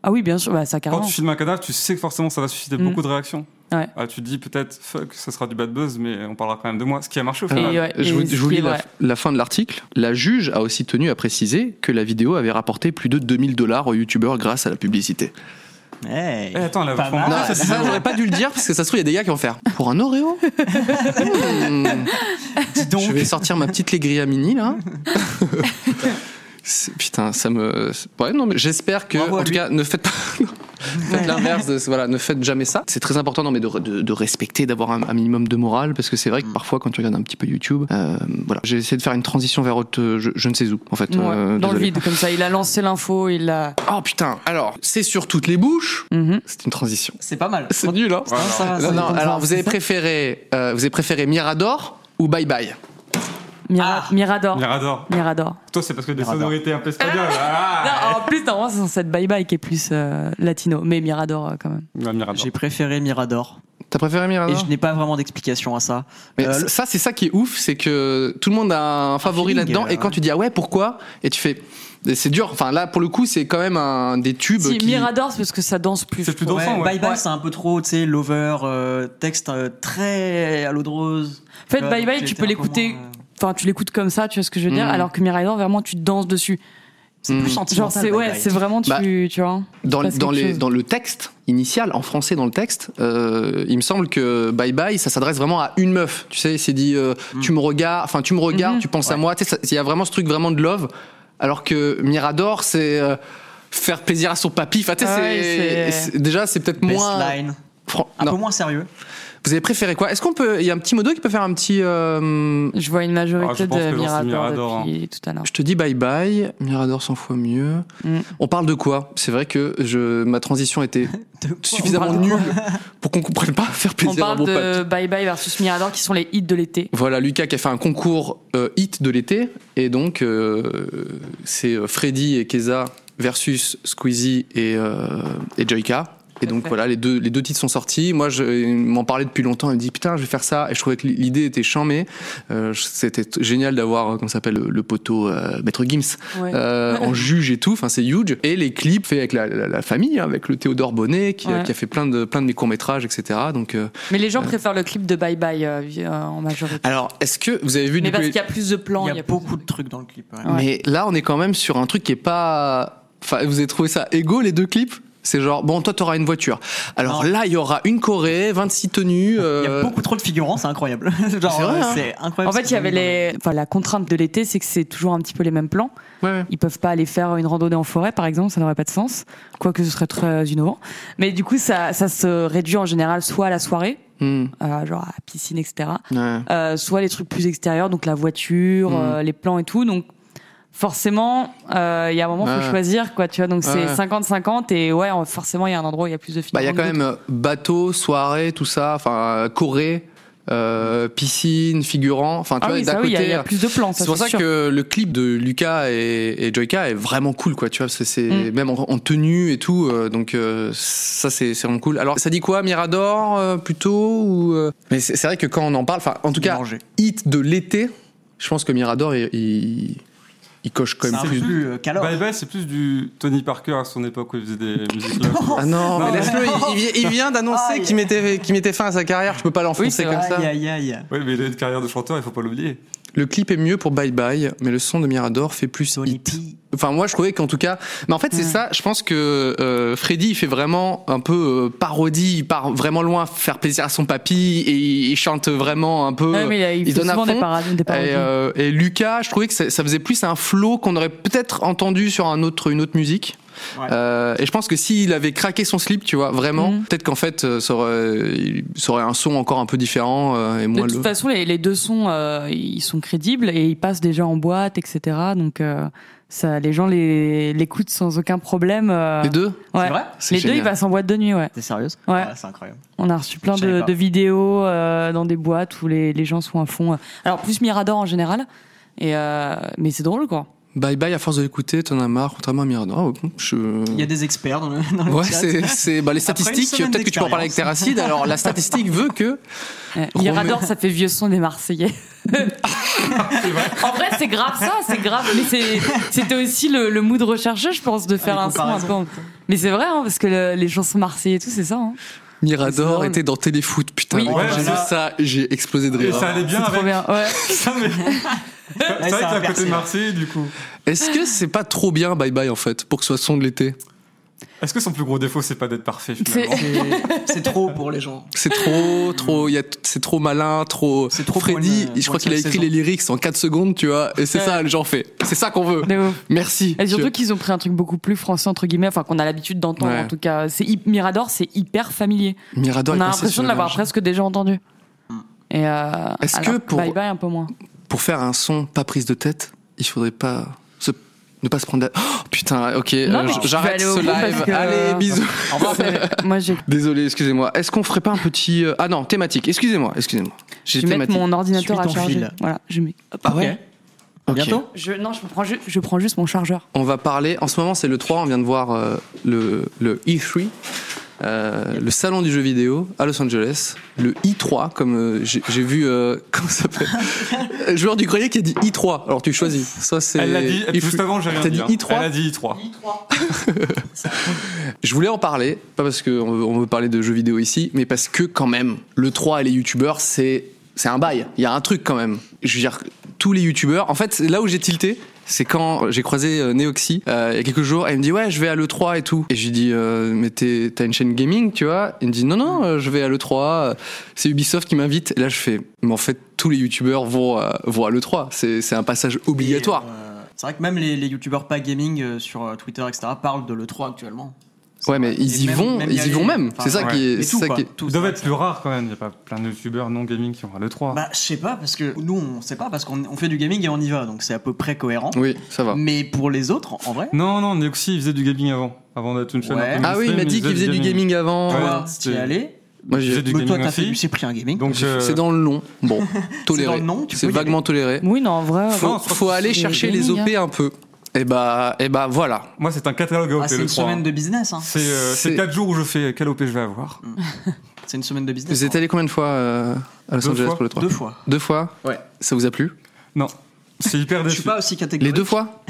Speaker 5: Ah oui, bien sûr, bah ça
Speaker 6: Quand
Speaker 5: carrément.
Speaker 6: tu filmes un cadavre, tu sais que forcément ça va susciter
Speaker 5: Mm.
Speaker 6: beaucoup de réactions.
Speaker 5: Ouais.
Speaker 6: Ah, tu te dis peut-être, fuck, ça sera du bad buzz, mais on parlera quand même de moi. Ce qui a marché au
Speaker 5: Et
Speaker 6: final.
Speaker 5: ouais,
Speaker 3: je
Speaker 5: et
Speaker 3: vous,
Speaker 5: ce
Speaker 3: je vous
Speaker 5: qui
Speaker 3: lis
Speaker 5: est
Speaker 3: la,
Speaker 5: vrai.
Speaker 3: la fin de l'article. La juge a aussi tenu à préciser que la vidéo avait rapporté plus de 2000 dollars aux youtubeurs grâce à la publicité.
Speaker 4: Hey,
Speaker 6: Eh,
Speaker 3: Euh,
Speaker 6: attends, la
Speaker 4: pas
Speaker 6: version
Speaker 4: mal.
Speaker 3: Non,
Speaker 6: anglaise,
Speaker 3: ça, ça, j'aurais pas dû le dire parce que ça se trouve, il y a des gars qui vont faire. Pour un Oreo Hmm,
Speaker 4: Dis donc.
Speaker 3: Je vais sortir ma petite Legria Mini là. C'est- Putain, ça me. Ouais, non, mais j'espère que.
Speaker 4: Bravo à
Speaker 3: en tout
Speaker 4: lui.
Speaker 3: cas, ne faites pas. faites l'inverse. de- Voilà, ne faites jamais ça. C'est très important, non, mais de, de, de respecter, d'avoir un, un minimum de morale, parce que c'est vrai que parfois, quand tu regardes un petit peu YouTube, euh, voilà, j'ai essayé de faire une transition vers autre, je, je ne sais où, en fait.
Speaker 5: Ouais,
Speaker 3: euh,
Speaker 5: dans le
Speaker 3: désolé.
Speaker 5: vide, comme ça. Il a lancé l'info, il a.
Speaker 3: Oh putain, alors, c'est sur toutes les bouches.
Speaker 5: Mhm.
Speaker 3: C'est une transition.
Speaker 4: C'est pas mal.
Speaker 3: C'est nul, hein
Speaker 4: Ça, ça va, Ah, ça
Speaker 3: Non, non,
Speaker 4: va.
Speaker 3: alors vous avez préféré, euh, vous avez préféré Mirador ou Bye Bye
Speaker 5: Mira- Mirador.
Speaker 6: Mirador.
Speaker 5: Mirador.
Speaker 6: Toi, c'est parce que des
Speaker 4: Mirador.
Speaker 6: sonorités un peu espagnoles.
Speaker 5: Non,
Speaker 6: Ah
Speaker 5: en plus, normalement, c'est cette bye bye qui est plus euh, latino, mais Mirador euh, quand même.
Speaker 6: Ouais, Mirador.
Speaker 4: J'ai préféré Mirador.
Speaker 3: T'as préféré
Speaker 4: Et
Speaker 3: Mirador
Speaker 4: je n'ai pas vraiment d'explication à ça.
Speaker 3: Ah Mais
Speaker 4: Euh,
Speaker 3: c-
Speaker 4: le-
Speaker 3: ça, c'est ça qui est ouf, c'est que tout le monde a un favori
Speaker 4: feeling,
Speaker 3: là-dedans.
Speaker 4: euh,
Speaker 3: Et quand
Speaker 4: ouais.
Speaker 3: tu dis ah ouais, pourquoi Et tu fais, et c'est dur. Enfin là, pour le coup, c'est quand même un des tubes
Speaker 5: Si,
Speaker 3: bah, qui.
Speaker 5: Mirador, c'est parce que ça danse plus.
Speaker 6: C'est plus dansant, ouais.
Speaker 4: Bye Bye,
Speaker 5: Ouais.
Speaker 4: c'est un peu trop, tu sais, lover, euh, texte euh, très à l'eau de rose.
Speaker 5: En
Speaker 4: Ouais,
Speaker 5: fait, bye
Speaker 4: donc
Speaker 5: bye,
Speaker 4: j'ai
Speaker 5: tu
Speaker 4: été
Speaker 5: peux
Speaker 4: un peu
Speaker 5: l'écouter.
Speaker 4: moins, euh,
Speaker 5: Enfin, tu l'écoutes comme ça, tu vois ce que je veux dire.
Speaker 3: Mm.
Speaker 5: Alors que Mirador, vraiment, tu danses dessus.
Speaker 4: C'est
Speaker 3: Hmm.
Speaker 4: plus
Speaker 5: Genre,
Speaker 4: sentimental.
Speaker 5: c'est
Speaker 4: Bye
Speaker 5: ouais,
Speaker 4: Bye.
Speaker 5: c'est vraiment tu,
Speaker 3: Bah,
Speaker 5: tu vois.
Speaker 3: Dans,
Speaker 5: passe
Speaker 3: dans,
Speaker 5: quelque
Speaker 3: les,
Speaker 5: chose.
Speaker 3: dans le texte initial, en français, dans le texte, euh, il me semble que Bye Bye, ça s'adresse vraiment à une meuf. Tu sais, c'est dit euh,
Speaker 4: Mm.
Speaker 3: tu me regardes, enfin tu me regardes,
Speaker 5: Mhm.
Speaker 3: tu penses à moi. Tu sais, ça- il y a vraiment ce truc vraiment de love. Alors que Mirador, c'est euh, faire plaisir à son papy. Enfin, tu sais,
Speaker 5: Ah ouais,
Speaker 3: c'est-
Speaker 5: c'est-
Speaker 3: c'est- déjà c'est peut-être
Speaker 4: Best
Speaker 3: moins.
Speaker 4: line.
Speaker 3: Fran-
Speaker 4: Un
Speaker 3: non.
Speaker 4: peu moins sérieux.
Speaker 3: Vous avez préféré quoi Est-ce qu'on peut Il y a un petit modo qui peut faire un petit. euh,
Speaker 5: Je vois une
Speaker 6: Ah, je
Speaker 5: majorité
Speaker 6: pense que
Speaker 5: de
Speaker 6: non, c'est
Speaker 5: Mirador,
Speaker 6: Mirador,
Speaker 5: depuis tout à l'heure.
Speaker 3: Je te dis bye bye, Mirador 100 fois mieux.
Speaker 5: Mm.
Speaker 3: On parle de quoi C'est vrai que je, ma transition était
Speaker 4: De quoi
Speaker 3: suffisamment
Speaker 5: parle de
Speaker 3: nulle
Speaker 5: quoi
Speaker 3: pour qu'on comprenne pas faire
Speaker 5: On
Speaker 3: plaisir à
Speaker 5: parle
Speaker 3: mon
Speaker 5: de
Speaker 3: papy.
Speaker 5: Bye Bye versus Mirador qui sont les hits de l'été.
Speaker 3: Voilà, Lucas qui a fait un concours euh, hit de l'été. Et donc, euh, c'est euh, Freddy et Keza versus Squeezie et, euh, et Joyka. Et donc
Speaker 5: Parfait.
Speaker 3: voilà, les deux, les deux titres sont sortis. Moi, je il m'en parlais depuis longtemps. Il me dit putain, je vais faire ça. Et je trouvais que l'idée était chamée. Euh, je- C'était t- génial d'avoir, euh, comment ça s'appelle, le, le poteau euh, Maître Gims
Speaker 5: Ouais.
Speaker 3: euh, en juge et tout. Enfin, c'est huge. Et les clips faits avec la, la- la famille, hein, avec le Théodore Bonnet qui,
Speaker 5: Ouais.
Speaker 3: qui a fait plein de plein de mes courts métrages, etc. Donc, euh,
Speaker 5: Mais les gens préfèrent le clip de Bye Bye euh, vi- euh, en majorité.
Speaker 3: alors, est-ce que vous avez vu
Speaker 5: Mais
Speaker 3: Ah, du
Speaker 5: parce
Speaker 3: coup-
Speaker 5: qu'il y a plus de plans.
Speaker 4: Il y a
Speaker 5: plus-
Speaker 4: beaucoup de trucs dans le clip. ouais.
Speaker 5: Ouais.
Speaker 3: Mais là, on est quand même sur un truc qui est pas. Enfin, vous avez trouvé ça égaux les deux clips C'est genre bon, toi, t'auras une voiture. Alors
Speaker 4: Non.
Speaker 3: là, il y aura une Corée, 26 tenues.
Speaker 4: Il y a
Speaker 3: euh,
Speaker 4: beaucoup trop de figurants, c'est incroyable.
Speaker 3: C'est
Speaker 4: Genre,
Speaker 3: vrai,
Speaker 4: euh,
Speaker 3: hein.
Speaker 4: c'est incroyable.
Speaker 5: En fait, il y avait les, enfin, la contrainte de l'été, c'est que c'est toujours un petit peu les mêmes plans.
Speaker 3: Ouais, ouais.
Speaker 5: Ils peuvent pas aller faire une randonnée en forêt, par exemple, ça n'aurait pas de sens. Quoique ce serait très euh, innovant. Mais du coup, ça, ça se réduit en général soit à la soirée,
Speaker 3: Hmm,
Speaker 5: euh, genre à la piscine, etc.
Speaker 3: ouais.
Speaker 5: Euh, soit les trucs plus extérieurs, donc la voiture,
Speaker 3: Mhm.
Speaker 5: euh, les plans et tout. Donc forcément, euh, il y a un moment, faut
Speaker 3: Ouais.
Speaker 5: choisir, quoi, tu vois. Donc c'est
Speaker 3: Ouais.
Speaker 5: 50-50 et ouais, on- forcément, il y a un endroit où il y a plus de filles.
Speaker 3: Bah, il y a quand même euh, bateau, soirée, tout ça. Enfin, euh, Corée, euh, piscine, figurant. Enfin, tu
Speaker 5: Ah
Speaker 3: vois,
Speaker 5: oui,
Speaker 3: d'un
Speaker 5: Ah, ça, oui, il y a- il y, a
Speaker 3: côté.
Speaker 5: plus de plans.
Speaker 3: C'est pour ça
Speaker 5: sûr.
Speaker 3: que le clip de Lucas et, et Joyka est vraiment cool, quoi. Tu vois, c'est c'est-
Speaker 5: Mm.
Speaker 3: même en, en tenue et tout. euh, donc euh, ça, c'est c'est vraiment cool. Alors ça dit quoi, Mirador euh, plutôt ou euh, Mais c'est c'est vrai que quand on en parle, enfin, en tout cas,
Speaker 4: Mélangé.
Speaker 3: hit de l'été. Je pense que Mirador, il, il, il coche quand
Speaker 4: C'est
Speaker 3: même
Speaker 4: un peu
Speaker 3: plus.
Speaker 4: plus euh, calore.
Speaker 6: Bye Bye, Bah, c'est plus du Tony Parker à son époque où il faisait des musiques là.
Speaker 3: Ah non, mais
Speaker 6: Non,
Speaker 3: laisse-le, il- il, vient- il vient d'annoncer
Speaker 4: Aïe.
Speaker 3: qu'il mettait, qu'il mettait fin à sa carrière, je peux pas
Speaker 5: Oui,
Speaker 3: l'enfoncer
Speaker 5: c'est
Speaker 3: comme
Speaker 5: vrai.
Speaker 3: ça.
Speaker 4: Aïe, aïe, aïe.
Speaker 6: Oui, mais il a une carrière de chanteur, il faut pas l'oublier.
Speaker 3: Le clip est mieux pour Bye Bye, mais le son de Mirador fait plus
Speaker 4: Tony
Speaker 3: hit.
Speaker 4: P.
Speaker 3: Enfin, moi, je trouvais qu'en tout cas, mais en fait, c'est ça. Je pense que euh, Freddy il fait vraiment un peu euh, parodie. Il part vraiment loin, faire plaisir à son papy, et il, il chante vraiment un peu.
Speaker 5: Ouais, mais il, y a- il
Speaker 3: il
Speaker 5: fait
Speaker 3: donne à
Speaker 5: souvent des
Speaker 3: fond.
Speaker 5: parades, des parades.
Speaker 3: Et, euh, et Lucas, je trouvais que ça, ça faisait plus un flow qu'on aurait peut-être entendu sur un autre, une autre musique.
Speaker 4: Ouais.
Speaker 3: Euh, et je pense que s'il avait craqué son slip, tu vois, vraiment,
Speaker 5: Mhm.
Speaker 3: peut-être qu'en fait, euh, ça aurait, il- ça aurait un son encore un peu différent euh, et
Speaker 5: de
Speaker 3: moins
Speaker 5: toute
Speaker 3: le.
Speaker 5: façon, les, les deux sons, euh, ils sont crédibles et ils passent déjà en boîte, etc. Donc, euh, ça, les gens les- l'écoutent sans aucun problème. euh,
Speaker 3: Les deux
Speaker 5: ouais.
Speaker 4: C'est vrai
Speaker 3: C'est
Speaker 5: Les deux, ils
Speaker 3: génial.
Speaker 5: passent en boîte de nuit, ouais.
Speaker 4: T'es sérieuse
Speaker 5: Ouais.
Speaker 4: C'est incroyable.
Speaker 5: On a reçu plein
Speaker 4: Je savais
Speaker 5: de,
Speaker 4: pas.
Speaker 5: de vidéos euh, dans des boîtes où les, les gens sont à fond. euh. Alors plus Mirador en général, et euh, mais c'est drôle quoi.
Speaker 3: Bye bye, à force de l'écouter, t'en as marre, contrairement à Mirador. Ah, je...
Speaker 4: Il y a des experts dans le, dans le
Speaker 3: Ouais,
Speaker 4: chat.
Speaker 3: c'est, c'est- bah, les
Speaker 4: Après une
Speaker 3: statistiques.
Speaker 4: semaine
Speaker 3: Peut-être que tu peux en parler avec Terracide. Alors, la statistique veut que.
Speaker 5: Euh,
Speaker 3: Romain-
Speaker 5: Mirador, ça fait vieux son des Marseillais. en vrai, c'est grave ça, c'est grave. Mais c'est- c'était aussi le, le mood recherché, je pense, de faire
Speaker 4: Ah, les
Speaker 5: un son un peu. en- Mais c'est vrai, hein, parce que le- les chansons marseillais et tout, c'est ça. hein. C'est
Speaker 3: Mirador
Speaker 5: drôle.
Speaker 3: était dans Téléfoot. Putain,
Speaker 5: Oui.
Speaker 3: mais
Speaker 6: Ouais,
Speaker 3: quand j'ai vu
Speaker 6: voilà.
Speaker 3: ça, j'ai explosé de
Speaker 6: Et
Speaker 3: rire.
Speaker 6: ça allait bien
Speaker 4: Ah,
Speaker 5: C'est trop
Speaker 6: avec
Speaker 5: bien. Ouais.
Speaker 6: ça, mais. C'est
Speaker 4: ça
Speaker 6: vrai
Speaker 4: a
Speaker 6: qu'il est à
Speaker 4: inversé,
Speaker 6: côté de
Speaker 4: là.
Speaker 6: Marseille, du coup.
Speaker 3: Est-ce que c'est pas trop bien Bye Bye en fait pour que ce soit son de l'été
Speaker 6: Est-ce que son plus gros défaut, c'est pas d'être parfait finalement
Speaker 4: C'est- C'est trop pour les gens.
Speaker 3: C'est trop, trop, il y a t- c'est trop malin, trop.
Speaker 4: C'est trop
Speaker 3: Freddy,
Speaker 4: pour une, euh,
Speaker 3: je crois
Speaker 4: pour
Speaker 3: qu'il a
Speaker 4: une
Speaker 3: écrit
Speaker 4: saison.
Speaker 3: les lyrics en 4 secondes, tu vois, et c'est
Speaker 5: Ouais.
Speaker 3: ça, le genre fait. C'est ça qu'on veut.
Speaker 5: De ouf.
Speaker 3: Merci.
Speaker 5: Et
Speaker 3: tu vois.
Speaker 5: surtout qu'ils ont pris un truc beaucoup plus français, entre guillemets, enfin qu'on a l'habitude d'entendre
Speaker 3: Ouais.
Speaker 5: en tout cas. C'est hy- Mirador, c'est hyper familier.
Speaker 3: Mirador
Speaker 5: On
Speaker 3: est
Speaker 5: a
Speaker 3: passé sur
Speaker 5: l'impression de
Speaker 3: la
Speaker 5: l'avoir
Speaker 3: marge.
Speaker 5: presque déjà entendu.
Speaker 4: Mm.
Speaker 5: Et euh,
Speaker 3: Est-ce
Speaker 5: alors,
Speaker 3: que pour-
Speaker 5: Bye Bye un peu moins.
Speaker 3: Pour faire un son pas prise de tête, il faudrait pas se- ne pas se prendre la... Oh, putain, ok, euh,
Speaker 5: mais
Speaker 3: j-
Speaker 5: tu vas
Speaker 3: j'arrête
Speaker 5: aller
Speaker 3: ce
Speaker 5: au bout parce
Speaker 3: live.
Speaker 5: que-
Speaker 3: Allez, bisous.
Speaker 5: Moi, j'ai
Speaker 3: Désolé, excusez-moi. Est-ce qu'on ferait pas un petit... euh, Ah non, thématique, excusez-moi, excusez-moi. J'ai
Speaker 5: je vais mettre
Speaker 3: thématique.
Speaker 5: mon ordinateur
Speaker 4: Suis
Speaker 5: à
Speaker 4: ton
Speaker 5: charger.
Speaker 4: fil.
Speaker 5: Voilà, je mets. hop.
Speaker 3: Ah ouais
Speaker 4: Ok.
Speaker 3: Ok.
Speaker 4: Bientôt
Speaker 5: Je, non, je prends, juste, je prends juste mon chargeur.
Speaker 3: On va parler, en ce moment c'est le 3, on vient de voir euh, le, le E3, euh, le salon du jeu vidéo à Los Angeles, le E3, comme euh, j'ai j'ai vu, euh, comment ça s'appelle Le Joueur du grenier qui a dit E3, alors tu choisis. Soit c'est
Speaker 6: Elle l'a dit,
Speaker 3: E3.
Speaker 6: juste avant, j'ai rien
Speaker 3: T'as dit
Speaker 6: dit.
Speaker 3: E I3
Speaker 6: hein. Elle a dit I3.
Speaker 3: Je voulais en parler, pas parce qu'on veut, on veut parler de jeux vidéo ici, mais parce que quand même, le 3 et les youtubeurs, c'est, c'est un bail. Il y a un truc quand même. Je veux dire, tous les youtubeurs. En fait, là où j'ai tilté, c'est quand j'ai croisé euh, Neoxy euh, il y a quelques jours. Elle me dit Ouais, je vais à l'E3 et tout. Et je lui dis euh, Mais t'es- t'as une chaîne gaming, tu vois Il me dit Non, non, euh, je vais à l'E3. euh, C'est Ubisoft qui m'invite. Et là, je fais Mais en fait, tous les youtubeurs vont, euh, vont à l'E3. C'est, c'est un passage obligatoire.
Speaker 4: Et, euh, C'est vrai que même les, les youtubeurs pas gaming euh, sur euh, Twitter, etc., parlent de l'E3 actuellement. C'est
Speaker 3: Ouais, mais
Speaker 4: vrai.
Speaker 3: ils
Speaker 4: Et
Speaker 3: y
Speaker 4: même-
Speaker 3: vont,
Speaker 4: même y
Speaker 3: ils y
Speaker 4: aller,
Speaker 3: vont même.
Speaker 4: enfin,
Speaker 3: C'est ça
Speaker 6: ouais.
Speaker 3: qui est,
Speaker 4: Mais
Speaker 3: c'est
Speaker 4: tout,
Speaker 3: ça
Speaker 4: quoi.
Speaker 3: qui est-
Speaker 4: Tout,
Speaker 6: Ils doivent
Speaker 4: ça.
Speaker 6: être plus rares quand même. Il n'y a pas plein de youtubeurs non gaming qui ont le 3.
Speaker 4: Bah, je sais pas, parce que nous, on sait pas, parce qu'on on fait du gaming et on y va, donc c'est à peu près cohérent.
Speaker 3: Oui, ça va.
Speaker 4: Mais pour les autres, en vrai,
Speaker 6: Non, non, Neoxy, il faisait du gaming avant. Avant d'être une chaîne.
Speaker 4: Ouais.
Speaker 6: un peu
Speaker 3: Ah oui, il m'a
Speaker 6: mainstream,
Speaker 3: dit qu'il faisait du gaming avant.
Speaker 6: Ouais.
Speaker 4: toi,
Speaker 6: c'était-
Speaker 4: t'y es allé,
Speaker 3: Moi, j'ai-
Speaker 6: Il faisait du
Speaker 4: mais toi,
Speaker 6: gaming
Speaker 4: t'as fait
Speaker 6: aussi.
Speaker 4: du- c'est pris un gaming.
Speaker 6: Donc, euh,
Speaker 3: C'est dans le nom. Bon, toléré.
Speaker 4: dans le nom, tu
Speaker 3: C'est
Speaker 4: peux y aller.
Speaker 3: vaguement toléré.
Speaker 5: Oui, non, en vrai. euh,
Speaker 3: Faut,
Speaker 6: Non, je crois
Speaker 3: faut
Speaker 6: que
Speaker 3: aller
Speaker 5: c'est
Speaker 3: chercher les
Speaker 5: gaming,
Speaker 3: OP un peu. Et bah, et bah voilà.
Speaker 6: Moi, c'est un catalogue
Speaker 4: Ah,
Speaker 6: AOP,
Speaker 4: c'est
Speaker 6: le
Speaker 4: une
Speaker 6: 3.
Speaker 4: semaine de business, hein.
Speaker 6: C'est euh,
Speaker 3: C'est-
Speaker 6: c'est 4 jours où je fais quel OP je vais avoir.
Speaker 4: Mm. C'est une semaine de business.
Speaker 3: Vous êtes
Speaker 4: hein.
Speaker 3: allé combien de fois euh, à Los
Speaker 6: Deux
Speaker 3: Angeles
Speaker 6: fois.
Speaker 3: pour le 3
Speaker 4: Deux fois.
Speaker 6: Bah,
Speaker 3: Deux fois
Speaker 4: Ouais.
Speaker 3: Ça vous a plu
Speaker 6: Non. C'est hyper
Speaker 4: Je
Speaker 6: déçu.
Speaker 4: suis pas aussi
Speaker 3: Les
Speaker 4: catégorique.
Speaker 3: deux fois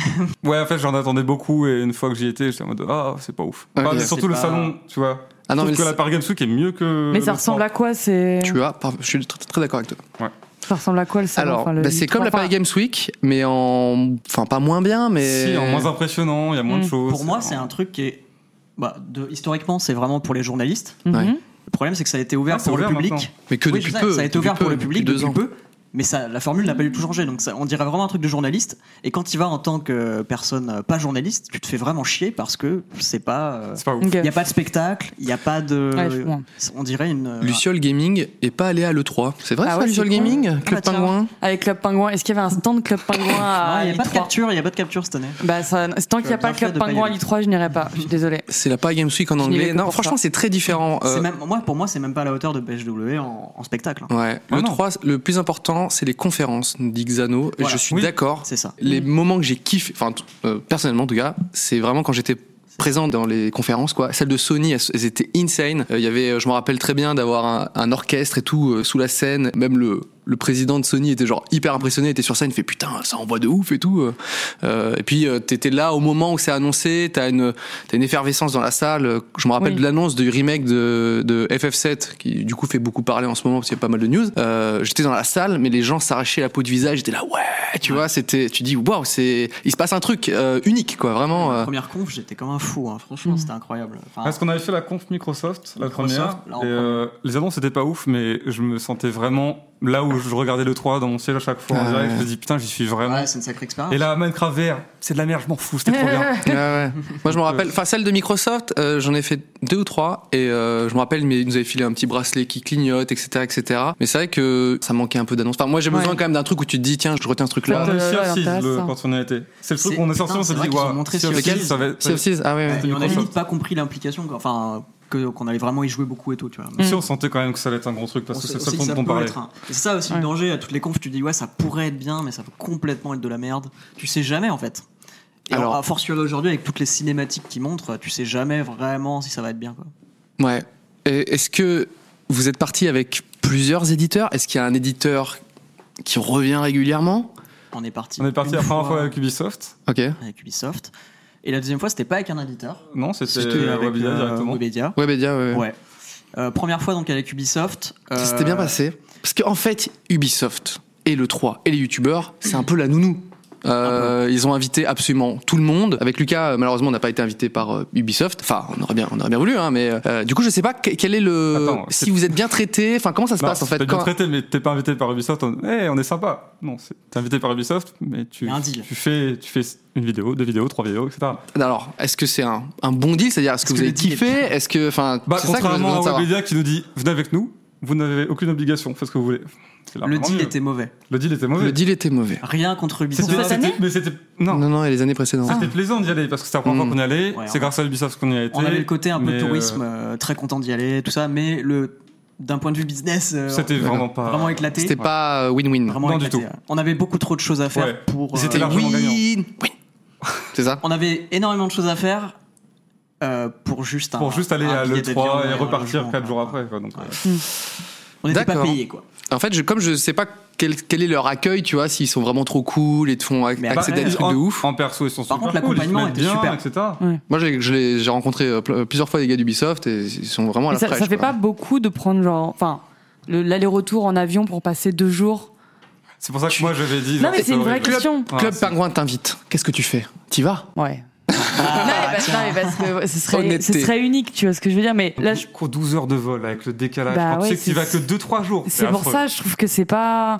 Speaker 6: Ouais, en fait, j'en attendais beaucoup et une fois que j'y étais, j'étais en mode Ah, c'est pas ouf.
Speaker 3: Ouais,
Speaker 6: Enfin,
Speaker 3: mais
Speaker 6: surtout le
Speaker 4: c'est pas-
Speaker 6: salon, tu vois.
Speaker 3: Ah non,
Speaker 6: Sauf
Speaker 3: mais
Speaker 6: que
Speaker 3: le-
Speaker 6: la Paris Games Week est mieux que.
Speaker 5: Mais ça
Speaker 6: le
Speaker 5: ressemble
Speaker 6: sport.
Speaker 5: à quoi c'est
Speaker 3: Tu vois, par- je suis très, très d'accord avec toi.
Speaker 5: Ça ressemble à quoi le salon
Speaker 3: Alors,
Speaker 5: enfin, le-
Speaker 3: bah, c'est comme la
Speaker 5: enfin,
Speaker 3: Paris Games Week, mais en. Enfin, pas moins bien, mais.
Speaker 6: Si, en moins impressionnant, il y a moins de
Speaker 5: Mm.
Speaker 6: choses.
Speaker 4: Pour moi, c'est un truc qui est. Bah, de, historiquement, c'est vraiment pour les journalistes.
Speaker 5: mhm.
Speaker 3: Ouais.
Speaker 4: Le problème, c'est que ça a été ouvert
Speaker 6: Ah, c'est
Speaker 4: pour
Speaker 6: ouvert
Speaker 4: le public.
Speaker 6: maintenant.
Speaker 3: Mais que
Speaker 4: Oui,
Speaker 3: depuis
Speaker 4: je sais,
Speaker 3: peu.
Speaker 4: ça a été
Speaker 3: depuis
Speaker 4: ouvert pour
Speaker 3: peu,
Speaker 4: le public
Speaker 3: depuis
Speaker 4: depuis,
Speaker 3: deux ans.
Speaker 4: peu, mais ça, la formule n'a pas du tout changé. Donc ça, on dirait vraiment un truc de journaliste. Et quand il va en tant que personne euh, pas journaliste, tu te fais vraiment chier parce que c'est pas. euh,
Speaker 6: C'est pas ouf.
Speaker 5: Ok.
Speaker 4: Il n'y a pas de spectacle, il n'y a pas de.
Speaker 5: Ouais, je comprends.
Speaker 4: on dirait une. euh,
Speaker 3: Luciole Gaming est pas allé à l'E3. C'est vrai,
Speaker 5: Ah
Speaker 3: ça,
Speaker 5: ouais,
Speaker 3: Luciole
Speaker 5: c'est cool.
Speaker 3: Gaming Club
Speaker 5: bah tiens.
Speaker 3: Pingouin
Speaker 5: Avec Club Pingouin, est-ce qu'il y avait un stand Club Pingouin
Speaker 4: non,
Speaker 5: à
Speaker 4: il n'y a pas de
Speaker 5: l'I3?
Speaker 4: capture, il n'y a pas de capture cette année.
Speaker 5: Bah, ça- tant qu'il n'y
Speaker 4: Bien
Speaker 5: a pas le
Speaker 4: fait
Speaker 5: Club
Speaker 4: de pas y
Speaker 5: Pingouin à
Speaker 4: aller.
Speaker 5: l'I3, je n'irai pas. Je suis désolé.
Speaker 3: C'est la Paris Games Week en
Speaker 5: Je n'y vais
Speaker 3: anglais.
Speaker 5: que
Speaker 3: Non,
Speaker 5: pour
Speaker 3: franchement,
Speaker 5: ça.
Speaker 3: c'est très différent.
Speaker 4: C'est
Speaker 3: Euh,
Speaker 4: Même, moi, pour moi, c'est même pas à la hauteur de PHW en, en spectacle. hein.
Speaker 3: Ouais.
Speaker 6: Ah
Speaker 3: le
Speaker 6: non.
Speaker 3: 3, le plus important, c'est les conférences, nous dit Xano.
Speaker 4: Voilà.
Speaker 3: Je suis
Speaker 6: Oui.
Speaker 3: d'accord.
Speaker 4: C'est ça.
Speaker 3: Les moments que j'ai kiffé, enfin, t- euh, personnellement, en tout cas, c'est vraiment quand j'étais présent dans les conférences, quoi. Celles de Sony, elles, elles étaient insane. Euh, Il y avait, euh, je me rappelle très bien d'avoir un, un orchestre et tout euh, sous la scène. Même le, le président de Sony était genre hyper impressionné, était sur scène, il fait putain, ça envoie de ouf et tout. Euh, et puis, euh, t'étais là au moment où c'est annoncé, t'as une, t'as une effervescence dans la salle. Je me rappelle
Speaker 5: Oui.
Speaker 3: de l'annonce du remake de, de FF7, qui du coup fait beaucoup parler en ce moment parce qu'il y a pas mal de news. Euh, j'étais dans la salle, mais les gens s'arrachaient la peau du visage, j'étais là, ouais, tu vois, c'était, tu dis, waouh, c'est, il se passe un truc euh, unique, quoi, vraiment.
Speaker 4: La
Speaker 3: euh.
Speaker 4: première conf, j'étais comme un fou, hein. franchement, c'était incroyable. Enfin,
Speaker 6: Parce qu'on avait fait la conf Microsoft, la
Speaker 4: Ah. Microsoft, là,
Speaker 6: première.
Speaker 4: en
Speaker 6: et, euh, les annonces étaient pas ouf, mais je me sentais vraiment là où je regardais le 3 dans mon siège à chaque fois. en
Speaker 3: Ah
Speaker 6: direct,
Speaker 3: ouais.
Speaker 6: Je me dis putain, j'y suis vraiment.
Speaker 4: ouais, c'est une sacrée expérience.
Speaker 6: euh, et là, Minecraft VR, c'est de la merde, je m'en fous, c'était trop bien.
Speaker 3: Ouais, ouais. Moi, je me rappelle, enfin, celle de Microsoft, euh, j'en ai fait deux ou trois, et euh, je me rappelle, mais ils nous avaient filé un petit bracelet qui clignote, etc., etc. Mais c'est vrai que ça manquait un peu d'annonce. Enfin, moi, j'ai besoin
Speaker 5: Ouais.
Speaker 3: quand même d'un truc où tu te dis, tiens, je retiens ce truc-là.
Speaker 6: On
Speaker 5: Ouais,
Speaker 6: a eu
Speaker 5: euh, ouais,
Speaker 6: Sea of
Speaker 5: ouais,
Speaker 6: Thieves, Bah, le-
Speaker 5: intéressant.
Speaker 6: quand on y a été. C'est le truc
Speaker 4: C'est-
Speaker 6: qu'on est sorti,
Speaker 4: putain,
Speaker 6: on s'est
Speaker 4: c'est vrai
Speaker 6: dit,
Speaker 4: qu'ils ont
Speaker 6: waouh,
Speaker 4: montré
Speaker 6: Sea of
Speaker 4: Sea of
Speaker 6: Thieves,
Speaker 4: Thieves.
Speaker 6: ça va être-
Speaker 3: Sea of Thieves, ah ouais. ouais.
Speaker 4: Et on a
Speaker 6: Microsoft.
Speaker 4: limite pas compris l'implication, quoi. enfin, que- qu'on allait vraiment y jouer beaucoup et tout, tu vois.
Speaker 6: Si
Speaker 5: Hmm.
Speaker 6: on sentait quand même que ça allait être un gros truc parce
Speaker 4: On
Speaker 6: que
Speaker 4: sait-
Speaker 6: c'est le
Speaker 4: on
Speaker 6: seul
Speaker 4: sait que
Speaker 6: truc
Speaker 4: ça
Speaker 6: dont on
Speaker 4: peut
Speaker 6: parlait.
Speaker 4: être un- et C'est ça aussi
Speaker 5: Ouais.
Speaker 4: le danger à toutes les confs. Tu dis ouais, ça pourrait être bien, mais ça peut complètement être de la merde. Tu sais jamais en fait. Et
Speaker 3: Alors-
Speaker 4: Alors, à fortiori aujourd'hui avec toutes les cinématiques qui montrent, tu sais jamais vraiment si ça va être bien. Quoi.
Speaker 3: Ouais. Et Est-ce que vous êtes parti avec plusieurs éditeurs Est-ce qu'il y a un éditeur qui revient régulièrement
Speaker 4: On est parti.
Speaker 6: On est parti
Speaker 4: une
Speaker 6: la première fois avec Ubisoft.
Speaker 3: Ok.
Speaker 4: avec Ubisoft. Et la deuxième fois, c'était pas avec un éditeur.
Speaker 6: Non, c'était
Speaker 4: C'était
Speaker 6: euh,
Speaker 4: avec
Speaker 6: Webedia
Speaker 4: euh,
Speaker 6: directement.
Speaker 4: Webedia.
Speaker 3: Webedia, ouais. ouais.
Speaker 4: Ouais. Euh, première fois donc avec Ubisoft.
Speaker 3: Ça
Speaker 4: euh,
Speaker 3: s'était bien passé. Parce qu'en fait, Ubisoft et le 3 et les youtubeurs, c'est un peu la nounou. Euh, ils ont invité absolument tout le monde. Avec Lucas, euh, malheureusement, on n'a pas été invité par euh, Ubisoft. Enfin, on aurait bien, on aurait bien voulu, hein, mais euh, du coup, je sais pas que- quel est le.
Speaker 6: Attends, c'est-
Speaker 3: si vous êtes bien traité, enfin, comment ça se
Speaker 6: Non,
Speaker 3: passe en fait
Speaker 6: T'es bien
Speaker 3: quand-
Speaker 6: traité, mais t'es pas invité par Ubisoft. On... Eh, on est sympa. Non, c'est- t'es invité par Ubisoft, mais tu,
Speaker 4: Il y a un deal.
Speaker 6: tu fais, tu fais une vidéo, deux vidéos, trois vidéos, etc.
Speaker 3: Alors, est-ce que c'est un, un bon deal C'est-à-dire, est-ce que
Speaker 4: Est-ce
Speaker 3: vous
Speaker 4: que
Speaker 3: avez
Speaker 4: le deal est
Speaker 3: kiffé
Speaker 4: bien
Speaker 3: Est-ce que, enfin,
Speaker 6: Bah,
Speaker 3: c'est ça que j'ai besoin
Speaker 6: contrairement
Speaker 3: de
Speaker 6: à
Speaker 3: savoir.
Speaker 6: Webedia qui nous dit, venez avec nous, vous n'avez aucune obligation, faites ce que vous voulez. C'est
Speaker 4: euh, Le
Speaker 6: largement
Speaker 4: deal
Speaker 6: mieux.
Speaker 4: était mauvais.
Speaker 6: Le deal était mauvais.
Speaker 3: Le deal était mauvais.
Speaker 4: Rien contre Ubisoft.
Speaker 6: C'était-
Speaker 5: Pour cette
Speaker 6: c'était-
Speaker 5: année
Speaker 6: Mais c'était
Speaker 3: Non,
Speaker 6: non, Ah.
Speaker 3: non, et les années précédentes.
Speaker 6: c'était plaisant d'y aller parce que c'était la première
Speaker 3: Mm.
Speaker 6: fois qu'on y allait.
Speaker 4: Ouais,
Speaker 6: c'est
Speaker 4: on-
Speaker 6: grâce à Ubisoft qu'on y a été.
Speaker 4: On avait le côté un peu
Speaker 6: mais, euh,
Speaker 4: tourisme, euh, très content d'y aller, tout ça, mais le d'un point de vue business, euh,
Speaker 6: C'était
Speaker 3: D'accord.
Speaker 6: vraiment pas.
Speaker 4: vraiment éclaté.
Speaker 3: C'était pas euh, win-win.
Speaker 4: vraiment
Speaker 6: Non, du
Speaker 4: éclaté.
Speaker 6: tout.
Speaker 4: ouais. On avait beaucoup trop de choses à faire
Speaker 6: Ouais.
Speaker 4: pour.
Speaker 6: Ils étaient
Speaker 4: euh,
Speaker 6: là. largement gagnant.
Speaker 3: Win-win. C'est ça
Speaker 4: On avait énormément de choses à faire euh, pour juste un-
Speaker 6: Pour juste aller
Speaker 4: un
Speaker 6: à
Speaker 4: billet d'avion
Speaker 6: l'E3 et
Speaker 4: un
Speaker 6: repartir
Speaker 4: logement,
Speaker 6: 4 jours
Speaker 4: quoi.
Speaker 6: après. quoi, donc, euh,
Speaker 4: On n'était pas
Speaker 3: D'accord.
Speaker 4: payé quoi.
Speaker 3: En fait, je, comme je sais pas quel, quel est leur accueil, tu vois, s'ils sont vraiment trop cool et te font ac-
Speaker 4: Mais
Speaker 3: accéder à des
Speaker 4: après,
Speaker 3: trucs
Speaker 6: Bah, en,
Speaker 3: de ouf.
Speaker 6: En perso, ils sont
Speaker 4: Par
Speaker 6: super
Speaker 4: contre,
Speaker 6: cool, ils se
Speaker 4: l'accompagnement
Speaker 6: mettent
Speaker 4: était
Speaker 6: bien,
Speaker 4: super.
Speaker 6: etc.
Speaker 3: Moi, j'ai- je l'ai- j'ai rencontré euh, ple- plusieurs fois des gars d'Ubisoft et ils sont vraiment à
Speaker 5: Mais
Speaker 3: la
Speaker 5: ça,
Speaker 3: fraîche.
Speaker 5: ça fait
Speaker 3: quoi.
Speaker 5: pas beaucoup de prendre genre, enfin, le- l'aller-retour en avion pour passer deux jours.
Speaker 6: C'est pour ça que moi j'avais dit.
Speaker 5: Non mais c'est une vraie
Speaker 6: horrible.
Speaker 5: question.
Speaker 6: Ah,
Speaker 3: Club
Speaker 6: c'est-
Speaker 3: Pingouin t'invite. Qu'est-ce que tu fais T'y vas
Speaker 5: Ouais.
Speaker 4: Ah,
Speaker 5: non, mais parce,
Speaker 4: tiens.
Speaker 5: non, mais parce que ce serait,
Speaker 3: Honnêteté.
Speaker 5: ce serait unique, tu vois ce que je veux dire. Mais là, je-
Speaker 6: Je cours 12 heures de vol avec le décalage.
Speaker 5: Bah
Speaker 6: quand tu
Speaker 5: ouais,
Speaker 6: sais que tu vas que
Speaker 5: c'est-
Speaker 6: 2-3 jours.
Speaker 5: c'est pour
Speaker 6: affreux.
Speaker 5: ça, je trouve que c'est pas.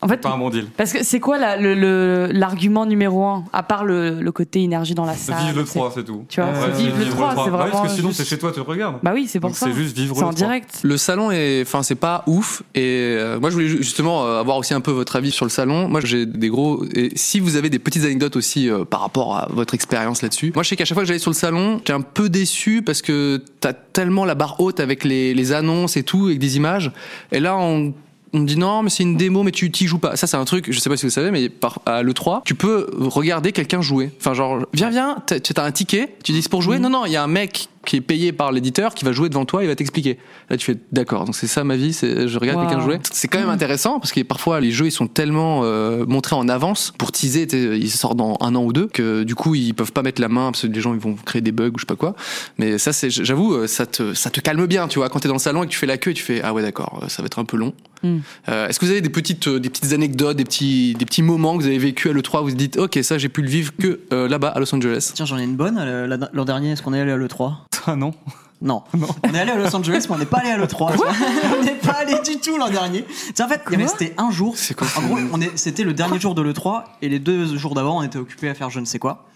Speaker 5: En fait,
Speaker 6: Pas un bon deal.
Speaker 5: parce que c'est quoi la- le- le- l'argument numéro un à part le, le côté énergie dans la salle
Speaker 6: Vive le
Speaker 5: c'est-
Speaker 6: 3, c'est tout.
Speaker 5: Tu vois,
Speaker 6: Ouais,
Speaker 5: c'est
Speaker 6: ouais,
Speaker 5: vive le 3, c'est
Speaker 6: Ouais, Bah Parce
Speaker 5: vraiment
Speaker 6: que sinon,
Speaker 5: juste-
Speaker 6: c'est chez toi, tu le regardes.
Speaker 5: Bah oui, c'est pour
Speaker 6: Donc,
Speaker 5: ça.
Speaker 6: c'est juste vivre
Speaker 5: C'est
Speaker 6: le
Speaker 5: en
Speaker 6: 3.
Speaker 5: direct.
Speaker 3: Le salon est, enfin, c'est pas ouf. Et euh, moi, je voulais ju- justement euh, avoir aussi un peu votre avis sur le salon. Moi, j'ai des gros. Et si vous avez des petites anecdotes aussi euh, par rapport à votre expérience là-dessus. Moi, je sais qu'à chaque fois que j'allais sur le salon, j'étais un peu déçu parce que t'as tellement la barre haute avec les, les annonces et tout, avec des images. Et là, on on me dit non, mais c'est une démo, mais tu t'y joues pas. Ça, c'est un truc, je sais pas si vous savez, mais par, à l'E3, tu peux regarder quelqu'un jouer. Enfin, genre, viens, viens, t'as t'as un ticket, tu dis c'est pour jouer. Non, non, il y a un mec qui est payé par l'éditeur qui va jouer devant toi, il va t'expliquer. Là, tu fais d'accord, donc c'est ça ma vie, c'est je regarde
Speaker 5: Wow.
Speaker 3: quelqu'un jouer. C'est quand même intéressant parce que parfois, les jeux, ils sont tellement euh, montrés en avance pour teaser, t'sais, ils sortent dans un an ou deux, que du coup, ils peuvent pas mettre la main parce que les gens, ils vont créer des bugs ou je sais pas quoi. Mais ça, c'est, j'avoue, euh, ça te, ça te calme bien, tu vois. Quand t'es dans le salon et que tu fais la queue, tu fais, ah ouais, d'accord, euh, ça va être un peu long.
Speaker 4: Hmm.
Speaker 5: Mm.
Speaker 3: Euh, est-ce que vous avez des petites, euh, des petites anecdotes, des petits, des petits moments que vous avez vécu à l'E3 où vous vous dites, ok, ça, j'ai pu le vivre que euh, là-bas, à Los Angeles?
Speaker 4: Tiens, j'en ai une bonne. euh, la- L'an dernier, est-ce qu'on est allé à l'E3
Speaker 6: Ah non.
Speaker 4: Non. On est allé à Los Angeles, mais on n'est pas allé à l'E3. on n'est pas allé du tout l'an dernier. C'est en fait, il
Speaker 5: Quoi
Speaker 4: restait un jour.
Speaker 3: C'est quoi
Speaker 4: En gros, on est- c'était le dernier jour de l'E3 et les deux jours d'avant, on était occupés à faire je ne sais quoi.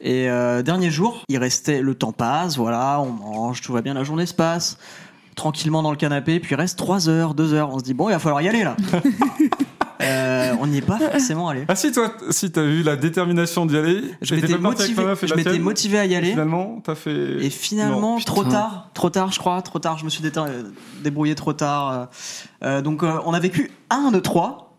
Speaker 4: Et euh, dernier jour, il restait, le temps passe, voilà, on mange, tout va bien, la journée se passe, tranquillement dans le canapé, puis il reste 3 heures, 2 heures, on se dit, bon, il va falloir y aller là. Euh, on n'y est pas forcément allé.
Speaker 6: Ah si, toi, t- si t'as eu la détermination d'y aller,
Speaker 4: Je
Speaker 6: t'étais
Speaker 4: m'étais
Speaker 6: pas parti
Speaker 4: motivé,
Speaker 6: avec ta meuf et
Speaker 4: je
Speaker 6: la
Speaker 4: m'étais
Speaker 6: tienne,
Speaker 4: motivé à y aller.
Speaker 6: Finalement, t'as fait.
Speaker 4: Et finalement,
Speaker 6: Non.
Speaker 4: trop
Speaker 3: putain.
Speaker 4: tard, trop tard, je crois, trop tard, je me suis déter- euh, débrouillé trop tard. euh. Euh, donc, euh, on a vécu un de trois,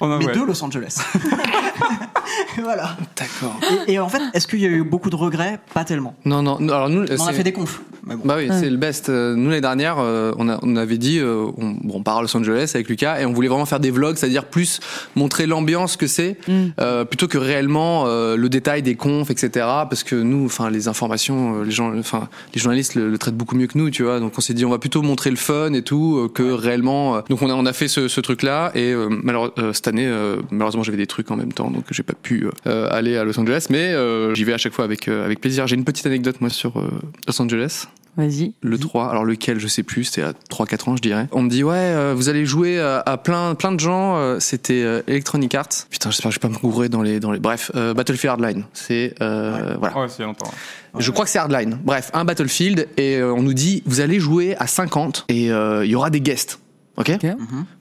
Speaker 6: On a-
Speaker 4: mais
Speaker 6: ouais.
Speaker 4: deux Los Angeles. voilà.
Speaker 3: D'accord.
Speaker 4: Et, et en fait, est-ce qu'il y a eu beaucoup de regrets Pas tellement.
Speaker 3: Non, non, non, alors nous,
Speaker 4: On a
Speaker 3: c'est-
Speaker 4: fait des confs. Mais bon.
Speaker 3: Bah oui,
Speaker 5: Ouais.
Speaker 3: c'est le best. Euh, Nous, l'année dernière, euh, on, a- on avait dit, euh, on, bon, on part à Los Angeles avec Lucas et on voulait vraiment faire des vlogs, c'est-à-dire plus montrer l'ambiance que c'est,
Speaker 5: Mm.
Speaker 3: euh, plutôt que réellement euh, le détail des confs, etc. Parce que nous, enfin, les informations, euh, les gens, enfin, les journalistes le, le traitent beaucoup mieux que nous, tu vois. Donc on s'est dit, on va plutôt montrer le fun et tout euh, que réellement. euh. Donc on a, on a fait ce, ce truc-là et euh, malheure- euh, cette année, euh, malheureusement, j'avais des trucs en même temps, donc j'ai pas pu euh, euh, aller à Los Angeles, mais euh, j'y vais à chaque fois avec euh, avec plaisir. J'ai une petite anecdote moi sur euh, Los Angeles.
Speaker 5: Vas-y.
Speaker 3: Le 3, alors lequel, je sais plus, c'était à 3-4 ans, je dirais. On me dit, ouais, euh, vous allez jouer à, à plein, plein de gens, euh, c'était euh, Electronic Arts. Putain, j'espère que je vais pas me gourer dans les, dans les. Bref, euh, Battlefield Hardline. C'est, euh, voilà.
Speaker 6: Ouais, c'est longtemps.
Speaker 3: Je crois que c'est Hardline. Bref, un Battlefield, et euh, on nous dit, vous allez jouer à 50, et euh, il y aura des guests. Ok? Il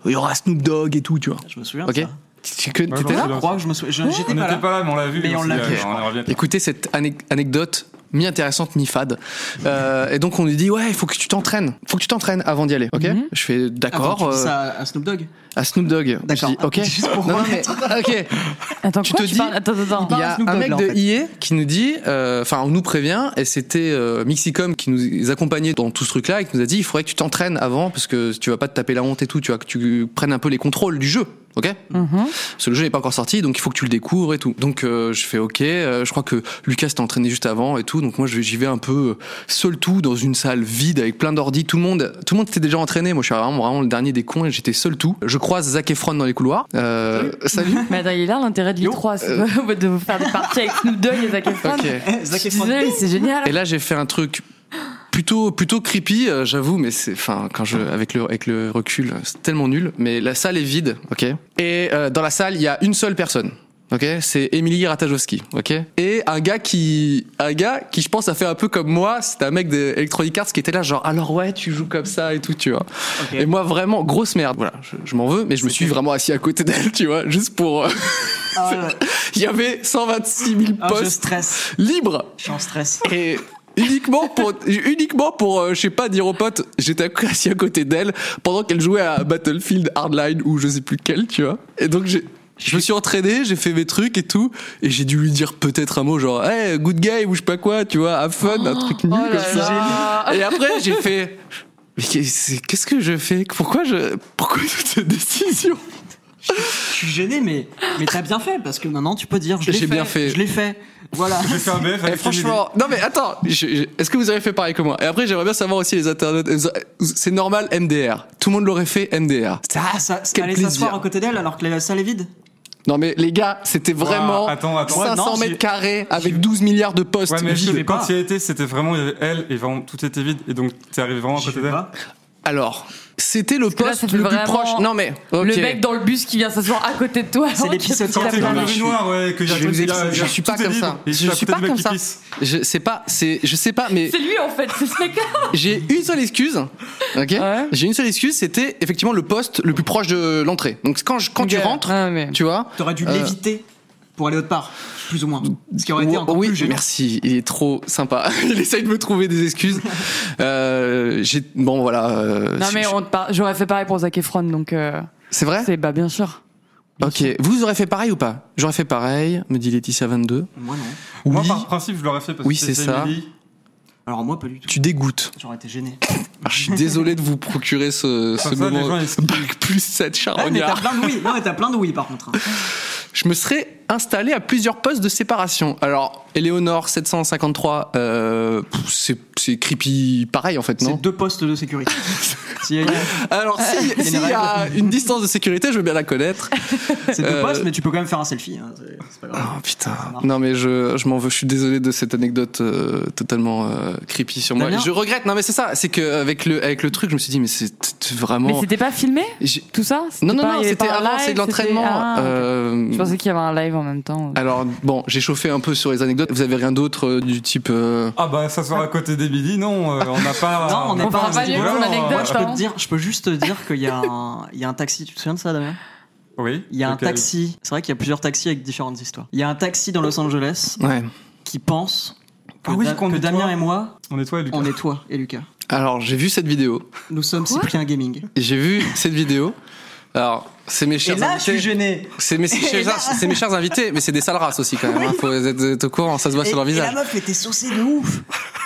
Speaker 4: Mhm.
Speaker 3: y aura Snoop Dogg et tout, tu vois.
Speaker 4: Je me souviens. de
Speaker 3: Ok?
Speaker 4: ça.
Speaker 3: Tu- que-
Speaker 6: Ouais,
Speaker 3: T'étais
Speaker 6: ouais.
Speaker 3: là?
Speaker 4: Je crois que je me souviens. je- J'étais
Speaker 6: On
Speaker 4: pas là.
Speaker 6: n'était pas là, mais on l'a vu.
Speaker 4: Mais on l'a
Speaker 6: s'est dit,
Speaker 4: vu,
Speaker 6: ah,
Speaker 4: je
Speaker 6: On
Speaker 4: crois.
Speaker 6: aimerait bien.
Speaker 3: Écoutez cette ane- anecdote mi-intéressante, mi-fade. Euh, et donc on lui dit, ouais, il faut que tu t'entraînes. faut que tu t'entraînes avant d'y aller, ok
Speaker 5: Mhm.
Speaker 3: Je fais,
Speaker 4: Attends,
Speaker 3: d'accord.
Speaker 4: tu dis
Speaker 3: euh,
Speaker 4: ça à Snoop Dogg
Speaker 3: à Snoop Dogg.
Speaker 4: D'accord.
Speaker 3: Je dis, ok.
Speaker 4: Juste pour
Speaker 3: Non, non, mais,
Speaker 4: remettre.
Speaker 3: ok.
Speaker 5: Attends,
Speaker 3: Tu
Speaker 5: quoi,
Speaker 3: te dis-
Speaker 5: parles- Attends, attends.
Speaker 3: Il y
Speaker 4: à
Speaker 3: a
Speaker 4: Snoop
Speaker 3: un
Speaker 4: Dogg,
Speaker 3: mec
Speaker 4: là, en
Speaker 3: de
Speaker 4: fait.
Speaker 3: IE qui nous dit, euh, enfin, on nous prévient, et c'était euh, Mixicom qui nous accompagnait dans tout ce truc-là et qui nous a dit, il faudrait que tu t'entraînes avant parce que tu vas pas te taper la honte et tout, tu vois, que tu prennes un peu les contrôles du jeu. ok
Speaker 5: Mhm.
Speaker 3: parce que le jeu n'est pas encore sorti, donc il faut que tu le découvres et tout. Donc euh, je fais ok, euh, je crois que Lucas t'a entraîné juste avant et tout, donc moi je- j'y vais un peu euh, seul tout dans une salle vide avec plein d'ordi, tout le monde, tout le monde s'était déjà entraîné, moi je suis vraiment, vraiment le dernier des cons et j'étais seul tout. Je croise Zac Efron dans les couloirs, euh, salut.
Speaker 5: Mais attends, il est là l'intérêt de
Speaker 4: Yo.
Speaker 5: l'I3, c'est pas de vous faire des parties avec Snoop Dogg et Zac Efron.
Speaker 3: Ok.
Speaker 5: Je
Speaker 4: Eh, Zac
Speaker 5: suis
Speaker 4: Efron.
Speaker 5: désolée, mais c'est génial.
Speaker 3: Et là j'ai fait un truc plutôt plutôt creepy, euh, j'avoue, mais c'est enfin quand je avec le avec le recul, euh, c'est tellement nul. Mais la salle est vide, ok. Et euh, dans la salle il y a une seule personne. Ok, c'est Émilie Ratajowski, ok. Et un gars qui, un gars qui, je pense, a fait un peu comme moi. C'était un mec d'Electronic Arts qui était là, genre, alors ouais, tu joues comme ça et tout, tu vois.
Speaker 4: Ok.
Speaker 3: Et moi, vraiment, grosse merde. Voilà, je, je m'en veux, mais je me suis vraiment assis à côté d'elle, tu vois, juste pour. euh,
Speaker 4: Ah, ouais, ouais.
Speaker 3: Il y avait 126 000
Speaker 4: Ah, je
Speaker 3: postes
Speaker 4: stresse.
Speaker 3: libres
Speaker 4: Je suis en stress.
Speaker 3: et uniquement pour uniquement pour euh, je sais pas dire aux potes j'étais assis à côté d'elle pendant qu'elle jouait à Battlefield Hardline ou je sais plus quel tu vois et donc j'ai je me suis entraîné, j'ai fait mes trucs et tout, et j'ai dû lui dire peut-être un mot genre, hey, good game ou je sais pas quoi, tu vois, have fun, un truc nul
Speaker 5: Oh
Speaker 3: comme
Speaker 5: là
Speaker 3: ça.
Speaker 5: là.
Speaker 3: Et après, j'ai fait. Mais qu'est- qu'est-ce que je fais Pourquoi je Pourquoi toute cette décision
Speaker 4: Je suis gêné, mais, mais t'as bien fait parce que maintenant tu peux dire je l'ai
Speaker 3: J'ai
Speaker 4: fait.
Speaker 3: bien fait.
Speaker 4: Je l'ai fait. Voilà.
Speaker 6: J'ai fait un BF
Speaker 3: Eh,
Speaker 6: avec
Speaker 3: franchement, non mais attends, je- je- est-ce que vous avez fait pareil que moi Et après, j'aimerais bien savoir aussi les internautes. euh, C'est normal MDR. Tout le monde l'aurait fait MDR.
Speaker 4: Ah, ça,
Speaker 3: Quel
Speaker 4: aller
Speaker 3: plaisir.
Speaker 4: s'asseoir à côté d'elle alors que la salle est vide.
Speaker 3: Non mais les gars, c'était vraiment
Speaker 6: attends, attends.
Speaker 3: 500
Speaker 4: Ouais, non,
Speaker 3: mètres
Speaker 4: j'ai-
Speaker 3: carrés avec 12 milliards de postes.
Speaker 6: Ouais, mais
Speaker 4: j'y vais
Speaker 6: quand
Speaker 4: pas.
Speaker 6: il y a été, c'était vraiment, il y avait elle, et vraiment, tout était vide, et donc t'es arrivé vraiment à
Speaker 4: J'y
Speaker 6: côté
Speaker 4: vais
Speaker 6: d'elle.
Speaker 4: pas.
Speaker 3: Alors, c'était le
Speaker 5: que là,
Speaker 3: poste
Speaker 5: ça fait
Speaker 3: le plus
Speaker 5: vraiment
Speaker 3: proche. Non mais ok.
Speaker 5: Le mec dans le bus qui vient s'asseoir à côté de toi.
Speaker 4: C'est les
Speaker 6: Quand
Speaker 4: T'as
Speaker 6: t'es dans
Speaker 4: pas-
Speaker 6: le
Speaker 3: je suis-
Speaker 6: noir, ouais, que y a
Speaker 3: je vais
Speaker 6: un
Speaker 3: vous
Speaker 6: truc, il y a-
Speaker 3: expliquer, je
Speaker 6: il y a-
Speaker 3: suis pas
Speaker 6: tout est
Speaker 3: comme
Speaker 6: libre,
Speaker 3: ça.
Speaker 6: et
Speaker 3: Je
Speaker 6: t'as
Speaker 3: suis
Speaker 6: peut-être
Speaker 3: pas
Speaker 6: le mec
Speaker 3: comme
Speaker 6: qui
Speaker 3: ça.
Speaker 6: pisse.
Speaker 3: Je sais pas, c'est je sais pas mais
Speaker 5: C'est lui en fait, c'est ce mec-là.
Speaker 3: j'ai une seule excuse. OK
Speaker 5: Ouais.
Speaker 3: J'ai une seule excuse, c'était effectivement le poste le plus proche de l'entrée. Donc quand je, quand tu
Speaker 5: Ok.
Speaker 3: rentres,
Speaker 5: Ouais, Ah, mais-
Speaker 3: tu vois,
Speaker 4: T'aurais dû
Speaker 3: Euh.
Speaker 4: l'éviter pour aller autre part, plus ou moins. Ce qui aurait été
Speaker 3: Ou-
Speaker 4: encore
Speaker 3: oui,
Speaker 4: plus gênant.
Speaker 3: merci. Il est trop sympa. il essaye de me trouver des excuses. Euh, j'ai- bon, voilà. euh,
Speaker 5: Non
Speaker 3: c'est-
Speaker 5: mais on te par- j'aurais fait pareil pour Zac Efron donc euh,
Speaker 3: c'est vrai.
Speaker 5: c'est bah bien sûr.
Speaker 3: Ok. Vous aurez fait pareil ou pas J'aurais fait pareil. Me dit Laetitia 22.
Speaker 4: Moi non.
Speaker 3: Oui.
Speaker 6: Moi, par principe, je l'aurais fait parce
Speaker 3: Oui,
Speaker 6: que
Speaker 3: c'est ça.
Speaker 6: Emily.
Speaker 4: Alors moi pas du tout.
Speaker 3: Tu dégoûtes.
Speaker 4: J'aurais été gêné.
Speaker 6: Oh,
Speaker 3: Alors, je suis désolé de vous procurer ce, ce
Speaker 6: Comme ça, les
Speaker 3: moment.
Speaker 6: gens, ils se-
Speaker 3: Bac plus 7
Speaker 4: Ah, mais t'as
Speaker 3: charognard.
Speaker 4: plein de oui. Non, mais t'as plein de oui par contre. hein.
Speaker 3: Je me serais installé à plusieurs postes de séparation. Alors, Eleonore 753, euh, pff, c'est c'est creepy pareil en fait, non
Speaker 4: C'est deux postes de sécurité. S'il y a-
Speaker 3: Alors, si- s'il
Speaker 4: des
Speaker 3: y a
Speaker 4: règles.
Speaker 3: une distance de sécurité, je veux bien la connaître.
Speaker 4: C'est deux
Speaker 3: Euh.
Speaker 4: postes, mais tu peux quand même faire un selfie. hein, C'est c'est pas grave.
Speaker 5: Ah,
Speaker 3: Oh putain.
Speaker 4: marche.
Speaker 3: Non mais je, je m'en veux, je suis désolé de cette anecdote euh, totalement euh, creepy sur moi.
Speaker 4: Damien
Speaker 3: Je regrette. Non mais c'est ça, c'est que avec le avec le truc, je me suis dit mais c'est c'est
Speaker 5: Mais
Speaker 3: vraiment
Speaker 5: c'était pas filmé
Speaker 3: J'ai-
Speaker 5: tout ça
Speaker 3: Non non
Speaker 5: pas- il
Speaker 3: non,
Speaker 5: y avait
Speaker 3: c'était
Speaker 5: pas un
Speaker 3: avant,
Speaker 5: live,
Speaker 3: c'est de l'entraînement.
Speaker 5: c'était- Ah, ok.
Speaker 3: Euh,
Speaker 5: Je pensais qu'il y avait un live en même temps.
Speaker 3: alors bon, j'ai chauffé un peu sur les anecdotes. Vous avez rien d'autre euh, du type euh,
Speaker 6: Ah bah, s'asseoir à côté d'Emily, non, euh, on n'a pas.
Speaker 4: Non, on n'est
Speaker 5: On
Speaker 4: pas
Speaker 5: fera
Speaker 4: un
Speaker 5: pas mieux
Speaker 4: studio,
Speaker 5: pour
Speaker 6: non,
Speaker 3: Ah.
Speaker 4: Moi,
Speaker 5: l'anecdote.
Speaker 4: je peux
Speaker 5: hein.
Speaker 4: te dire, je peux juste te dire qu'il y a un, il y a un taxi. Tu te souviens de ça, Damien
Speaker 6: Oui.
Speaker 4: Il y a un
Speaker 6: lequel
Speaker 4: taxi. C'est vrai qu'il y a plusieurs taxis avec différentes histoires. Il y a un taxi dans Los Angeles
Speaker 3: Ouais.
Speaker 4: qui pense que,
Speaker 6: Ah oui,
Speaker 4: Da-
Speaker 6: qu'on
Speaker 4: que
Speaker 6: est
Speaker 4: Damien
Speaker 6: toi.
Speaker 4: et moi,
Speaker 6: On est toi et Lucas.
Speaker 4: on est toi et Lucas.
Speaker 3: Alors, j'ai vu cette vidéo.
Speaker 4: Nous sommes
Speaker 5: Quoi
Speaker 4: Cyprien Gaming.
Speaker 3: J'ai vu cette vidéo. Alors, c'est mes
Speaker 4: Et
Speaker 3: chers
Speaker 4: là, je
Speaker 3: invités.
Speaker 4: suis gêné.
Speaker 3: C'est mes, chers- c'est mes chers invités, mais c'est des sales races aussi quand même. hein. Faut être, être au courant, ça se voit
Speaker 4: Et,
Speaker 3: sur leur
Speaker 4: et
Speaker 3: visage.
Speaker 4: la meuf était saucée de ouf.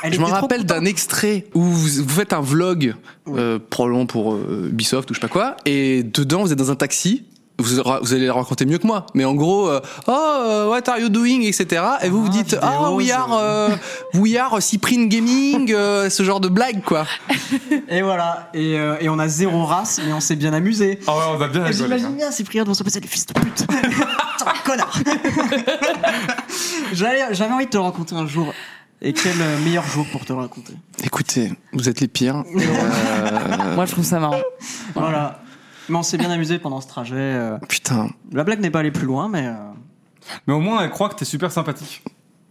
Speaker 4: Elle
Speaker 3: Je me
Speaker 4: était trop
Speaker 3: rappelle d'un
Speaker 4: contente.
Speaker 3: extrait où vous, vous faites un vlog,
Speaker 4: Oui.
Speaker 3: euh, probablement pour euh, Ubisoft ou je sais pas quoi, et dedans vous êtes dans un taxi. Vous, ra- vous allez le raconter mieux que moi, mais en gros, euh, oh, euh, what are you doing, etc. Et vous vous
Speaker 4: Ah,
Speaker 3: dites, ah,
Speaker 4: vidéos,
Speaker 3: we
Speaker 4: ça.
Speaker 3: are, euh, we are Cyprine Gaming, euh, ce genre de blague, quoi.
Speaker 4: Et voilà. Et, euh, et on a zéro race, mais on s'est bien amusé.
Speaker 6: Ah ouais, on va bien
Speaker 4: Et
Speaker 6: rigoler.
Speaker 4: J'imagine bien Cyprien devant son PC, le fils de pute. T'es un connard. J'avais j'avais envie de te le raconter un jour. Et quel euh, meilleur jour pour te le raconter.
Speaker 3: Écoutez, vous êtes les pires. Euh,
Speaker 5: Moi je trouve ça marrant.
Speaker 4: Voilà. Mais on s'est bien amusé pendant ce trajet. euh.
Speaker 3: putain.
Speaker 4: La blague n'est pas allée plus loin, mais. euh,
Speaker 6: Mais au moins, elle croit que t'es super sympathique.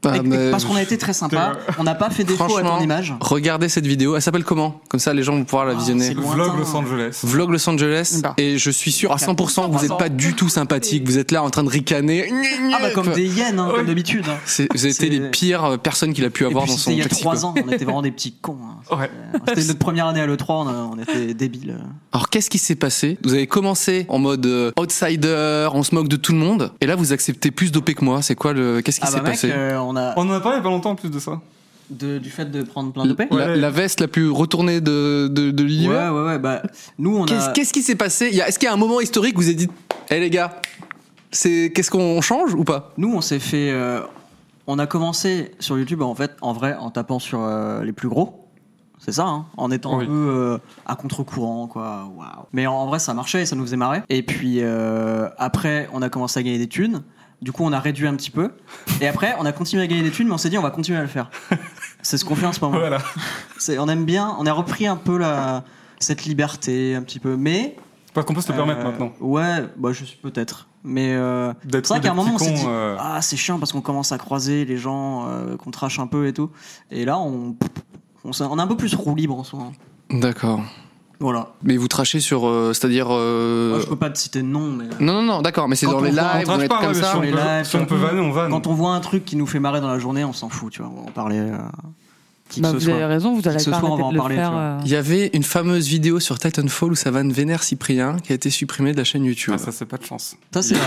Speaker 3: Ah,
Speaker 4: et- et
Speaker 3: mais- euh,
Speaker 4: parce qu'on a été très sympa, on n'a pas fait défaut à
Speaker 3: Franchement,
Speaker 4: ton image.
Speaker 3: Regardez cette vidéo, elle s'appelle comment Comme ça, les gens vont pouvoir la
Speaker 4: Ah,
Speaker 3: visionner.
Speaker 4: c'est loin.
Speaker 6: Vlog
Speaker 4: Lointain.
Speaker 6: Los Angeles.
Speaker 3: Vlog Los Angeles
Speaker 5: Bah.
Speaker 3: et je suis sûr à 100% que vous n'êtes pas du tout sympathique. Vous êtes là en train de ricaner.
Speaker 4: Ah bah comme des hyènes, hein, comme d'habitude. hein.
Speaker 3: C'est- vous avez été
Speaker 4: C'est-
Speaker 3: les pires euh, personnes qu'il a pu
Speaker 4: Et
Speaker 3: avoir
Speaker 4: puis
Speaker 3: dans son
Speaker 4: c'était il y a
Speaker 3: taxi,
Speaker 4: trois
Speaker 3: quoi.
Speaker 4: ans, on était vraiment des petits cons. hein.
Speaker 6: Ouais.
Speaker 4: Euh, C'était notre première année à l'E3, on, a- on était débiles.
Speaker 3: Alors qu'est-ce qui s'est passé Vous avez commencé en mode euh, outsider, on se moque de tout le monde, et là vous acceptez plus d'OP que moi. C'est quoi le Qu'est-ce qui
Speaker 4: Ah
Speaker 3: s'est
Speaker 4: bah mec,
Speaker 3: passé
Speaker 4: euh, on a...
Speaker 6: On en a parlé il y a pas longtemps en plus de ça.
Speaker 4: de- du fait de prendre plein de paix.
Speaker 3: La, la veste la plus retournée de, de, de
Speaker 4: Ouais, ouais,
Speaker 3: l'univers
Speaker 4: ouais. Bah, nous, on
Speaker 3: Qu'est-ce
Speaker 4: a.
Speaker 3: qu'est-ce qui s'est passé Il y a- Est-ce qu'il y a un moment historique où vous avez dit Hé les gars, c'est qu'est-ce qu'on change ou pas
Speaker 4: Nous, on s'est fait. euh, on a commencé sur YouTube, en fait, en vrai, en tapant sur euh, les plus gros. C'est ça, hein, en étant
Speaker 6: Oui.
Speaker 4: un peu euh, à contre-courant, quoi. Waouh. Mais en, en vrai, ça marchait et ça nous faisait marrer. Et puis euh, après, on a commencé à gagner des thunes. Du coup, on a réduit un petit peu. Et après, on a continué à gagner des thunes, mais on s'est dit, on va continuer à le faire. C'est ce qu'on fait en ce moment.
Speaker 6: Voilà.
Speaker 4: C'est- On aime bien, on a repris un peu la, cette liberté, un petit peu. Mais.
Speaker 6: Parce qu'on peut se le
Speaker 4: euh,
Speaker 6: permettre maintenant.
Speaker 4: Ouais, bah, je suis peut-être. Mais. euh,
Speaker 6: D'être
Speaker 4: c'est vrai
Speaker 6: des
Speaker 4: qu'à un moment, on
Speaker 6: petits
Speaker 4: s'est
Speaker 6: cons,
Speaker 4: dit,
Speaker 6: euh,
Speaker 4: ah, c'est chiant parce qu'on commence à croiser les gens, euh, qu'on trache un peu et tout. Et là, on, on, s'est- on est un peu plus roue libre en ce moment.
Speaker 3: D'accord.
Speaker 4: Voilà.
Speaker 3: Mais vous trachez sur. euh, C'est-à-dire. euh,
Speaker 4: Moi, je peux pas te citer de nom, mais euh,
Speaker 3: Non, non, non, d'accord, mais c'est
Speaker 4: Quand
Speaker 3: dans les
Speaker 4: on voit- on
Speaker 3: lives,
Speaker 6: trache
Speaker 3: vous êtes
Speaker 6: pas,
Speaker 3: comme
Speaker 6: ouais, mais
Speaker 3: ça.
Speaker 6: sur-
Speaker 4: les
Speaker 6: peut-
Speaker 4: lives,
Speaker 6: si on peut vanner, on vanne.
Speaker 4: Quand on voit un truc qui nous fait marrer dans la journée, on s'en fout, tu vois. On va en parler. euh, qui que
Speaker 5: Bah,
Speaker 4: ce
Speaker 5: vous
Speaker 4: soit.
Speaker 5: avez raison, vous allez
Speaker 4: ce
Speaker 5: pas
Speaker 4: soir, on va
Speaker 5: arrêter
Speaker 4: en
Speaker 5: de
Speaker 4: parler,
Speaker 5: le faire.
Speaker 4: tu vois.
Speaker 5: euh,
Speaker 3: Il y avait une fameuse vidéo sur Titanfall où ça vanne Vénère Cyprien qui a été supprimée de la chaîne YouTube.
Speaker 6: ah, ça, c'est pas de chance.
Speaker 4: Ça, c'est vrai.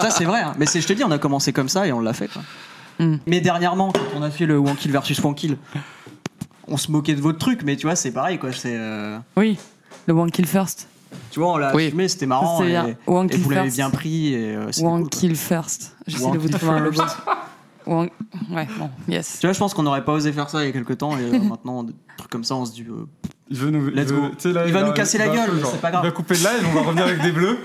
Speaker 4: Ça, c'est vrai, hein. Mais c'est, je te dis, on a commencé comme ça et on l'a fait, quoi.
Speaker 5: Hmm.
Speaker 4: Mais dernièrement, quand on a fait le One Kill versus One Kill, on se moquait de votre truc, mais tu vois, c'est pareil, quoi. C'est. euh,
Speaker 5: Oui, le One Kill First.
Speaker 4: Tu vois, on l'a
Speaker 3: Oui.
Speaker 4: assumé, c'était marrant.
Speaker 5: Ça, c'est
Speaker 4: et,
Speaker 5: bien. One
Speaker 4: Ah, et
Speaker 5: Kill
Speaker 4: vous l'avez
Speaker 5: First.
Speaker 4: bien pris. Et, euh, c'était
Speaker 5: One
Speaker 4: cool, quoi.
Speaker 5: Kill First. J'essaie
Speaker 4: One
Speaker 5: de vous
Speaker 4: Kill
Speaker 5: trouver un logo.
Speaker 4: First.
Speaker 5: One- Ouais, bon, yes.
Speaker 4: Tu vois, je pense qu'on n'aurait pas osé faire ça il y a quelques temps, et euh, maintenant, des trucs comme ça, on se dit. euh,
Speaker 6: Il veut nous,
Speaker 4: Let's
Speaker 6: il veut-
Speaker 4: go.
Speaker 6: tu sais, là,
Speaker 4: Il va nous
Speaker 6: a-
Speaker 4: casser la
Speaker 6: il va-
Speaker 4: gueule, mais c'est pas grave.
Speaker 6: Il va couper le live, on va revenir avec des bleus.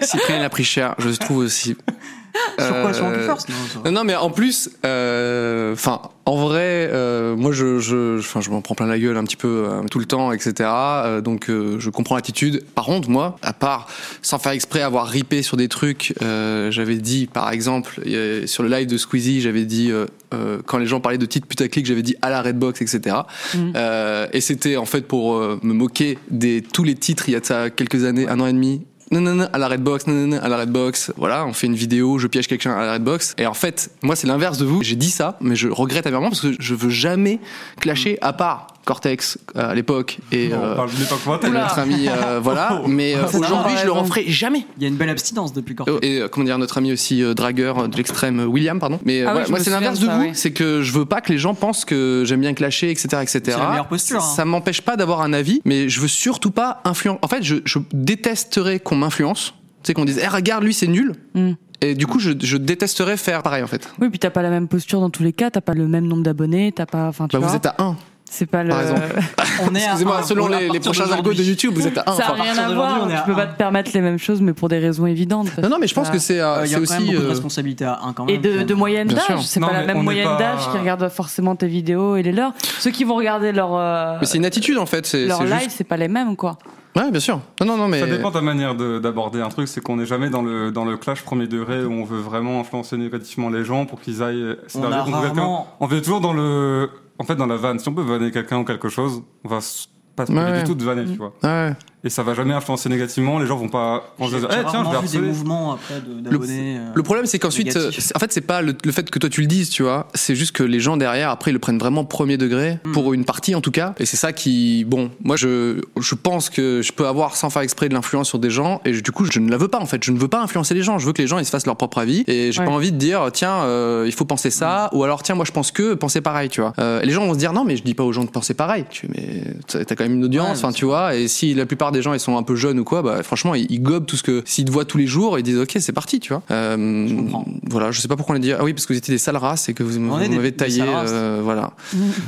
Speaker 3: Cyprien il a pris cher, je trouve aussi.
Speaker 4: Sur quoi Sur
Speaker 3: Euh,
Speaker 4: One Kill First non,
Speaker 3: Non,
Speaker 4: ça-
Speaker 3: non, mais en plus, enfin, en vrai, euh, moi, je, je, enfin, je m'en prends plein la gueule un petit peu euh, tout le temps, etc. Euh, donc, euh, je comprends l'attitude. Par contre, moi, à part sans faire exprès avoir ripé sur des trucs, euh, j'avais dit, par exemple, euh, sur le live de Squeezie, j'avais dit euh, euh, quand les gens parlaient de titres putaclic, j'avais dit à la Redbox, etc.
Speaker 5: Mm.
Speaker 3: Euh, et c'était en fait pour euh, me moquer des tous les titres il y a de ça quelques années, un an et demi. Non, non, non, à la Redbox, non, non, non, à la Redbox. Voilà, on fait une vidéo, je piège quelqu'un à la Redbox. Et en fait, moi, c'est l'inverse de vous. J'ai dit ça, mais je regrette amèrement parce que je veux jamais clasher, à part Cortex euh, à l'époque et,
Speaker 6: Bon,
Speaker 3: euh,
Speaker 6: on parle de l'époque
Speaker 3: et
Speaker 6: lointaine.
Speaker 3: notre ami, euh, voilà. Mais euh,
Speaker 4: Ça, c'est
Speaker 3: aujourd'hui,
Speaker 5: marrant,
Speaker 3: je le
Speaker 5: raison.
Speaker 3: referai jamais.
Speaker 4: Il y a une belle abstinence depuis quand
Speaker 3: Oh, et euh, comment dire notre ami aussi euh, dragueur euh, de l'extrême euh, William pardon mais euh,
Speaker 5: Ah ouais,
Speaker 3: voilà,
Speaker 5: je
Speaker 3: moi
Speaker 5: me
Speaker 3: c'est l'inverse de
Speaker 5: souviens de
Speaker 3: vous
Speaker 5: ça, ouais.
Speaker 3: c'est que je veux pas que les gens pensent que j'aime bien clasher etc etc
Speaker 4: C'est la meilleure posture,
Speaker 3: ça
Speaker 4: hein.
Speaker 3: m'empêche pas d'avoir un avis mais je veux surtout pas influencer en fait je, je détesterais qu'on m'influence tu sais qu'on dise Eh, regarde lui c'est nul
Speaker 5: Mm.
Speaker 3: et du coup je, je détesterais faire pareil en fait
Speaker 5: Oui, puis t'as pas la même posture dans tous les cas, t'as pas le même nombre d'abonnés, t'as pas. Enfin, tu
Speaker 3: bah, vous
Speaker 5: vois,
Speaker 3: êtes à 1
Speaker 5: c'est pas le.
Speaker 3: par exemple.
Speaker 4: On est à
Speaker 3: excusez-moi
Speaker 4: un,
Speaker 3: selon
Speaker 4: on est à
Speaker 3: les, les
Speaker 4: partir
Speaker 3: prochains algos
Speaker 4: d'aujourd'hui.
Speaker 3: de YouTube vous êtes Ah, à 1
Speaker 5: Ça n'a
Speaker 4: à
Speaker 5: rien
Speaker 4: partir
Speaker 5: à
Speaker 4: d'aujourd'hui,
Speaker 5: voir,
Speaker 4: on est à
Speaker 5: tu peux pas
Speaker 4: un.
Speaker 5: te permettre les mêmes choses, mais pour des raisons évidentes.
Speaker 3: non non mais je pense
Speaker 5: Ça-
Speaker 3: que c'est euh,
Speaker 4: Euh, Il y
Speaker 3: c'est
Speaker 4: a quand même
Speaker 3: aussi
Speaker 4: beaucoup de
Speaker 3: euh,
Speaker 4: responsabilités à un quand même.
Speaker 5: Et de, de moyenne
Speaker 3: Bien sûr.
Speaker 5: d'âge, c'est
Speaker 6: Non,
Speaker 5: pas la
Speaker 6: mais
Speaker 5: même
Speaker 6: on n'est
Speaker 5: moyenne
Speaker 6: pas-
Speaker 5: d'âge qui regarde forcément tes vidéos et les leurs. Ceux qui vont regarder leur, euh,
Speaker 3: mais c'est une attitude en fait c'est
Speaker 5: leur
Speaker 3: c'est
Speaker 5: live,
Speaker 3: juste
Speaker 5: c'est pas les mêmes, quoi.
Speaker 3: ouais bien sûr non non non mais
Speaker 6: Ça dépend de ta manière de- d'aborder un truc, c'est qu'on n'est jamais dans le, dans le clash premier degré où on veut vraiment influencer négativement les gens pour qu'ils aillent. c'est
Speaker 4: On
Speaker 6: dans-
Speaker 4: a
Speaker 6: on veut quelqu'un-
Speaker 4: rarement-
Speaker 6: on veut toujours dans le. En fait, dans la vanne. Si on peut vanner quelqu'un ou quelque chose, on va s- pas se
Speaker 3: Ouais,
Speaker 6: priver
Speaker 3: ouais. Mm.
Speaker 6: du tout de vanner, tu vois.
Speaker 3: Ouais.
Speaker 6: Et ça va jamais influencer négativement, les gens vont pas. On se
Speaker 4: J'ai
Speaker 6: dire, Eh, tiens, je vais
Speaker 4: rarement vu des
Speaker 6: harceler.
Speaker 4: mouvements après de- d'abonnés. euh,
Speaker 3: Le problème, c'est qu'ensuite,
Speaker 4: négatif.
Speaker 3: euh, c'est- en fait, c'est pas le, le fait que toi tu le dises, tu vois. C'est juste que les gens derrière, après, ils le prennent vraiment premier degré
Speaker 4: Hmm.
Speaker 3: pour une partie, en tout cas. Et c'est ça qui, bon, moi, je, je pense que je peux avoir sans faire exprès de l'influence sur des gens. Et je- du coup, je ne la veux pas, en fait. Je ne veux pas influencer les gens. Je veux que les gens ils se fassent leur propre avis. Et j'ai
Speaker 5: Ouais.
Speaker 3: pas envie de dire, tiens, euh, il faut penser
Speaker 4: Hmm.
Speaker 3: ça, ou alors tiens, moi, je pense que pensez pareil, tu vois. Euh, et les gens vont se dire, non, mais je dis pas aux gens de penser pareil. Tu mais t'as t'as quand même une
Speaker 4: Ouais,
Speaker 3: audience,
Speaker 4: bien
Speaker 3: enfin, tu vois. Et si la plupart des gens ils sont un peu jeunes ou quoi, bah franchement, ils, ils gobent tout ce que s'ils te voient tous les jours, ils disent, ok, c'est parti, tu vois. Euh,
Speaker 4: Je comprends.
Speaker 3: voilà, je sais pas pourquoi on l'a dit. Ah oui, parce que vous étiez des sales races et que vous
Speaker 4: On est des-
Speaker 3: m'avez
Speaker 4: des
Speaker 3: taillé.
Speaker 4: sales races.
Speaker 3: euh, voilà.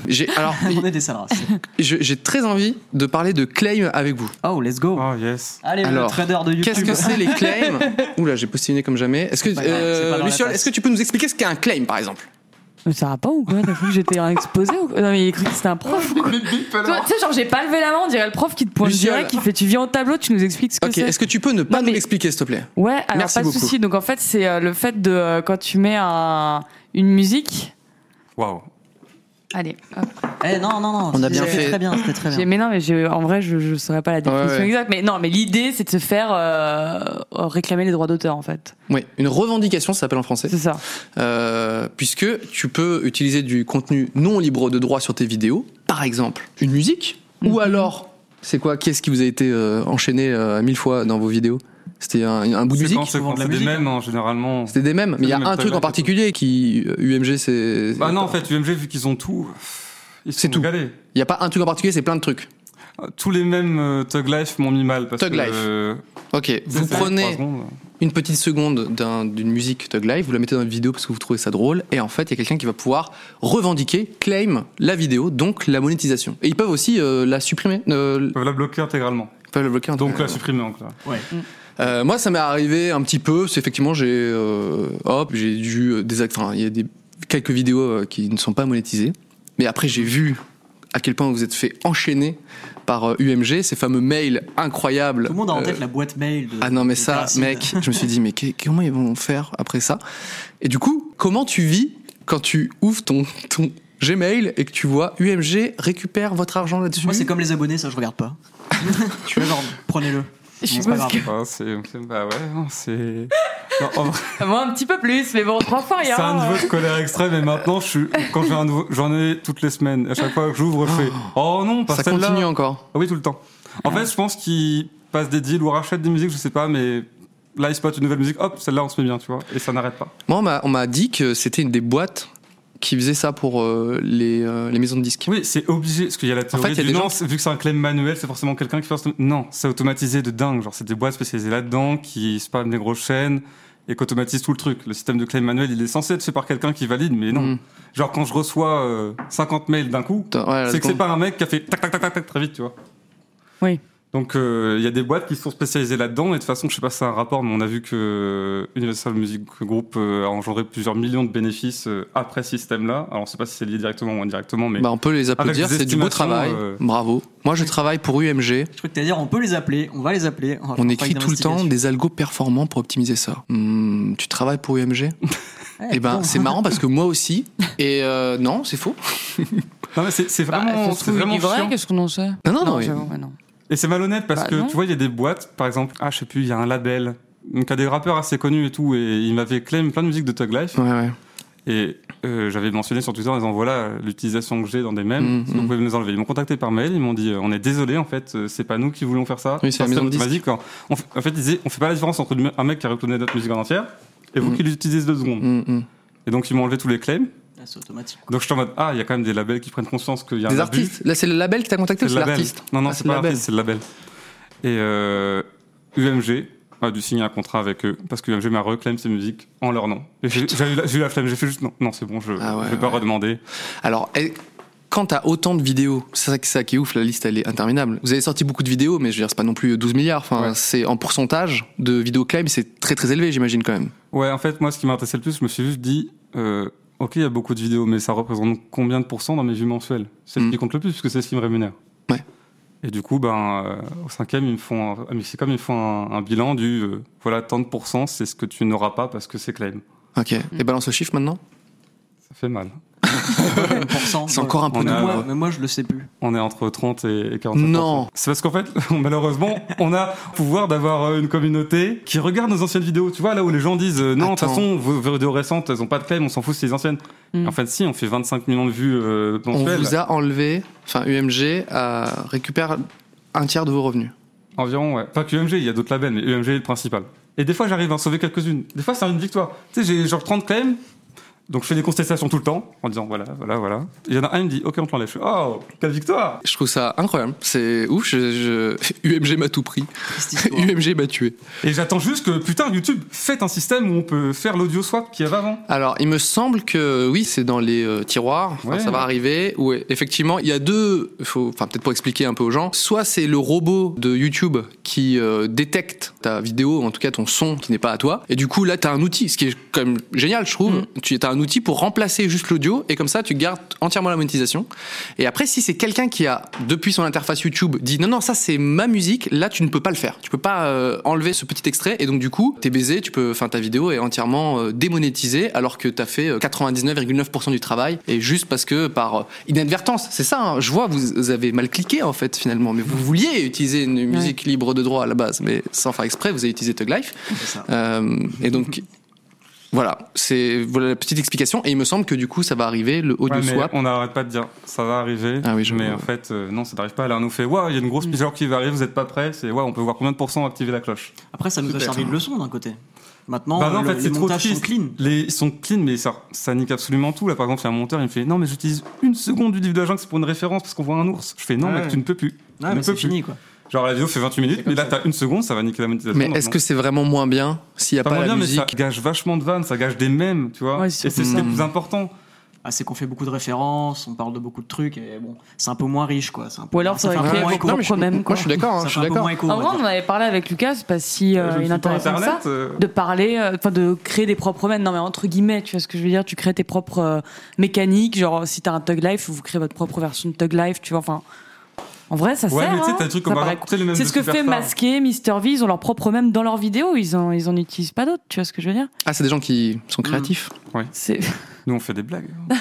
Speaker 3: J'ai alors
Speaker 4: On est des sales races.
Speaker 3: je- j'ai très envie de parler de claim avec vous.
Speaker 4: Oh, let's go.
Speaker 6: Oh yes.
Speaker 4: Allez,
Speaker 3: Ah. Alors,
Speaker 4: le trader de YouTube.
Speaker 3: Qu'est-ce que c'est les claims Oula, j'ai postillonné comme jamais. Est-ce que
Speaker 4: pas grave, c'est pas dans la
Speaker 3: Luciol,
Speaker 4: tasse.
Speaker 3: est-ce que tu peux nous expliquer ce qu'est un claim par exemple
Speaker 5: Mais ça va pas ou quoi T'as cru que j'étais un exposé ou quoi Non, mais il a cru que c'était un prof ou quoi Toi, Tu sais, genre, j'ai pas levé la main, on dirait le prof qui te pointe
Speaker 3: Luciole.
Speaker 5: direct, qui fait Tu viens au tableau, tu nous expliques ce que
Speaker 3: Ok,
Speaker 5: c'est.
Speaker 3: est-ce que tu peux ne pas
Speaker 5: Non,
Speaker 3: nous
Speaker 5: mais-
Speaker 3: l'expliquer s'il te plaît
Speaker 5: Ouais, alors
Speaker 3: Merci
Speaker 5: pas de
Speaker 3: beaucoup.
Speaker 5: souci. Donc en fait, c'est euh, le fait de euh, quand tu mets un- une musique.
Speaker 6: Waouh.
Speaker 5: Allez, hop.
Speaker 4: Eh non, non, non.
Speaker 3: On a bien
Speaker 4: c'était
Speaker 3: fait.
Speaker 4: très bien, c'était très
Speaker 5: J'ai-
Speaker 4: bien.
Speaker 5: mais non, mais j'ai- en vrai, je, je saurais pas la définition
Speaker 3: Ouais, ouais.
Speaker 5: exacte. Mais non, mais l'idée, c'est de se faire euh, réclamer les droits d'auteur, en fait.
Speaker 3: Oui, une revendication, ça s'appelle en français.
Speaker 5: C'est ça.
Speaker 3: Euh, puisque tu peux utiliser du contenu non libre de droit sur tes vidéos, par exemple une musique, ou alors, c'est quoi, qu'est-ce qui vous a été euh, enchaîné euh, mille fois dans vos vidéos C'était un, un bout de musique.
Speaker 6: quand c'est
Speaker 4: souvent de la
Speaker 6: c'est des
Speaker 4: musique,
Speaker 6: mêmes, hein, généralement.
Speaker 3: C'était des mêmes. Mais il y a
Speaker 6: des
Speaker 3: un
Speaker 6: mêmes
Speaker 3: truc en
Speaker 6: tablets.
Speaker 3: particulier qui UMG c'est.
Speaker 6: Bah non, en fait, UMG, vu qu'ils ont tout, ils se
Speaker 3: C'est
Speaker 6: sont
Speaker 3: tout.
Speaker 6: régalés.
Speaker 3: Il y a pas un truc en particulier, c'est plein de trucs.
Speaker 6: Tous les mêmes euh, Thug Life m'ont mis mal. Parce
Speaker 3: Thug
Speaker 6: que,
Speaker 3: Life.
Speaker 6: euh,
Speaker 3: Ok. Vous
Speaker 6: c'est ça, trois
Speaker 3: prenez
Speaker 6: secondes.
Speaker 3: une petite seconde d'un- d'une musique Thug Live, vous la mettez dans une vidéo parce que vous trouvez ça drôle, et en fait, il y a quelqu'un qui va pouvoir revendiquer, claim la vidéo, donc la monétisation. Et ils peuvent aussi euh, la supprimer, euh,
Speaker 6: Ils peuvent la bloquer intégralement.
Speaker 3: ils peuvent la bloquer. en-
Speaker 6: Donc la supprimer, donc là.
Speaker 3: Euh, moi, ça m'est arrivé un petit peu. C'est effectivement, j'ai euh, hop, j'ai dû euh, désac- enfin, Il y a des quelques vidéos euh, qui ne sont pas monétisées. Mais après, j'ai vu à quel point vous êtes fait enchaîner par euh, UMG, ces fameux mails incroyables.
Speaker 4: Tout le monde a en tête
Speaker 3: Euh,
Speaker 4: la boîte mail. De,
Speaker 3: ah non mais
Speaker 4: de euh.
Speaker 3: ça,
Speaker 4: Placide.
Speaker 3: mec, je me suis dit mais qu'est- comment ils vont faire après ça Et du coup, comment tu vis quand tu ouvres ton, ton Gmail et que tu vois UMG récupère votre argent là-dessus
Speaker 4: Moi, c'est comme les abonnés, ça, je regarde pas. je suis là, genre, prenez-le. Bon, c'est
Speaker 5: Je suppose
Speaker 4: pas grave.
Speaker 5: que-
Speaker 6: Ah, c'est, c'est- bah ouais, non, c'est. Non, en vrai,
Speaker 5: Moi, un petit peu plus, mais bon, trois fois
Speaker 6: c'est
Speaker 5: rien.
Speaker 3: hein.
Speaker 6: un niveau de colère extrême et maintenant, je suis, quand j'ai un nouveau, j'en ai toutes les semaines. À chaque fois que j'ouvre, je fais Oh non, pas
Speaker 3: ça
Speaker 6: celle-là.
Speaker 3: continue hein. encore.
Speaker 6: Ah oui, tout le temps. En fait, je pense qu'ils passent des deals ou rachètent des musiques, je sais pas, mais là, ils spotent une nouvelle musique, hop, celle-là, on se met bien, tu vois, et ça n'arrête pas.
Speaker 3: Moi, on m'a- on m'a dit que c'était une des boîtes qui faisait ça pour euh, les, euh, les maisons de disques.
Speaker 6: Oui, c'est obligé, parce qu'il y a la
Speaker 3: fait,
Speaker 6: théorie
Speaker 3: il y a
Speaker 6: du
Speaker 3: des
Speaker 6: non,
Speaker 3: gens
Speaker 6: c'est- vu que c'est un claim manuel, c'est forcément quelqu'un qui fait... autom- Non, c'est automatisé de dingue, genre c'est des boîtes spécialisées là-dedans, qui spamment les grosses chaînes, et qu'automatisent tout le truc. Le système de claim manuel, il est censé être fait par quelqu'un qui valide, mais non.
Speaker 3: Mm.
Speaker 6: Genre quand je reçois euh, 50 mails d'un coup,
Speaker 3: Putain, ouais, la
Speaker 6: c'est que c'est
Speaker 3: seconde.
Speaker 6: pas un mec qui a fait tac tac tac tac, tac très vite, tu vois.
Speaker 5: Oui.
Speaker 6: Donc euh, il y a des boîtes qui sont spécialisées là-dedans et de toute façon je sais pas si c'est un rapport mais on a vu que euh, Universal Music Group euh, a engendré plusieurs millions de bénéfices euh, après ce système-là. Alors on sait pas si c'est lié directement ou indirectement mais
Speaker 3: Bah, on peut les applaudir,
Speaker 6: Avec des
Speaker 3: c'est du beau
Speaker 6: estimations,
Speaker 3: travail.
Speaker 6: euh,
Speaker 3: Bravo. Moi, je travaille pour UMG.
Speaker 4: Je crois que t'allais dire, on peut les appeler, on va les appeler. va faire
Speaker 3: On
Speaker 4: une
Speaker 3: écrit tout le temps
Speaker 4: investigation.
Speaker 3: des algos performants pour optimiser ça. Hmm, tu travailles pour UMG
Speaker 4: Eh,
Speaker 3: Eh ben,
Speaker 4: bon.
Speaker 3: c'est marrant parce que moi aussi. Et euh, non, c'est faux.
Speaker 6: non mais c'est c'est
Speaker 5: Bah,
Speaker 6: vraiment c'est vraiment chiant.
Speaker 5: qu'est-ce qu'on en sait
Speaker 3: Non, non, non. mais-
Speaker 5: j'avoue, ouais, non.
Speaker 6: et c'est malhonnête parce
Speaker 5: Bah,
Speaker 6: que
Speaker 5: non.
Speaker 6: tu vois il y a des boîtes par exemple ah je sais plus il y a un label donc il y a des rappeurs assez connus et tout et ils m'avaient claim plein de musique de Tug Life
Speaker 3: Ouais, ouais.
Speaker 6: Et euh, j'avais mentionné sur Twitter en disant voilà euh, l'utilisation que j'ai dans des mêmes,
Speaker 3: Mm,
Speaker 6: est-ce que vous
Speaker 3: mm.
Speaker 6: pouvez me les enlever. Ils m'ont contacté par mail, ils m'ont dit euh, on est désolé en fait, euh, c'est pas nous qui voulons faire ça.
Speaker 3: Oui, c'est la
Speaker 6: Parce
Speaker 3: maison
Speaker 6: que
Speaker 3: de
Speaker 6: m'a dit qu'en- on fait- En fait, ils disaient on fait pas la différence entre le me- un mec qui a recloné notre musique en entière et vous
Speaker 3: Mm.
Speaker 6: qui l'utilisez deux secondes.
Speaker 3: Hmm, hmm.
Speaker 6: Et donc ils m'ont enlevé tous les claims.
Speaker 4: Ah, C'est automatique.
Speaker 6: Donc je suis en mode ah il y a quand même des labels qui prennent conscience qu'il y a
Speaker 3: Des
Speaker 6: un abus.
Speaker 3: artistes. Là, c'est le label qui t'a contacté
Speaker 6: C'est
Speaker 3: ou
Speaker 6: le
Speaker 3: c'est
Speaker 6: label.
Speaker 3: l'artiste
Speaker 6: Non non
Speaker 3: Ah,
Speaker 6: c'est pas l'artiste, c'est le label. Et euh, UMG a dû signer un contrat avec eux parce que UMG m'a reclaim ses musiques en leur nom. Et J'ai j'ai eu, la- j'ai eu la flemme, j'ai fait juste non non c'est bon je
Speaker 3: Ah ouais,
Speaker 6: je vais pas
Speaker 3: ouais.
Speaker 6: redemander.
Speaker 3: Alors, eh, quand t'as autant de vidéos, c'est ça, qui- ça qui est ouf, la liste elle est interminable. Vous avez sorti beaucoup de vidéos, mais je veux dire, c'est pas non plus 12 milliards. Enfin,
Speaker 6: Ouais.
Speaker 3: c'est en pourcentage de vidéos claim, c'est très très élevé, j'imagine quand même.
Speaker 6: Ouais, en fait, moi, ce qui m'intéressait le plus, je me suis juste dit, euh, ok, il y a beaucoup de vidéos, mais ça représente combien de pourcents dans mes vues mensuelles C'est ce
Speaker 3: Mm.
Speaker 6: qui compte le plus, puisque c'est ce qui me rémunère.
Speaker 3: Ouais.
Speaker 6: Et du coup, ben, euh, au cinquième, ils me font, un- ah, à Mexicom, ils me font un, un bilan du, euh, voilà, tant de pourcents, c'est ce que tu n'auras pas parce que c'est claim.
Speaker 3: Ok. Et balance le chiffre maintenant.
Speaker 6: Ça fait mal.
Speaker 3: C'est encore un peu
Speaker 6: On a-
Speaker 3: douloureux.
Speaker 4: Moi, mais moi, je le sais plus.
Speaker 6: On est entre 30 et et 45
Speaker 3: Non.
Speaker 6: C'est parce qu'en fait, malheureusement, on a le pouvoir d'avoir euh, une communauté qui regarde nos anciennes vidéos. Tu vois, là où les gens disent euh, non, de toute
Speaker 3: Attends.
Speaker 6: façon, vos, vos vidéos récentes, elles ont pas de claim, on s'en fout, c'est les anciennes.
Speaker 5: Mm.
Speaker 6: Et En fait, si, on fait 25 millions de vues euh,
Speaker 3: On
Speaker 6: mensuelles.
Speaker 3: vous a enlevé, enfin UMG euh, récupère un tiers de vos revenus.
Speaker 6: Environ, ouais. Pas que UMG, il y a d'autres labels, mais UMG est le principal. Et des fois, j'arrive à en sauver quelques-unes. Des fois, c'est une victoire. Tu sais, j'ai genre 30 claims, donc je fais des contestations tout le temps, en disant voilà, voilà, voilà. Il y en a un, il me dit ok, on te l'enlève. Je fais oh, quelle victoire
Speaker 3: Je trouve ça incroyable. C'est ouf. je- je- UMG m'a tout pris.
Speaker 4: Triste histoire.
Speaker 3: UMG m'a tué.
Speaker 6: Et j'attends juste que, putain, YouTube, faites un système où on peut faire l'audio swap qu'il y avait avant.
Speaker 3: Alors, il me semble que oui, c'est dans les euh, tiroirs. Enfin,
Speaker 6: Ouais.
Speaker 3: Ça va arriver. Où, effectivement, il y a deux. Faut, enfin, peut-être pour expliquer un peu aux gens. Soit c'est le robot de YouTube qui euh, détecte ta vidéo, en tout cas ton son, qui n'est pas à toi. Et du coup, là, t'as un outil, ce qui est quand même génial, je trouve. Tu as un outil pour remplacer juste l'audio, et comme ça, tu gardes entièrement la monétisation. Et après, si c'est quelqu'un qui a depuis son interface YouTube dit non non ça c'est ma musique, là tu ne peux pas le faire. Tu peux pas euh, enlever ce petit extrait et donc du coup t'es baisé. Tu peux, enfin ta vidéo est entièrement euh, démonétisée alors que t'as fait euh, 99,9% du travail et juste parce que par euh, inadvertance, c'est ça. hein, je vois vous, vous avez mal cliqué en fait finalement, mais vous vouliez utiliser une musique libre de droit à la base, mais sans faire exprès vous avez utilisé Tug Life
Speaker 4: C'est ça.
Speaker 3: Euh, et donc Voilà, c'est voilà la petite explication. Et il me semble que du coup, ça va arriver le haut
Speaker 6: Ouais,
Speaker 3: de
Speaker 6: mais
Speaker 3: swap.
Speaker 6: on n'arrête pas de dire ça va arriver.
Speaker 3: Ah oui, je
Speaker 6: mais
Speaker 3: vois.
Speaker 6: en fait, euh, non, ça n'arrive pas. Là, on nous fait waouh, il y a une grosse
Speaker 4: Mm.
Speaker 6: pigeon qui va arriver, vous n'êtes pas prêts. C'est waouh, on peut voir combien de pourcents activer la cloche.
Speaker 4: Après, ça nous a servi de leçon d'un côté. Maintenant,
Speaker 6: Bah non, en
Speaker 4: Oh, le-
Speaker 6: fait,
Speaker 4: les
Speaker 6: c'est trop
Speaker 4: montages sont
Speaker 6: triste.
Speaker 4: clean.
Speaker 6: Les, ils sont clean, mais ça, ça nique absolument tout. Là, par exemple, il y a un monteur, il me fait non, mais j'utilise une seconde du livre de la jungle, c'est pour une référence parce qu'on voit un ours. Je fais non,
Speaker 4: Ouais.
Speaker 6: mec, tu ne peux plus. Tu
Speaker 4: Ouais, Ah,
Speaker 6: ne
Speaker 4: mais
Speaker 6: peux
Speaker 4: c'est
Speaker 6: plus.
Speaker 4: fini, quoi.
Speaker 6: Genre, la vidéo fait 28 minutes, mais là, t'as une seconde, ça va niquer la monétisation.
Speaker 3: Mais est-ce que c'est vraiment moins bien s'il n'y a
Speaker 6: ça
Speaker 3: pas la
Speaker 6: bien, mais
Speaker 3: musique
Speaker 6: ça gâche vachement de vannes, ça gâche des mèmes, tu vois.
Speaker 5: Ouais,
Speaker 6: et
Speaker 5: c'est
Speaker 6: c'est ce qui est
Speaker 3: ça.
Speaker 6: le plus important.
Speaker 4: Ah, c'est qu'on fait beaucoup de références, on parle de beaucoup de trucs, et bon, c'est un peu moins riche, quoi. C'est un peu-
Speaker 5: Ou alors, ça
Speaker 4: fait
Speaker 5: va
Speaker 4: un peu
Speaker 5: créer
Speaker 4: moins
Speaker 5: vos
Speaker 4: écho.
Speaker 5: propres mèmes, quoi.
Speaker 3: Moi, je suis d'accord. hein,
Speaker 4: Ça
Speaker 3: je suis
Speaker 4: fait un peu
Speaker 3: d'accord.
Speaker 4: moins écho,
Speaker 5: En
Speaker 4: on va
Speaker 5: vrai,
Speaker 4: dire.
Speaker 5: on en avait parlé avec Lucas, c'est pas si euh,
Speaker 6: Je ne suis pas
Speaker 5: inintéressant que ça.
Speaker 6: Internet, euh,
Speaker 5: de parler, euh, enfin de créer des propres mèmes. Non mais entre guillemets, tu vois ce que je veux dire Tu crées tes propres euh, mécaniques, genre si t'as un Tug Life, vous créez votre propre version de Tug Life, tu vois. Enfin, en vrai, ça
Speaker 6: Ouais,
Speaker 5: sert.
Speaker 6: mais tu sais,
Speaker 5: hein.
Speaker 6: t'as des trucs
Speaker 5: Ça
Speaker 6: comme par
Speaker 5: paraît
Speaker 6: exemple, tu sais, le
Speaker 5: cool.
Speaker 6: mème
Speaker 5: C'est
Speaker 6: de
Speaker 5: ce que
Speaker 6: Super
Speaker 5: fait
Speaker 6: Star.
Speaker 5: Masqué, Mister V, ils ont leurs propres mèmes dans leurs vidéos, ils en, ils en utilisent pas d'autres, tu vois ce que je veux dire
Speaker 3: Ah, c'est des gens qui
Speaker 4: Mm.
Speaker 3: sont créatifs.
Speaker 5: C'est.
Speaker 6: Nous, on fait des blagues.
Speaker 3: Bah,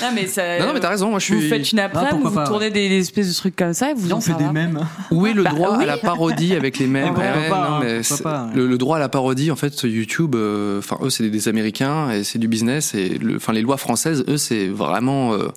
Speaker 5: Non mais ça.
Speaker 3: Non, non, mais
Speaker 4: Euh,
Speaker 3: t'as raison. Moi, je
Speaker 5: Vous
Speaker 3: suis.
Speaker 5: faites une après,
Speaker 4: Ah, pourquoi
Speaker 5: vous
Speaker 4: pas,
Speaker 5: tournez des, des espèces de trucs comme ça et vous
Speaker 4: Viens,
Speaker 5: en
Speaker 4: on fait
Speaker 5: ça
Speaker 4: des
Speaker 5: va.
Speaker 4: mèmes.
Speaker 3: Où est le
Speaker 5: Bah,
Speaker 3: droit
Speaker 5: oui.
Speaker 3: à la parodie avec les mêmes
Speaker 4: Ah, pourquoi
Speaker 3: Ouais,
Speaker 4: pas,
Speaker 3: non,
Speaker 4: hein,
Speaker 3: mais
Speaker 4: pourquoi
Speaker 3: c'est-
Speaker 4: pas, ouais.
Speaker 3: le, le droit à la parodie, en fait, YouTube, euh, enfin eux, c'est des, des Américains et c'est du business. Et le- enfin les lois françaises, eux, c'est vraiment. euh,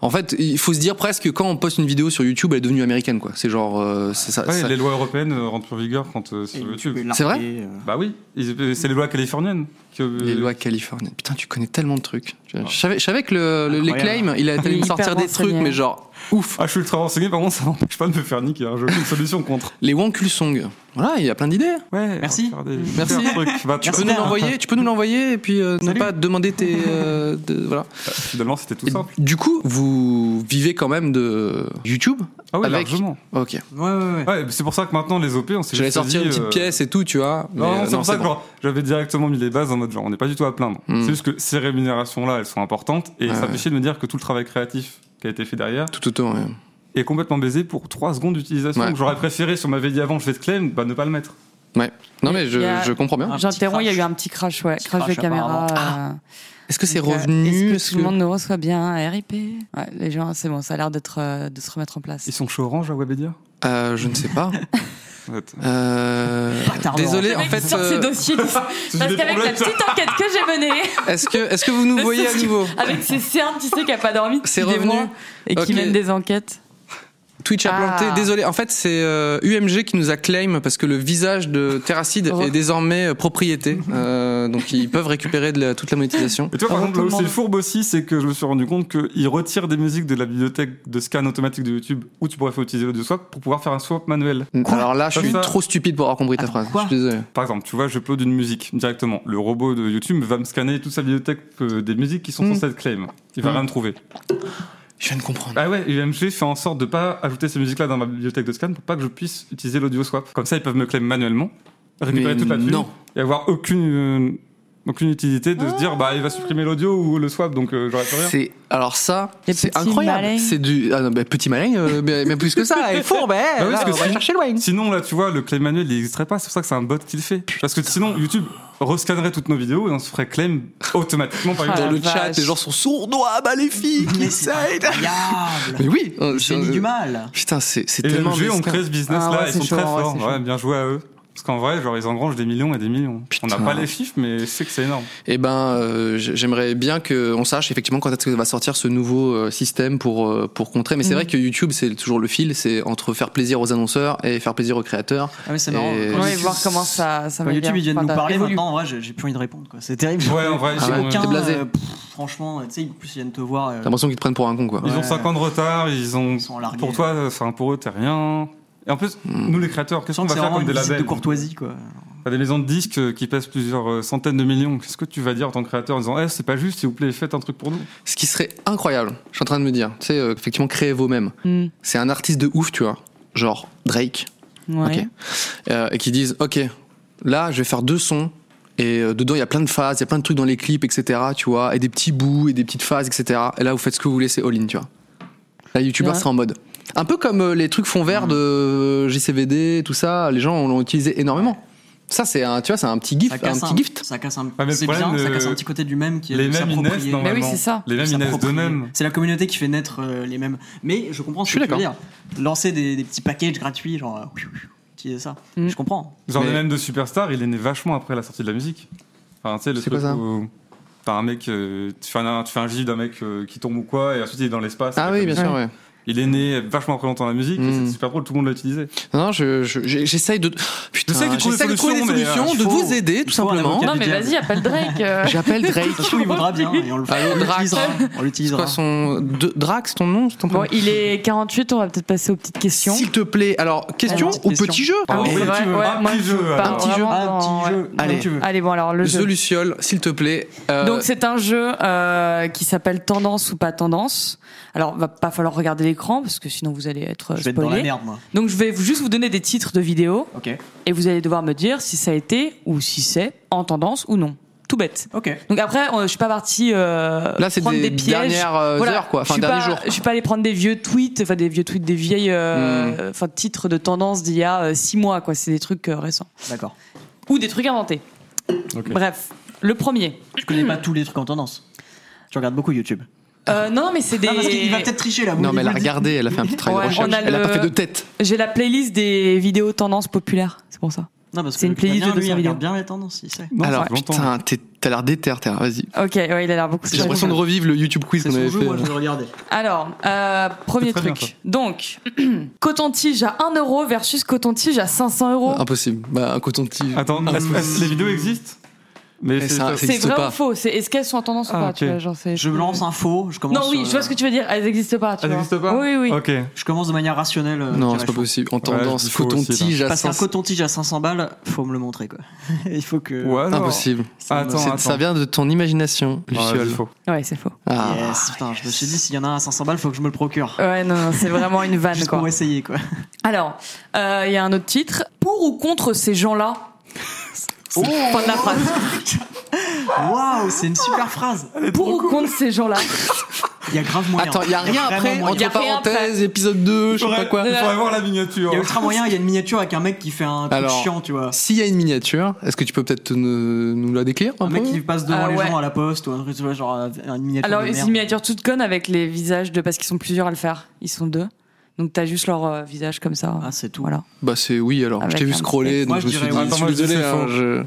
Speaker 3: en fait, il faut se dire presque que quand on poste une vidéo sur YouTube, elle est devenue américaine, quoi. C'est genre, euh, c'est ça.
Speaker 6: Ouais,
Speaker 3: ça-
Speaker 6: les lois européennes euh, rentrent en vigueur quand euh, sur YouTube.
Speaker 3: C'est vrai
Speaker 6: Bah oui, ils- euh, c'est les lois californiennes. euh, Que,
Speaker 3: les lois californiennes. Putain, tu connais tellement de trucs. Tu
Speaker 6: Ah.
Speaker 3: vois, Je savais, je savais que le, le- les
Speaker 4: Incroyable.
Speaker 3: claims, il
Speaker 5: Il est
Speaker 3: allait me
Speaker 5: hyper
Speaker 3: sortir des
Speaker 5: renseigné.
Speaker 3: trucs, mais genre ouf.
Speaker 6: Ah, je suis ultra renseigné, par contre, ça m'empêche pas de me faire niquer. hein. J'ai aucune solution contre.
Speaker 3: Les Wankul Song. Voilà, il y a plein d'idées.
Speaker 6: Ouais,
Speaker 4: Merci.
Speaker 6: on va faire des-
Speaker 3: Merci.
Speaker 6: faire un truc. Bah,
Speaker 3: Tu peux
Speaker 6: tu-
Speaker 3: nous l'envoyer, tu peux nous l'envoyer et puis euh, ne
Speaker 4: Salut.
Speaker 3: pas demander tes euh, de- voilà.
Speaker 6: Finalement, c'était tout
Speaker 3: Et
Speaker 6: simple.
Speaker 3: Du coup, vous vivez quand même de YouTube
Speaker 6: Ah oui,
Speaker 3: Avec-
Speaker 6: largement.
Speaker 3: Ok.
Speaker 4: Ouais, ouais, ouais.
Speaker 6: euh, Ouais, c'est pour ça que maintenant, les OP, on s'est
Speaker 3: J'allais
Speaker 6: juste
Speaker 3: sortir
Speaker 6: dit,
Speaker 3: une petite
Speaker 6: euh,
Speaker 3: pièce et tout, tu vois. mais,
Speaker 6: Non,
Speaker 3: euh,
Speaker 6: non, c'est pour ça que
Speaker 3: bon.
Speaker 6: genre, j'avais directement mis les bases en mode genre, on n'est pas du tout à plaindre.
Speaker 3: Hmm.
Speaker 6: C'est juste que ces rémunérations-là, elles sont importantes et
Speaker 3: Ouais,
Speaker 6: ça
Speaker 3: ouais.
Speaker 6: empêchait de me dire que tout le travail créatif qui a été fait derrière
Speaker 3: Tout autour, ouais.
Speaker 6: est complètement baisé pour 3 secondes d'utilisation.
Speaker 3: Ouais.
Speaker 6: Donc, J'aurais préféré, si on m'avait dit avant, je vais te claim, bah ne pas le mettre.
Speaker 3: Ouais. Non, mais je,
Speaker 5: Il y a-
Speaker 3: je comprends bien.
Speaker 4: Un petit
Speaker 5: J'interromps, il y a eu
Speaker 4: crash.
Speaker 5: un petit crash, ouais,
Speaker 4: Petit
Speaker 5: crash, de
Speaker 4: crash, Ah.
Speaker 5: caméra. euh,
Speaker 3: Est-ce que c'est
Speaker 5: Donc, euh,
Speaker 3: revenu
Speaker 5: Est-ce que tout le monde nous reçoit bien RIP ouais, Les gens, c'est bon, ça a l'air d'être euh, de se remettre en place.
Speaker 6: Ils sont chez Orange à Webedia
Speaker 3: Euh, Je ne sais pas.
Speaker 6: En fait.
Speaker 3: Euh,
Speaker 4: Bâtard,
Speaker 3: Désolé,
Speaker 5: Le
Speaker 3: en
Speaker 5: mec
Speaker 3: fait.
Speaker 5: sort ses
Speaker 3: euh,
Speaker 5: dossiers.
Speaker 6: C'est
Speaker 5: Parce
Speaker 6: des
Speaker 5: qu'avec la
Speaker 6: problèmes.
Speaker 5: petite enquête que j'ai menée,
Speaker 3: Est-ce que, est-ce que vous nous
Speaker 5: Le
Speaker 3: voyez à
Speaker 5: souci-
Speaker 3: nouveau
Speaker 5: avec ces cernes, tu sais, qui a pas dormi depuis
Speaker 3: C'est
Speaker 5: des
Speaker 3: revenu.
Speaker 5: mois et qui
Speaker 3: Ok.
Speaker 5: mène des enquêtes.
Speaker 3: Twitch a
Speaker 5: Ah.
Speaker 3: planté. Désolé. En fait, c'est euh, UMG qui nous a claim parce que le visage de Terracide
Speaker 5: Oh.
Speaker 3: est désormais euh, propriété. Euh, donc, ils peuvent récupérer de la- toute la monétisation.
Speaker 6: Et tu vois, par
Speaker 5: Avant
Speaker 6: contre, là
Speaker 5: tout
Speaker 6: où
Speaker 5: le
Speaker 6: c'est
Speaker 5: monde.
Speaker 6: fourbe aussi, c'est que je me suis rendu compte qu'ils retirent des musiques de la bibliothèque de scan automatique de YouTube où tu pourrais faire utiliser l'audio swap pour pouvoir faire un swap manuel.
Speaker 3: Alors là, je
Speaker 6: Comme
Speaker 3: suis
Speaker 6: ça.
Speaker 3: trop stupide pour avoir compris ta phrase. Je
Speaker 4: quoi
Speaker 3: suis désolé.
Speaker 6: Par exemple, tu vois, je upload une musique directement. Le robot de YouTube va me scanner toute sa bibliothèque euh, des musiques qui sont
Speaker 3: Mm.
Speaker 6: censées être claim. Il va rien me trouver.
Speaker 3: Je viens de comprendre.
Speaker 6: Ah ouais, UMG fait en sorte de pas ajouter ces musiques-là dans ma bibliothèque de scan pour pas que je puisse utiliser l'audio swap. Comme ça, ils peuvent me claim manuellement, récupérer
Speaker 3: Mais
Speaker 6: toute la thune
Speaker 3: non.
Speaker 6: et avoir aucune, euh, aucune utilité de se dire, bah, il va supprimer l'audio ou le swap, donc euh, j'aurais plus rien.
Speaker 3: C'est alors ça,
Speaker 5: Les
Speaker 3: c'est
Speaker 5: petits
Speaker 3: incroyable.
Speaker 5: malins.
Speaker 3: C'est du ah non, bah, petit malin, euh, mais, mais plus que ça. Et fourbe, eh,
Speaker 6: Bah oui,
Speaker 3: là,
Speaker 6: parce que
Speaker 3: on va
Speaker 6: sinon-
Speaker 3: chercher loin.
Speaker 6: Sinon, là, tu vois, le claim manuel, il n'existerait pas. C'est pour ça que c'est un bot qui le fait. Parce que sinon, YouTube rescannerait toutes nos vidéos et on se ferait claim automatiquement par
Speaker 5: Ah,
Speaker 3: Dans
Speaker 6: YouTube.
Speaker 3: le
Speaker 5: la
Speaker 3: chat,
Speaker 5: vache.
Speaker 3: les gens sont sournois, maléfiques,
Speaker 4: Mais
Speaker 3: ils
Speaker 4: c'est
Speaker 3: s'aident.
Speaker 4: Incroyable
Speaker 3: Mais oui, euh,
Speaker 4: Le Génie
Speaker 3: c'est-
Speaker 4: du mal
Speaker 3: Putain, c'est c'est
Speaker 6: Et
Speaker 3: tellement.
Speaker 6: LMG, on
Speaker 3: mesquin.
Speaker 6: crée ce business-là,
Speaker 5: Ah ouais,
Speaker 6: ils
Speaker 5: c'est
Speaker 6: sont
Speaker 5: chaud,
Speaker 6: très
Speaker 5: ouais,
Speaker 6: forts.
Speaker 5: c'est
Speaker 6: Ouais,
Speaker 5: chaud.
Speaker 6: bien joué à eux. Parce qu'en vrai, genre, ils engrangent des millions et des millions.
Speaker 3: Putain.
Speaker 6: On n'a pas les chiffres, mais je sais que c'est énorme.
Speaker 3: Eh ben, euh, j- j'aimerais bien qu'on sache effectivement quand est-ce que va sortir ce nouveau euh, système pour euh, pour contrer. Mais c'est
Speaker 5: Mhm.
Speaker 3: vrai que YouTube, c'est toujours le fil, c'est entre faire plaisir aux annonceurs et faire plaisir aux créateurs.
Speaker 4: Ah, mais c'est marrant.
Speaker 3: Et-
Speaker 4: Quand
Speaker 5: On va
Speaker 3: Ouais,
Speaker 4: YouTube-
Speaker 5: voir comment ça, ça
Speaker 4: Quand YouTube ils
Speaker 5: vient
Speaker 4: viennent nous parler maintenant, en vrai, j'ai j'ai plus envie de répondre. quoi. C'est terrible.
Speaker 6: Ouais, en vrai, ils
Speaker 3: Ah
Speaker 6: sont-
Speaker 3: ouais.
Speaker 4: Aucun,
Speaker 3: T'es blasé.
Speaker 4: euh, pff, franchement, tu sais, en plus ils viennent te voir. euh,
Speaker 3: T'as l'impression qu'ils te prennent pour un con, quoi.
Speaker 6: Ils
Speaker 4: Ouais.
Speaker 6: ont 5 ans de retard, ils ont.
Speaker 4: Ils sont largués.
Speaker 6: pour toi, enfin, pour eux, t'es rien. Et en plus,
Speaker 3: Hmm.
Speaker 6: nous les créateurs,
Speaker 4: je
Speaker 6: qu'est-ce qu'on
Speaker 4: sens que
Speaker 6: va
Speaker 4: c'est
Speaker 6: faire
Speaker 4: vraiment
Speaker 6: comme
Speaker 4: une
Speaker 6: des
Speaker 4: visite
Speaker 6: labels
Speaker 4: de courtoisie. quoi.
Speaker 6: T'as des maisons de disques euh, qui pèsent plusieurs euh, centaines de millions. Qu'est-ce que tu vas dire en tant que créateur en disant, eh, c'est pas juste, s'il vous plaît, faites un truc pour nous
Speaker 3: Ce qui serait incroyable, je suis en train de me dire, tu sais, euh, effectivement, créer vous-même.
Speaker 5: Hmm.
Speaker 3: C'est un artiste de ouf, tu vois, genre Drake. Ok. Euh, et qui disent ok là je vais faire deux sons et euh, dedans il y a plein de phases il y a plein de trucs dans les clips etc tu vois et des petits bouts et des petites phases etc et là vous faites ce que vous voulez c'est all in tu vois là youtubeur
Speaker 5: Ouais.
Speaker 3: sera en mode un peu comme euh, les trucs fond vert de euh, JCVD tout ça les gens on l'ont utilisé énormément ça c'est un tu vois c'est un petit gift
Speaker 4: Ça
Speaker 3: un
Speaker 4: casse
Speaker 3: petit gift
Speaker 4: Ça casse un
Speaker 6: mais le
Speaker 4: C'est bien,
Speaker 6: problème,
Speaker 4: ça casse un
Speaker 6: euh,
Speaker 4: petit côté du même qui est
Speaker 6: Les
Speaker 4: de
Speaker 6: mêmes, ils naissent
Speaker 4: s'approprier.
Speaker 6: normalement.
Speaker 5: oui, c'est ça.
Speaker 6: Les mêmes, ils naissent
Speaker 4: s'approprier.
Speaker 6: d'eux-mêmes.
Speaker 4: C'est la communauté qui fait naître euh, les mêmes. Mais je comprends ce
Speaker 3: Je suis
Speaker 4: que tu veux dire. Lancer des, des petits packages gratuits, genre. euh, qui est ça
Speaker 5: Mm.
Speaker 4: Je comprends.
Speaker 6: Genre,
Speaker 3: Mais-
Speaker 6: le même de Superstar, il est né vachement après la sortie de la musique. Enfin, tu sais, le
Speaker 3: C'est quoi
Speaker 6: truc
Speaker 3: ça
Speaker 6: où t'as un mec, euh, tu fais un, tu fais un gif d'un mec euh, qui tombe ou quoi, et ensuite il est dans l'espace.
Speaker 3: Ah oui, bien sûr, ouais.
Speaker 6: Il est né vachement après longtemps dans la musique, et
Speaker 3: Mm.
Speaker 6: c'est super drôle, tout le monde l'a utilisé.
Speaker 3: Non, non, je- je- j'ai- j'essaye de. Putain,
Speaker 6: J'essaye de trouver des
Speaker 3: des
Speaker 6: solutions, mais,
Speaker 3: solutions,
Speaker 6: euh,
Speaker 3: de
Speaker 4: il faut-
Speaker 3: vous aider,
Speaker 4: il
Speaker 3: tout
Speaker 4: faut un
Speaker 3: simplement.
Speaker 4: avocat.
Speaker 5: Non, mais
Speaker 4: Diable.
Speaker 5: vas-y, appelle Drake. euh.
Speaker 3: J'appelle Drake.
Speaker 4: toute façon, il vaudra bien et on le fera.
Speaker 3: Allô,
Speaker 4: On l'utilisera. On
Speaker 3: C'est
Speaker 4: l'utilisera.
Speaker 3: quoi son. De- Drax, ton nom c'est ton
Speaker 5: Bon,
Speaker 3: prénom
Speaker 5: il est 48, on va peut-être passer aux petites questions.
Speaker 3: S'il te plaît, alors, question
Speaker 4: petite
Speaker 3: ou
Speaker 4: question.
Speaker 3: petit jeu
Speaker 5: Ah oui,
Speaker 3: Eh,
Speaker 5: c'est vrai,
Speaker 6: tu veux,
Speaker 5: ouais,
Speaker 6: un
Speaker 5: moi,
Speaker 6: petit
Speaker 5: je
Speaker 6: jeu,
Speaker 5: pars
Speaker 6: alors.
Speaker 3: Un petit jeu.
Speaker 5: vraiment
Speaker 4: Ah,
Speaker 5: dans-
Speaker 4: petit
Speaker 5: ouais.
Speaker 4: jeu.
Speaker 3: Allez.
Speaker 4: Comme tu veux.
Speaker 5: Allez, bon, alors le
Speaker 3: The
Speaker 5: jeu.
Speaker 3: Luciole, s'il te plaît. Euh,
Speaker 5: Donc c'est un jeu euh, qui s'appelle Tendance ou pas Tendance. Alors va pas falloir regarder l'écran parce que sinon vous allez être euh,
Speaker 4: Je vais être dans la
Speaker 5: spoilé.
Speaker 4: merde, moi.
Speaker 5: Donc je vais vous- juste vous donner des titres de vidéos
Speaker 4: Ok.
Speaker 5: et vous allez devoir me dire si ça a été ou si c'est en tendance ou non. Tout bête.
Speaker 4: Ok.
Speaker 5: Donc après on- je suis pas parti euh,
Speaker 3: Là, c'est
Speaker 5: prendre
Speaker 3: des
Speaker 5: des, pièges.
Speaker 3: dernières, euh, heures, quoi. Enfin,
Speaker 5: je suis
Speaker 3: derniers
Speaker 5: pas-
Speaker 3: jours.
Speaker 5: Je suis pas allé prendre des vieux tweets, enfin des vieux tweets, des vieilles,
Speaker 3: Hmm.
Speaker 5: euh, enfin titres de tendance d'il y a euh, six mois quoi. C'est des trucs euh, récents
Speaker 4: D'accord.
Speaker 5: ou des trucs inventés.
Speaker 6: Ok.
Speaker 5: Bref, le premier.
Speaker 4: Je connais pas tous les trucs en tendance. Je regarde beaucoup YouTube.
Speaker 5: Euh, non non, mais c'est des.
Speaker 4: Non, parce qu'il va peut-être tricher là. vous
Speaker 3: Non, mais
Speaker 4: voulez
Speaker 3: elle a
Speaker 4: vous le dire.
Speaker 3: regardé, elle a fait un petit travail
Speaker 5: Ouais,
Speaker 3: de recherche.
Speaker 5: on a
Speaker 3: Elle a pas
Speaker 5: le-
Speaker 3: fait de tête.
Speaker 5: J'ai la playlist des vidéos tendances populaires, c'est pour ça.
Speaker 4: Non, parce que
Speaker 5: C'est une
Speaker 4: le Canadien,
Speaker 5: playlist de
Speaker 4: lui, il
Speaker 5: dessins
Speaker 4: regarde bien les tendances, il sait.
Speaker 6: Non, ça
Speaker 3: Alors,
Speaker 6: fait longtemps.
Speaker 3: putain, t'es- t'as l'air déter, t'as l'air- Vas-y.
Speaker 5: Ok, ouais, il a l'air beaucoup
Speaker 3: J'ai
Speaker 5: sur-
Speaker 3: l'impression de revivre le YouTube quiz
Speaker 4: C'est
Speaker 3: qu'on
Speaker 4: son
Speaker 3: avait
Speaker 4: jeu, moi,
Speaker 3: fait.
Speaker 4: je
Speaker 3: euh,
Speaker 4: vais le regarder.
Speaker 5: Alors, euh, premier
Speaker 6: C'est très
Speaker 5: truc. Donc, coton-tige à 1 euro versus coton-tige à 500 euros.
Speaker 3: Impossible. Bah, un coton-tige.
Speaker 6: Attends, est-ce- est-ce- les vidéos existent Mais
Speaker 3: Mais
Speaker 6: c'est
Speaker 3: ça-
Speaker 6: ça.
Speaker 3: ça
Speaker 5: C'est
Speaker 3: existe
Speaker 5: vrai
Speaker 3: pas.
Speaker 5: ou faux C'est est-ce qu'elles sont en tendance
Speaker 6: Ah,
Speaker 5: ou pas
Speaker 6: ok.
Speaker 5: tu vois, genre, c'est-
Speaker 4: Je me lance un faux, je commence. euh,
Speaker 5: Non, oui,
Speaker 4: sur-
Speaker 5: je vois ce que tu veux dire. Elles n'existent pas. Tu
Speaker 6: Elles
Speaker 5: vois.
Speaker 6: n'existent pas
Speaker 5: Oui, oui.
Speaker 6: Ok.
Speaker 4: Je commence de manière rationnelle. euh,
Speaker 3: Non,
Speaker 4: Pierre
Speaker 3: c'est pas
Speaker 4: Lachaud.
Speaker 3: possible. En
Speaker 6: je
Speaker 3: tendance,
Speaker 6: dis faux
Speaker 3: coton-tige à
Speaker 4: Parce qu'un
Speaker 3: 500.
Speaker 4: coton-tige à 500 balles, faut me le montrer quoi. Il faut que.
Speaker 6: Ou alors-
Speaker 3: Impossible.
Speaker 4: ça me-
Speaker 6: Attends,
Speaker 3: C'est-
Speaker 6: attends.
Speaker 3: Ça vient de ton imagination,
Speaker 6: Non, vas-y,
Speaker 3: Luciole.
Speaker 6: faux.
Speaker 5: Ouais, c'est faux.
Speaker 3: Ah.
Speaker 4: Yes, putain, je me suis dit, s'il y en a un à 500 balles, faut que je me le procure.
Speaker 5: Ouais, non, non, c'est vraiment une vanne,
Speaker 4: Juste
Speaker 5: quoi.
Speaker 4: pour essayer quoi.
Speaker 5: Alors, euh, il y a un autre titre. Pour ou contre ces gens-là Fin de la phrase.
Speaker 4: Waouh, c'est une super phrase.
Speaker 5: Pour ou contre ces gens-là
Speaker 4: Il y a grave moyen.
Speaker 3: Ah, Attends, il y a rien
Speaker 4: vraiment
Speaker 3: après,
Speaker 4: moyen.
Speaker 5: Y a
Speaker 3: entre
Speaker 5: rien après.
Speaker 3: parenthèses, épisode 2, je sais pas quoi.
Speaker 6: Il faudrait voir la miniature.
Speaker 4: Il y a ultra moyen, il y a une miniature avec un mec qui fait un truc
Speaker 3: Alors,
Speaker 4: chiant, tu vois.
Speaker 3: S'il y a une miniature, est-ce que tu peux peut-être nous, nous la décrire un
Speaker 4: Un mec
Speaker 3: peu
Speaker 4: qui passe devant
Speaker 5: Ah,
Speaker 4: les
Speaker 5: ouais.
Speaker 4: gens à la poste ou un truc, tu vois, genre euh, une miniature.
Speaker 5: Alors,
Speaker 4: de
Speaker 5: une
Speaker 4: merde.
Speaker 5: miniature toute conne avec les visages de. Parce qu'ils sont plusieurs à le faire. Ils sont deux. Donc, t'as juste leur euh, visage comme ça.
Speaker 4: Ah, c'est tout.
Speaker 5: Voilà.
Speaker 3: Bah c'est oui alors.
Speaker 5: Avec
Speaker 3: je t'ai vu
Speaker 5: un
Speaker 3: scroller,
Speaker 4: Moi,
Speaker 3: donc je
Speaker 4: je
Speaker 3: me suis
Speaker 4: dirais
Speaker 3: dit,
Speaker 4: oui.
Speaker 3: je
Speaker 6: Attends,
Speaker 3: suis
Speaker 6: moi, je dis
Speaker 3: désolé.
Speaker 6: c'est
Speaker 3: hein,
Speaker 6: faux.
Speaker 3: je-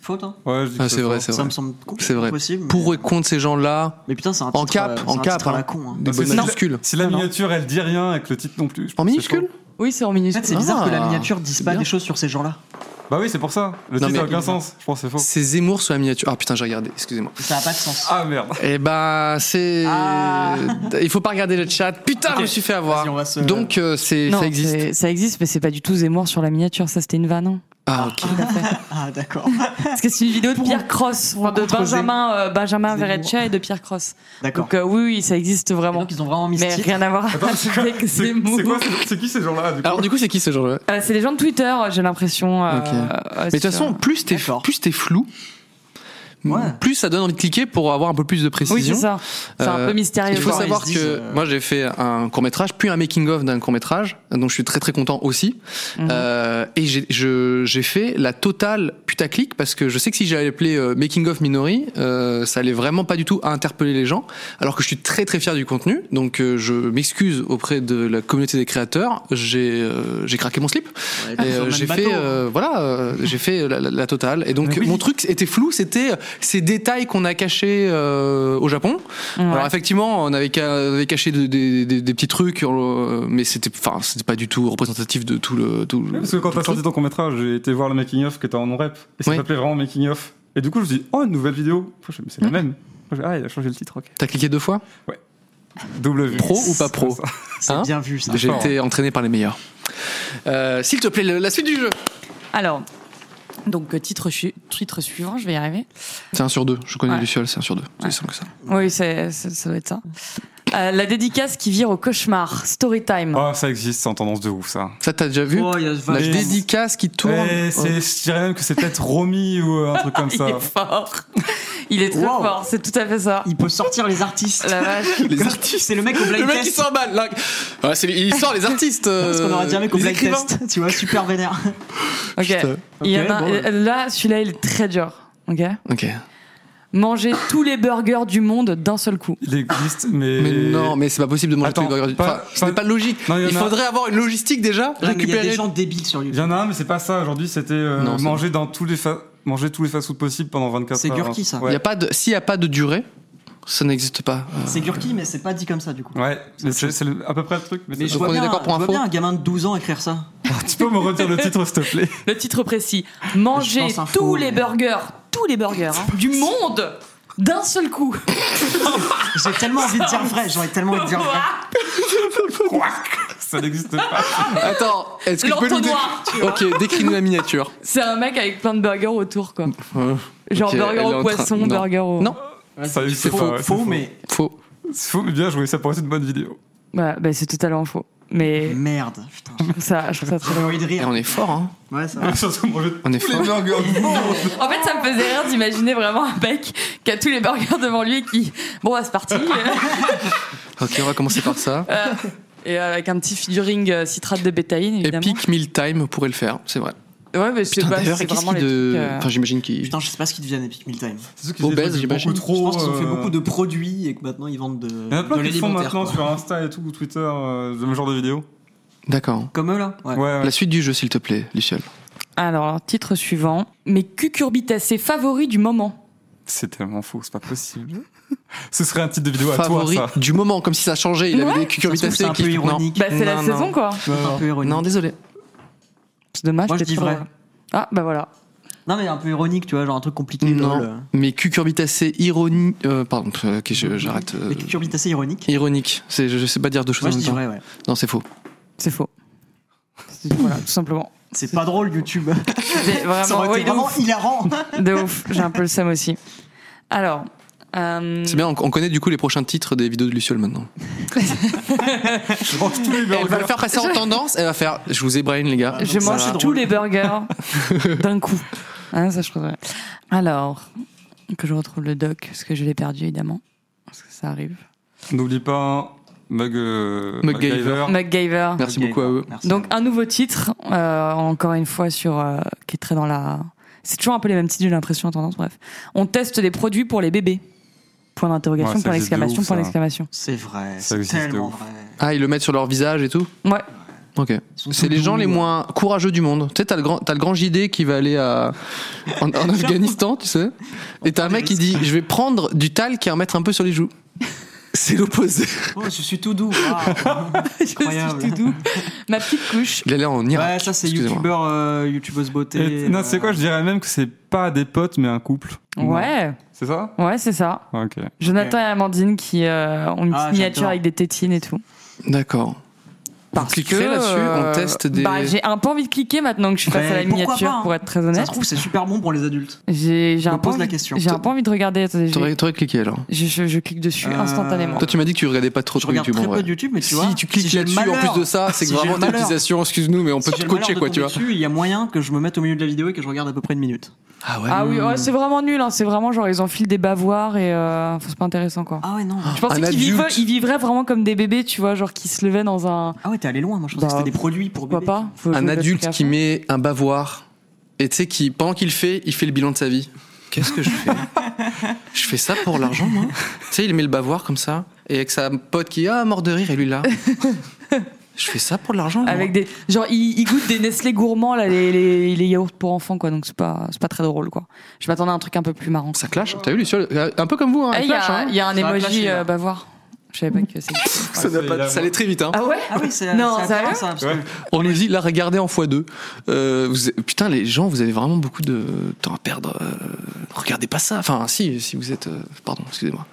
Speaker 4: Faute, hein.
Speaker 6: Ouais, je dis que
Speaker 3: Ah, c'est vrai,
Speaker 6: faux.
Speaker 3: c'est
Speaker 4: Ça
Speaker 3: vrai.
Speaker 4: me semble
Speaker 3: C'est vrai.
Speaker 4: complètement possible.
Speaker 3: Pour et
Speaker 4: mais...
Speaker 3: contre ces gens-là,
Speaker 4: mais putain, c'est un
Speaker 3: en
Speaker 4: titre,
Speaker 3: cap,
Speaker 4: euh, c'est
Speaker 3: en
Speaker 4: un
Speaker 3: cap,
Speaker 4: titre à
Speaker 3: hein.
Speaker 4: la con. hein.
Speaker 3: des
Speaker 6: c'est-
Speaker 3: bonnes minuscules.
Speaker 6: Si la
Speaker 4: Non.
Speaker 6: miniature, elle dit rien avec le titre non plus. je
Speaker 3: Ah, En
Speaker 6: pense que c'est
Speaker 3: minuscule
Speaker 5: Oui, c'est en
Speaker 4: En
Speaker 5: minuscule.
Speaker 4: fait, c'est
Speaker 3: Ah.
Speaker 4: bizarre que la miniature dise
Speaker 3: C'est
Speaker 4: pas
Speaker 3: bien.
Speaker 4: des choses sur ces gens-là.
Speaker 6: faux. Bah oui, c'est pour ça. Le
Speaker 3: Non,
Speaker 6: titre n'a
Speaker 3: mais-
Speaker 6: aucun sens. Je pense que c'est faux.
Speaker 3: C'est Zemmour sur la miniature. Ah putain, j'ai regardé, excusez-moi.
Speaker 4: Ça a pas de sens.
Speaker 6: Ah merde.
Speaker 3: Eh ben, c'est.
Speaker 4: Ah.
Speaker 3: Il faut pas regarder le chat. Putain, je me suis fait
Speaker 4: Vas-y, on
Speaker 3: avoir.
Speaker 4: va se-
Speaker 3: Donc, euh, c'est
Speaker 5: Non,
Speaker 3: ça existe.
Speaker 5: c'est- Ça existe, mais c'est pas du tout Zemmour sur la miniature. Ça, c'était une vanne. hein.
Speaker 3: Ah, ok.
Speaker 4: Ah, d'accord.
Speaker 5: Parce que c'est une vidéo de Pierre Cross. enfin, de
Speaker 4: contre
Speaker 5: Benjamin, euh, Benjamin
Speaker 4: Zemmour.
Speaker 5: Verreccia et de Pierre Cross.
Speaker 4: D'accord.
Speaker 5: Donc, euh, oui, oui, ça existe
Speaker 4: Et
Speaker 5: vraiment.
Speaker 4: Donc, ils ont vraiment mis ce
Speaker 5: Mais
Speaker 4: titre.
Speaker 5: rien à voir
Speaker 6: Attends, c'est quoi
Speaker 5: avec
Speaker 6: C'est
Speaker 5: Zemmour.
Speaker 6: c'est quoi ces- C'est qui ces gens-là
Speaker 5: Ah.
Speaker 6: du coup
Speaker 3: Alors, du coup, c'est qui ce genre-là
Speaker 5: Euh, C'est les gens de Twitter, j'ai l'impression. euh,
Speaker 3: Ok.
Speaker 5: euh,
Speaker 3: Mais de toute
Speaker 5: sur-
Speaker 3: façon, plus t'es
Speaker 4: D'accord.
Speaker 3: plus t'es flou,
Speaker 4: Ouais.
Speaker 3: plus ça donne envie de cliquer pour avoir un peu plus de précision.
Speaker 5: Oui, c'est ça. C'est un
Speaker 3: Euh,
Speaker 5: peu mystérieux.
Speaker 3: Il faut
Speaker 4: Genre,
Speaker 5: quoi.
Speaker 3: savoir
Speaker 4: ils se
Speaker 3: que
Speaker 4: disent, euh,
Speaker 3: moi j'ai fait un court métrage, puis un making of d'un court métrage, dont je suis très très content aussi.
Speaker 5: Mhm.
Speaker 3: Euh, et j'ai- je- j'ai fait la totale putaclic parce que je sais que si j'avais appelé euh, making of Minori, euh, ça allait vraiment pas du tout à interpeller les gens. Alors que je suis très très fier du contenu, donc euh, je m'excuse auprès de la communauté des créateurs. J'ai euh, j'ai craqué mon slip.
Speaker 4: Ouais,
Speaker 3: Et, euh,
Speaker 4: sur le
Speaker 3: j'ai
Speaker 4: même
Speaker 3: fait
Speaker 4: bateau.
Speaker 3: euh, voilà euh, j'ai fait la, la- la totale et donc
Speaker 6: Mais oui.
Speaker 3: mon truc était flou c'était euh, ces détails qu'on a cachés euh, au Japon
Speaker 5: Ouais.
Speaker 3: alors effectivement on avait, ca- on avait caché de- des- des- des petits trucs euh, mais c'était enfin c'était pas du tout représentatif de tout le tout le-
Speaker 6: Ouais, Parce que quand
Speaker 3: tout le
Speaker 6: t'as sorti
Speaker 3: truc.
Speaker 6: ton court métrage, j'ai été voir le making of que t'as en non rep et ça
Speaker 3: Oui.
Speaker 6: s'appelait vraiment making of. Et du coup, je me suis dit, oh, une nouvelle vidéo. Après, je me suis dit,
Speaker 3: Hein
Speaker 6: C'est la même. Après, j'ai dit, Ah, il a changé le titre, ok.
Speaker 3: t'as cliqué deux fois
Speaker 6: W.
Speaker 3: pro ou pas pro
Speaker 6: Ça,
Speaker 4: C'est
Speaker 3: hein
Speaker 4: bien vu, ça.
Speaker 3: j'ai été entraîné par les meilleurs Euh, s'il te plaît le- la suite du jeu
Speaker 5: Alors, donc euh, titre, chu- titre suivant, je vais y arriver.
Speaker 3: c'est un sur deux je connais
Speaker 5: Ouais.
Speaker 3: Luciole c'est un sur deux c'est
Speaker 5: Ouais.
Speaker 3: simple que ça
Speaker 5: Oui, c'est- c'est- ça doit être ça. Euh, la dédicace qui vire au cauchemar, story time.
Speaker 6: Ah, ça existe, c'est en tendance de ouf, ça.
Speaker 3: ça t'as déjà vu
Speaker 4: Oh, il y a
Speaker 3: la
Speaker 4: vachement-
Speaker 3: dédicace qui tourne
Speaker 6: Eh, c'est- Je dirais même que c'est peut-être Romy ou euh, un truc comme
Speaker 5: Il
Speaker 6: ça.
Speaker 5: est fort. Il est très
Speaker 4: Wow.
Speaker 5: fort, c'est tout à fait ça.
Speaker 4: Il peut sortir les artistes.
Speaker 5: La vache.
Speaker 3: Les
Speaker 4: Comme-
Speaker 3: artistes.
Speaker 4: C'est le mec au blind
Speaker 3: Le mec qui
Speaker 4: test.
Speaker 3: s'emballe. là. Ouais, c'est- il sort les artistes. euh,
Speaker 4: Parce qu'on aurait dit un mec au
Speaker 3: les
Speaker 4: blind
Speaker 3: écrivains.
Speaker 4: test. Tu vois, super vénère.
Speaker 5: Ok.
Speaker 3: Putain.
Speaker 5: Il y en
Speaker 4: Ok,
Speaker 5: a-
Speaker 4: bon.
Speaker 5: euh, Là, celui-là, il est très dur. Ok.
Speaker 3: Ok.
Speaker 5: Manger tous les burgers du monde d'un seul coup.
Speaker 6: Il existe, mais.
Speaker 3: Mais non, mais c'est pas possible de manger
Speaker 6: Attends,
Speaker 3: tous les burgers.
Speaker 6: pas-
Speaker 3: Enfin, ce n'est
Speaker 6: pas-
Speaker 3: pas logique.
Speaker 6: Non, il y en
Speaker 3: il
Speaker 6: a-
Speaker 3: faudrait avoir une logistique déjà.
Speaker 4: Ouais, mais Il y a
Speaker 3: récupérer.
Speaker 4: des gens débiles sur
Speaker 6: Il
Speaker 4: YouTube.
Speaker 6: y en a un, mais c'est pas ça. Aujourd'hui, c'était euh,
Speaker 3: Non, c'est
Speaker 6: manger dans tous les. fa- manger tous les fast-food possibles pendant 24
Speaker 4: C'est
Speaker 6: heures. hein.
Speaker 4: Gurki, ça.
Speaker 6: Ouais,
Speaker 3: Y a pas de, s'il n'y a pas de durée, ça n'existe pas. Euh,
Speaker 4: C'est Gurki, mais c'est pas dit comme ça du coup.
Speaker 6: Ouais, mais c'est c'est le- à peu près le truc. Mais
Speaker 4: Mais
Speaker 6: c'est-
Speaker 4: je
Speaker 3: Donc
Speaker 4: vois,
Speaker 3: on est
Speaker 4: bien,
Speaker 3: d'accord pour
Speaker 4: je vois
Speaker 3: info
Speaker 4: bien un gamin de 12 ans écrire ça.
Speaker 6: Tu peux me redire le titre, s'il te plaît
Speaker 5: Le titre précis. Manger
Speaker 4: Je pense info,
Speaker 5: tous les
Speaker 4: mais-
Speaker 5: burgers, tous les burgers hein, du monde d'un seul coup.
Speaker 4: J'ai tellement envie de dire vrai, j'aurais tellement envie de dire vrai.
Speaker 6: Ça n'existe pas.
Speaker 3: Attends, est-ce que tu peux nous dé-
Speaker 5: L'entonnoir. tu vois.
Speaker 3: Ok, décris-nous la miniature.
Speaker 5: C'est un mec avec plein de burgers autour, quoi. Genre
Speaker 3: Ok,
Speaker 5: burger
Speaker 3: elle est en
Speaker 5: au
Speaker 3: train-
Speaker 5: poisson,
Speaker 3: non.
Speaker 5: burger au.
Speaker 3: Non.
Speaker 6: Ça n'existe
Speaker 4: Faux,
Speaker 6: pas. ouais, c'est
Speaker 4: faux, mais
Speaker 3: Faux.
Speaker 6: C'est faux, mais bien joué, ça pourrait être une bonne vidéo.
Speaker 5: Ouais, bah, c'est totalement faux. Mais
Speaker 3: Mhm.
Speaker 4: merde. Putain,
Speaker 5: je trouve ça, je trouve ça très
Speaker 4: j'avais envie de
Speaker 3: Et
Speaker 4: rire.
Speaker 3: on est fort, hein.
Speaker 4: Ouais, ça va.
Speaker 6: Surtout manger
Speaker 3: On est fort.
Speaker 5: En fait, ça me faisait rire d'imaginer vraiment un mec qui a tous les burgers devant lui et qui. Bon, bah, c'est parti.
Speaker 3: Ok, on va commencer par ça.
Speaker 5: Euh, et avec un petit featuring euh, citrate de bétaïne, évidemment.
Speaker 3: Epic Meal Time pourrait le faire, c'est vrai.
Speaker 5: Ouais, mais c'est
Speaker 3: Putain,
Speaker 5: bah,
Speaker 3: d'ailleurs,
Speaker 5: c'est
Speaker 3: qu'est-ce
Speaker 5: vraiment
Speaker 3: qu'il
Speaker 5: les
Speaker 3: de.
Speaker 5: trucs, euh,
Speaker 3: Enfin, j'imagine qu'il.
Speaker 4: Putain, je sais pas ce qu'ils deviennent Epic Meal Time.
Speaker 6: C'est ceux qui
Speaker 3: Obèse,
Speaker 6: faisaient
Speaker 3: j'imagine.
Speaker 6: beaucoup
Speaker 4: Je
Speaker 6: bah, trop.
Speaker 4: pense qu'ils ont fait
Speaker 6: euh,
Speaker 4: beaucoup de produits et que maintenant ils vendent de,
Speaker 6: Il y en a
Speaker 4: de
Speaker 6: plein qui le font
Speaker 4: l'alimentaire.
Speaker 6: maintenant
Speaker 4: quoi.
Speaker 6: sur Insta et tout, ou Twitter, euh, le même genre de vidéos.
Speaker 3: D'accord.
Speaker 4: Comme eux là
Speaker 6: Ouais, ouais.
Speaker 3: La suite du jeu, s'il te plaît, Luciole.
Speaker 5: Alors, titre suivant. Mes cucurbitacées favoris du moment.
Speaker 6: C'est tellement faux, c'est pas possible. Ce serait un titre de vidéo à
Speaker 3: Favori
Speaker 6: toi, ça.
Speaker 3: du moment, comme si ça changeait. Il
Speaker 5: Ouais.
Speaker 3: avait des
Speaker 4: Ça se trouve, C'est
Speaker 3: cucurbitacées
Speaker 4: un peu
Speaker 3: qui. Non.
Speaker 4: ironique.
Speaker 5: Bah, c'est la
Speaker 3: Non,
Speaker 5: saison,
Speaker 3: non.
Speaker 5: quoi.
Speaker 4: C'est un peu ironique.
Speaker 3: non, désolé.
Speaker 5: C'est dommage.
Speaker 4: Moi, je
Speaker 5: peut-être
Speaker 4: dis
Speaker 5: pas
Speaker 4: vrai.
Speaker 5: drôle. Ah, bah voilà.
Speaker 4: Non, mais un peu ironique, tu vois, genre un truc compliqué.
Speaker 3: Non. Euh,
Speaker 4: lol.
Speaker 3: Mais cucurbitacées ironie. euh, pardon, euh, ok, je- j'arrête. euh,
Speaker 4: Les cucurbitacées ironiques.
Speaker 3: Ironique. C'est- Je, je sais pas dire deux choses
Speaker 4: Moi, je
Speaker 3: en
Speaker 4: dis
Speaker 3: même temps.
Speaker 4: vrai, ouais.
Speaker 3: Non, c'est faux.
Speaker 5: C'est faux. C'est- Voilà, tout simplement.
Speaker 4: C'est pas drôle, YouTube.
Speaker 5: C'est
Speaker 4: Ça
Speaker 5: Vraiment,
Speaker 4: aurait
Speaker 5: ouais,
Speaker 4: été
Speaker 5: de
Speaker 4: vraiment
Speaker 5: ouf.
Speaker 4: hilarant.
Speaker 5: De ouf. J'ai un peu le seum aussi. Alors. euh,
Speaker 3: C'est bien, on, on connaît du coup les prochains titres des vidéos de Luciole maintenant.
Speaker 6: Je mange tous les
Speaker 3: Elle va
Speaker 6: burgers.
Speaker 3: le faire passer en tendance. Elle va faire. Je vous ai brain, les gars.
Speaker 5: Je
Speaker 4: Ça,
Speaker 5: mange
Speaker 4: c'est
Speaker 5: tous
Speaker 4: drôle.
Speaker 5: les burgers d'un coup. Hein, ça, je trouve vrai. Alors, que je retrouve le doc, parce que je l'ai perdu, évidemment. Parce que ça arrive.
Speaker 6: N'oublie pas hein, Mug, euh,
Speaker 3: MacGyver.
Speaker 5: MacGyver.
Speaker 3: Merci beaucoup à eux.
Speaker 4: Merci.
Speaker 5: Donc, un nouveau titre, euh, encore une fois, sur, euh, qui est très dans la. C'est toujours un peu les mêmes titres, j'ai l'impression, en tendance, bref. On teste des produits pour les bébés. Point d'interrogation,
Speaker 6: Ouais, ça
Speaker 5: point
Speaker 6: existe de
Speaker 5: d'exclamation,
Speaker 6: ouf,
Speaker 5: point
Speaker 6: ça.
Speaker 5: d'exclamation.
Speaker 4: C'est vrai,
Speaker 6: Ça
Speaker 4: c'est
Speaker 6: existe de
Speaker 4: tellement
Speaker 6: ouf.
Speaker 4: vrai.
Speaker 3: Ah, ils le mettent sur leur visage et tout
Speaker 5: Ouais.
Speaker 3: Ok.
Speaker 4: Ils sont
Speaker 3: C'est
Speaker 4: tout
Speaker 3: les gens
Speaker 4: doux,
Speaker 3: les
Speaker 4: ouais.
Speaker 3: moins courageux du monde. Tu sais, t'as le grand, t'as le grand JD qui va aller à, en, en Afghanistan, tu sais. Et t'as un mec qui dit, je vais prendre du talc et en mettre un peu sur les joues. C'est l'opposé.
Speaker 4: Oh, je suis tout doux. Ah. waouh.
Speaker 5: Je suis
Speaker 4: Incroyable.
Speaker 5: tout doux. Ma petite couche.
Speaker 3: Il allait en Irak.
Speaker 4: Ouais, ça c'est
Speaker 3: Excusez-moi.
Speaker 4: youtubeur, euh, youtubeuse beauté.
Speaker 6: Et- non,
Speaker 4: euh,
Speaker 6: c'est quoi Je dirais même que c'est pas des potes, mais un couple.
Speaker 5: Ouais,
Speaker 6: C'est ça
Speaker 5: ouais, c'est ça.
Speaker 6: Ok.
Speaker 5: Jonathan et Amandine qui euh, ont une
Speaker 4: Ah,
Speaker 5: petite miniature
Speaker 4: j'adore.
Speaker 5: avec des tétines et tout.
Speaker 3: D'accord.
Speaker 5: Parce
Speaker 3: cliquerez
Speaker 5: que
Speaker 3: là-dessus,
Speaker 5: euh,
Speaker 3: on teste des-
Speaker 5: Bah, j'ai un peu envie de cliquer maintenant que je suis face
Speaker 4: Mais
Speaker 5: à la
Speaker 4: pourquoi
Speaker 5: miniature,
Speaker 4: pas, hein.
Speaker 5: pour être très
Speaker 4: Ça
Speaker 5: honnête.
Speaker 4: se trouve, c'est super bon pour les adultes.
Speaker 5: J'ai j'ai
Speaker 4: Je
Speaker 5: un
Speaker 4: me
Speaker 5: peu
Speaker 4: pose la
Speaker 5: envie-
Speaker 4: question.
Speaker 5: J'ai un peu envie de regarder. Attendez, je, vais-
Speaker 3: T'aurais, t'aurais cliqué alors.
Speaker 5: je, je- je clique dessus
Speaker 4: Euh,
Speaker 5: instantanément.
Speaker 3: Toi, tu m'as dit que tu regardais pas trop
Speaker 4: Je
Speaker 3: trop
Speaker 4: regarde
Speaker 3: YouTube.
Speaker 4: très
Speaker 3: en
Speaker 4: peu
Speaker 3: vrai.
Speaker 4: de YouTube, mais tu
Speaker 3: si
Speaker 4: vois.
Speaker 3: tu cliques
Speaker 4: j'ai le
Speaker 3: là-dessus, en
Speaker 4: malheur-
Speaker 3: plus de ça, c'est que
Speaker 4: si j'ai
Speaker 3: vraiment
Speaker 4: le
Speaker 3: ta
Speaker 4: malheur-
Speaker 3: utilisation, excuse-nous, mais on
Speaker 4: si
Speaker 3: peut
Speaker 4: j'ai
Speaker 3: te
Speaker 4: le malheur
Speaker 3: coacher,
Speaker 4: de
Speaker 3: quoi, tu vois.
Speaker 4: tomber dessus, Il y a moyen que je me mette au milieu de la vidéo et que je regarde à peu près une minute.
Speaker 3: Ah ouais.
Speaker 5: Ah oui, ouais, c'est vraiment nul. hein. C'est vraiment genre ils enfilent des bavoirs et euh, c'est pas intéressant quoi.
Speaker 4: Ah ouais, non.
Speaker 5: Je pensais
Speaker 3: un
Speaker 5: qu'ils vivraient,
Speaker 3: adulte.
Speaker 5: ils vivraient vraiment comme des bébés, tu vois, genre qui se levaient dans un.
Speaker 4: Ah ouais, t'es allé loin. Moi, je pensais
Speaker 5: Bah,
Speaker 4: que c'était des produits pour
Speaker 5: Pourquoi
Speaker 4: bébés.
Speaker 5: pas Faut jouer
Speaker 3: un
Speaker 5: le
Speaker 3: adulte
Speaker 5: truc à
Speaker 3: qui
Speaker 5: fond.
Speaker 3: met un bavoir et tu sais qui pendant qu'il le fait il fait le bilan de sa vie qu'est-ce que je fais je fais ça pour l'argent moi tu sais il met le bavoir comme ça et avec sa pote qui ah mort de rire et lui là je fais ça pour l'argent moi.
Speaker 5: Avec des genre ils, ils goûtent des Nestlé gourmands là les, les, les yaourts pour enfants quoi donc c'est pas c'est pas très drôle quoi. Je m'attendais à un truc un peu plus marrant.
Speaker 3: ça clash t'as vu Luciole un peu comme vous hein,
Speaker 5: Eh,
Speaker 4: Ah,
Speaker 3: elle
Speaker 5: Il y,
Speaker 3: clash,
Speaker 5: a-
Speaker 3: hein.
Speaker 5: il y a un
Speaker 4: Ça va
Speaker 5: emoji
Speaker 4: clasher,
Speaker 5: euh,
Speaker 4: là.
Speaker 5: bavard. Je savais pas que c'est.
Speaker 3: ça, n'a pas- ça allait très vite hein.
Speaker 5: Ah ouais
Speaker 4: Ah oui, c'est
Speaker 5: Non,
Speaker 4: c'est
Speaker 5: sérieux
Speaker 4: intéressant, ça, parce que-
Speaker 6: Ouais.
Speaker 3: on nous dit la regarder en x2 Euh, vous- putain les gens vous avez vraiment beaucoup de temps à perdre euh, regardez pas ça enfin si si vous êtes euh, pardon excusez-moi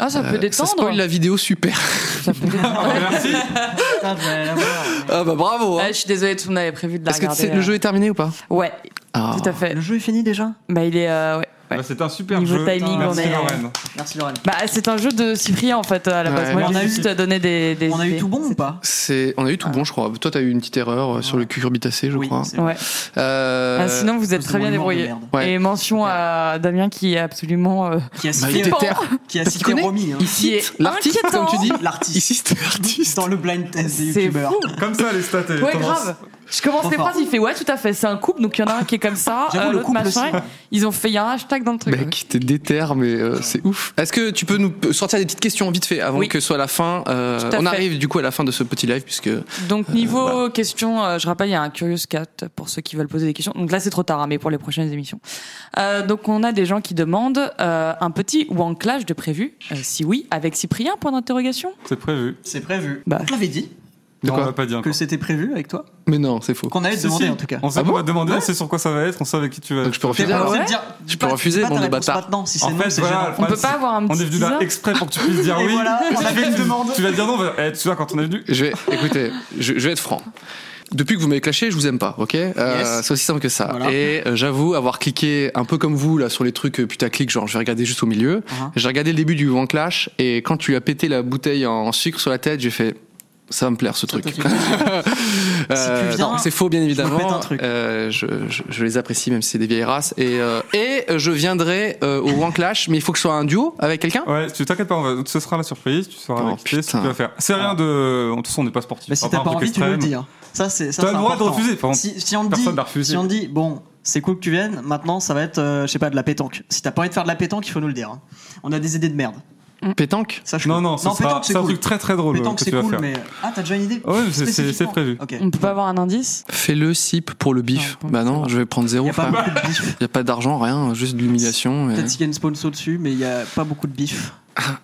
Speaker 5: Ah ça peut
Speaker 3: Euh, ça
Speaker 5: détendre.
Speaker 3: spoil la vidéo super
Speaker 5: Ça peut détendre.
Speaker 6: Merci
Speaker 4: Putain, je vais aller la voir.
Speaker 3: ah bah bravo hein.
Speaker 5: Ah, je suis désolée, tout le monde avait prévu de la
Speaker 3: Est-ce que
Speaker 5: regarder.
Speaker 3: c'est- le
Speaker 5: euh.
Speaker 3: jeu est terminé ou pas
Speaker 5: Ouais,
Speaker 3: Ah.
Speaker 5: tout à fait.
Speaker 4: Le jeu est fini déjà
Speaker 5: Bah il est euh, ouais. ouais.
Speaker 6: Bah, C'est un super
Speaker 5: Niveau
Speaker 6: jeu.
Speaker 5: timing,
Speaker 6: Merci,
Speaker 5: on est-
Speaker 6: Lorraine.
Speaker 4: Merci, Laurel.
Speaker 5: Bah c'est un jeu de Cyprien en fait à la base.
Speaker 3: Ouais.
Speaker 5: Moi
Speaker 4: On a
Speaker 5: j'ai
Speaker 4: eu-
Speaker 5: juste donné des, des
Speaker 4: On a eu
Speaker 5: idées.
Speaker 4: tout bon ou pas
Speaker 3: C'est, on a eu tout bon, je crois. Toi, t'as eu une petite erreur euh, sur le cucurbitacé, je
Speaker 4: Oui,
Speaker 3: crois.
Speaker 4: c'est
Speaker 5: Ouais.
Speaker 3: Euh,
Speaker 5: Ah, sinon vous êtes
Speaker 4: c'est
Speaker 5: très
Speaker 4: mon
Speaker 5: bien
Speaker 4: humour de
Speaker 5: débrouillés.
Speaker 4: merde.
Speaker 3: Ouais.
Speaker 5: Et mention à Damien qui est absolument euh,
Speaker 4: Qui a
Speaker 3: bah, il
Speaker 4: cité,
Speaker 3: était
Speaker 5: Pan.
Speaker 3: terre.
Speaker 4: qui a
Speaker 3: Parce qu'il
Speaker 4: cité
Speaker 3: connaît.
Speaker 4: Romy, hein,
Speaker 3: Il
Speaker 5: Qui est
Speaker 3: cite l'artiste,
Speaker 5: inquiétant.
Speaker 3: comme tu dis.
Speaker 4: l'artiste.
Speaker 3: Il cite l'artiste.
Speaker 4: Dans le blind test des
Speaker 5: c'est
Speaker 4: youtubeurs. Euh,
Speaker 5: fou.
Speaker 6: Comme ça, les stats et les
Speaker 5: Ouais
Speaker 6: tendances.
Speaker 5: grave. Je commence
Speaker 4: Trop
Speaker 5: les
Speaker 4: fort.
Speaker 5: phrases, il fait ouais, tout à fait, c'est un couple, donc il y en a un qui est comme ça,
Speaker 4: J'avoue,
Speaker 5: euh,
Speaker 4: le
Speaker 5: l'autre
Speaker 4: couple
Speaker 5: machin.
Speaker 4: aussi.
Speaker 5: Ils ont fait, il y a un hashtag dans le truc. hein.
Speaker 3: Mec, t'es déterre, mais euh, c'est ouf. Est-ce que tu peux nous p- sortir des petites questions vite fait avant
Speaker 5: Oui.
Speaker 3: que ce soit la fin euh,
Speaker 5: Tout à
Speaker 3: On
Speaker 5: fait.
Speaker 3: arrive du coup à la fin de ce petit live puisque
Speaker 5: Donc niveau questions, euh, je rappelle, il y a un Curious Cat pour ceux qui veulent poser des questions. Donc là, c'est trop tard, hein, mais pour les prochaines émissions. Euh, donc on a des gens qui demandent euh, un petit wanklage de prévu. Euh, si oui, avec Cyprien, point d'interrogation.
Speaker 6: C'est prévu.
Speaker 4: C'est prévu.
Speaker 5: Bah.
Speaker 4: On te l'avait dit
Speaker 3: De
Speaker 6: Non,
Speaker 3: quoi
Speaker 6: on l'a pas dit encore.
Speaker 4: que c'était prévu avec toi.
Speaker 3: mais non, c'est faux.
Speaker 4: Qu'on allait te
Speaker 6: Si,
Speaker 4: demander
Speaker 6: si.
Speaker 4: en tout cas.
Speaker 6: On sait
Speaker 3: Ah
Speaker 6: qu'on
Speaker 3: bon
Speaker 6: va te demander,
Speaker 4: Ouais.
Speaker 6: on sait sur quoi ça va être, on sait avec qui tu vas.
Speaker 3: Donc je peux
Speaker 4: T'es
Speaker 3: refuser.
Speaker 4: pas
Speaker 5: Ah
Speaker 3: alors
Speaker 4: censé
Speaker 5: ouais
Speaker 4: me dire.
Speaker 3: Je
Speaker 4: pas-
Speaker 3: peux refuser,
Speaker 4: pas ta
Speaker 3: bande de
Speaker 4: réponse
Speaker 3: bâtards.
Speaker 4: Maintenant, si
Speaker 6: En
Speaker 4: c'est non,
Speaker 6: fait,
Speaker 4: c'est
Speaker 6: voilà,
Speaker 4: gênant.
Speaker 6: le
Speaker 5: On
Speaker 6: problème,
Speaker 5: peut pas
Speaker 6: c'est-
Speaker 5: avoir un
Speaker 6: On
Speaker 5: petit
Speaker 6: est venu là
Speaker 5: teaser
Speaker 6: exprès pour que tu puisses dire
Speaker 4: Et
Speaker 6: oui.
Speaker 4: voilà, on
Speaker 6: Tu
Speaker 4: a
Speaker 6: vas
Speaker 4: fait une
Speaker 6: dire-
Speaker 4: demande.
Speaker 6: Tu vas dire non, on va- eh, tu vois, quand on est venu.
Speaker 3: Je vais, écoutez, je, je vais être franc. Depuis que vous m'avez clashé, je vous aime pas, ok Euh,
Speaker 4: Yes.
Speaker 3: C'est aussi simple que ça.
Speaker 4: Voilà.
Speaker 3: Et euh, j'avoue avoir cliqué un peu comme vous là sur les trucs euh, putaclic, genre je vais regarder juste au milieu.
Speaker 4: Uh-huh.
Speaker 3: J'ai regardé le début du One Clash et quand tu lui as pété la bouteille en sucre sur la tête, j'ai fait ça va me plaire ce truc.
Speaker 4: te fait
Speaker 3: Euh,
Speaker 4: tu viens,
Speaker 3: non, c'est faux bien
Speaker 4: me
Speaker 3: évidemment.
Speaker 4: pète un truc.
Speaker 3: Euh, je, je- je les apprécie même si c'est des vieilles races et euh, et euh, je viendrai euh, au One Clash, mais il faut que ce soit un duo avec quelqu'un.
Speaker 6: Ouais, tu t'inquiètes pas, on va- ce sera la surprise, tu sauras
Speaker 3: Oh,
Speaker 6: avec qui c'est, ce que
Speaker 3: putain.
Speaker 6: tu vas faire. C'est rien de. De toute façon, on n'est pas sportif.
Speaker 4: Mais si
Speaker 6: à
Speaker 4: t'as
Speaker 6: part
Speaker 4: pas
Speaker 6: un truc
Speaker 4: envie, tu nous le
Speaker 6: extrême.
Speaker 4: dis. hein. Ça, c'est ça.
Speaker 6: T'as
Speaker 4: c'est
Speaker 6: le droit de
Speaker 4: important.
Speaker 6: refuser, par exemple.
Speaker 4: Si, si on te
Speaker 6: Personne
Speaker 4: dit,
Speaker 6: n'a refusé.
Speaker 4: si on te dit, bon, c'est cool que tu viennes. Maintenant, ça va être, euh, je sais pas, de la pétanque. Si t'as pas envie de faire de la pétanque, il faut nous le dire. hein. On a des idées de merde.
Speaker 3: Pétanque.
Speaker 4: Sache
Speaker 6: Non, non, ce
Speaker 4: hein, non,
Speaker 6: sera
Speaker 4: pétanque, c'est
Speaker 6: c'est un
Speaker 4: cool.
Speaker 6: truc très très drôle euh,
Speaker 4: Pétanque,
Speaker 6: que
Speaker 4: c'est
Speaker 6: tu vas
Speaker 4: cool,
Speaker 6: faire.
Speaker 4: mais ah, t'as déjà une idée
Speaker 6: Ouais, c'est- c'est- c'est
Speaker 4: Spécifiquement
Speaker 6: prévu.
Speaker 4: Ok.
Speaker 5: On peut pas avoir un indice
Speaker 3: Fais le sip pour le bif.
Speaker 5: Non,
Speaker 3: bah non, je vais prendre zéro.
Speaker 4: Y a pas
Speaker 3: frère.
Speaker 4: beaucoup de bif.
Speaker 3: Il n'y a pas d'argent, rien, juste de l'humiliation. et-
Speaker 4: Peut-être s'il y a une sponsor dessus, mais il y a pas beaucoup de bif.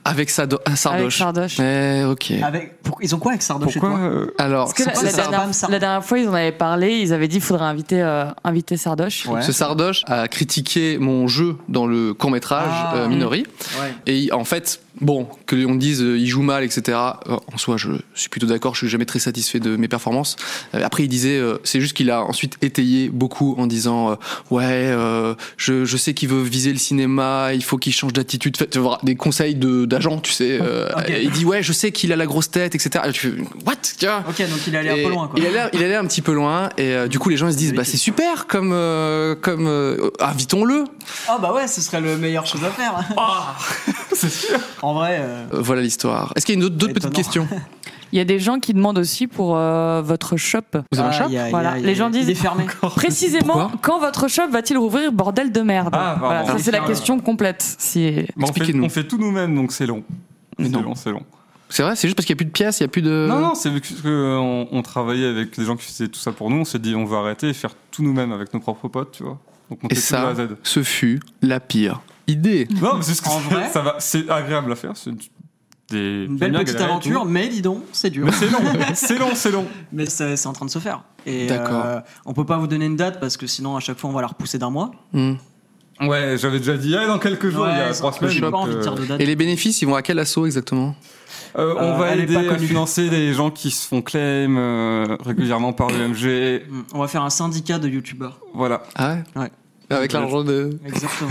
Speaker 3: Avec Sado- ah,
Speaker 5: avec
Speaker 3: Sardoche.
Speaker 5: Sardoche.
Speaker 3: Eh, ok.
Speaker 4: Avec, pour- ils ont quoi avec Sardoche chez
Speaker 6: Pourquoi
Speaker 4: toi
Speaker 6: euh,
Speaker 3: Alors,
Speaker 5: Parce que la,
Speaker 4: c'est
Speaker 5: la
Speaker 4: ça.
Speaker 5: dernière,
Speaker 4: Bam, Sardoche.
Speaker 5: la dernière fois, ils en avaient parlé, ils avaient dit faudrait inviter, euh, inviter Sardoche.
Speaker 4: Ouais.
Speaker 3: ce Sardoche a critiqué mon jeu dans le court-métrage
Speaker 4: Ah.
Speaker 3: euh, Minori.
Speaker 4: Ouais.
Speaker 3: Et il- en fait, bon, que l'on dise euh, il joue mal, etc. euh, en soi, je suis plutôt d'accord, je suis jamais très satisfait de mes performances. Euh, après, il disait, euh, c'est juste qu'il a ensuite étayé beaucoup en disant, euh, ouais, euh, je, je sais qu'il veut viser le cinéma, il faut qu'il change d'attitude, Fait, tu vois, des conseils de- d'agent, tu sais. euh,
Speaker 4: Ok.
Speaker 3: et Il dit, ouais, je sais qu'il a la grosse tête, etc. Et tu fais, what, tu vois
Speaker 4: Ok, donc il est allé un
Speaker 3: Et
Speaker 4: peu loin. Quoi.
Speaker 3: Il allait, il allait un petit peu loin et euh, du coup les gens ils se disent bah c'est super comme euh, comme euh, invitons-le.
Speaker 4: Ah bah ouais, ce serait le meilleur chose à faire.
Speaker 6: Ah,
Speaker 4: En vrai, euh,
Speaker 3: Euh, voilà l'histoire. Est-ce qu'il y a une autre- d'autres petites
Speaker 4: Étonnant.
Speaker 3: questions
Speaker 5: Il y a des gens qui demandent aussi pour euh, votre shop.
Speaker 3: Vous avez un
Speaker 4: ah,
Speaker 3: shop
Speaker 4: y a- y a-
Speaker 5: Voilà,
Speaker 4: y a-
Speaker 5: les gens
Speaker 4: Il est
Speaker 5: disent-
Speaker 4: fermé.
Speaker 5: Précisément,
Speaker 3: Pourquoi
Speaker 5: quand votre shop va-t-il rouvrir, bordel de merde
Speaker 6: Ah, pardon.
Speaker 5: Voilà, ça c'est la
Speaker 4: Ah.
Speaker 5: question complète. Si...
Speaker 6: bah, on, fait,
Speaker 3: Expliquez-nous.
Speaker 6: on fait tout nous-mêmes, donc c'est long.
Speaker 3: Mais
Speaker 6: C'est
Speaker 3: non.
Speaker 6: long, c'est long.
Speaker 3: C'est vrai, c'est juste parce qu'il y a plus de pièces, il y a plus de
Speaker 6: Non, non, c'est vu que- que on, on travaillait avec des gens qui faisaient tout ça pour nous, on s'est dit on va arrêter et faire tout nous-mêmes avec nos propres potes, tu vois. Donc on
Speaker 3: Et
Speaker 6: fait tout de A
Speaker 3: ça,
Speaker 6: à Z.
Speaker 3: ce fut la pire idée.
Speaker 6: Non, mais c'est juste que
Speaker 4: En vrai
Speaker 6: ça, ça va, c'est agréable à faire. C'est du- des
Speaker 4: Une
Speaker 6: j'aime
Speaker 4: belle
Speaker 6: bien
Speaker 4: petite
Speaker 6: galérer et tout.
Speaker 4: aventure, mais dis donc, c'est dur.
Speaker 6: Mais c'est long, c'est long, c'est long.
Speaker 4: Mais c'est c'est en train de se faire. Et
Speaker 3: D'accord.
Speaker 4: euh, on peut pas vous donner une date parce que sinon à chaque fois on va la repousser d'un mois.
Speaker 3: Hmm.
Speaker 6: Ouais, j'avais déjà dit ah, dans quelques jours, il y a
Speaker 4: Ouais,
Speaker 6: trois semaines.
Speaker 4: J'ai pas
Speaker 6: donc,
Speaker 4: envie de
Speaker 6: euh,
Speaker 4: dire de date.
Speaker 3: Et les bénéfices, ils vont à quel assaut exactement
Speaker 6: euh, on
Speaker 4: Euh,
Speaker 6: va
Speaker 4: elle est
Speaker 6: aider
Speaker 4: pas
Speaker 6: à
Speaker 4: connue.
Speaker 6: financer les gens qui se font claim euh, régulièrement par l'EMG.
Speaker 4: Hmm, On va faire un syndicat de youtubeurs.
Speaker 6: Voilà.
Speaker 3: Ah ouais.
Speaker 4: Ouais.
Speaker 3: Avec l'argent de.
Speaker 4: Exactement.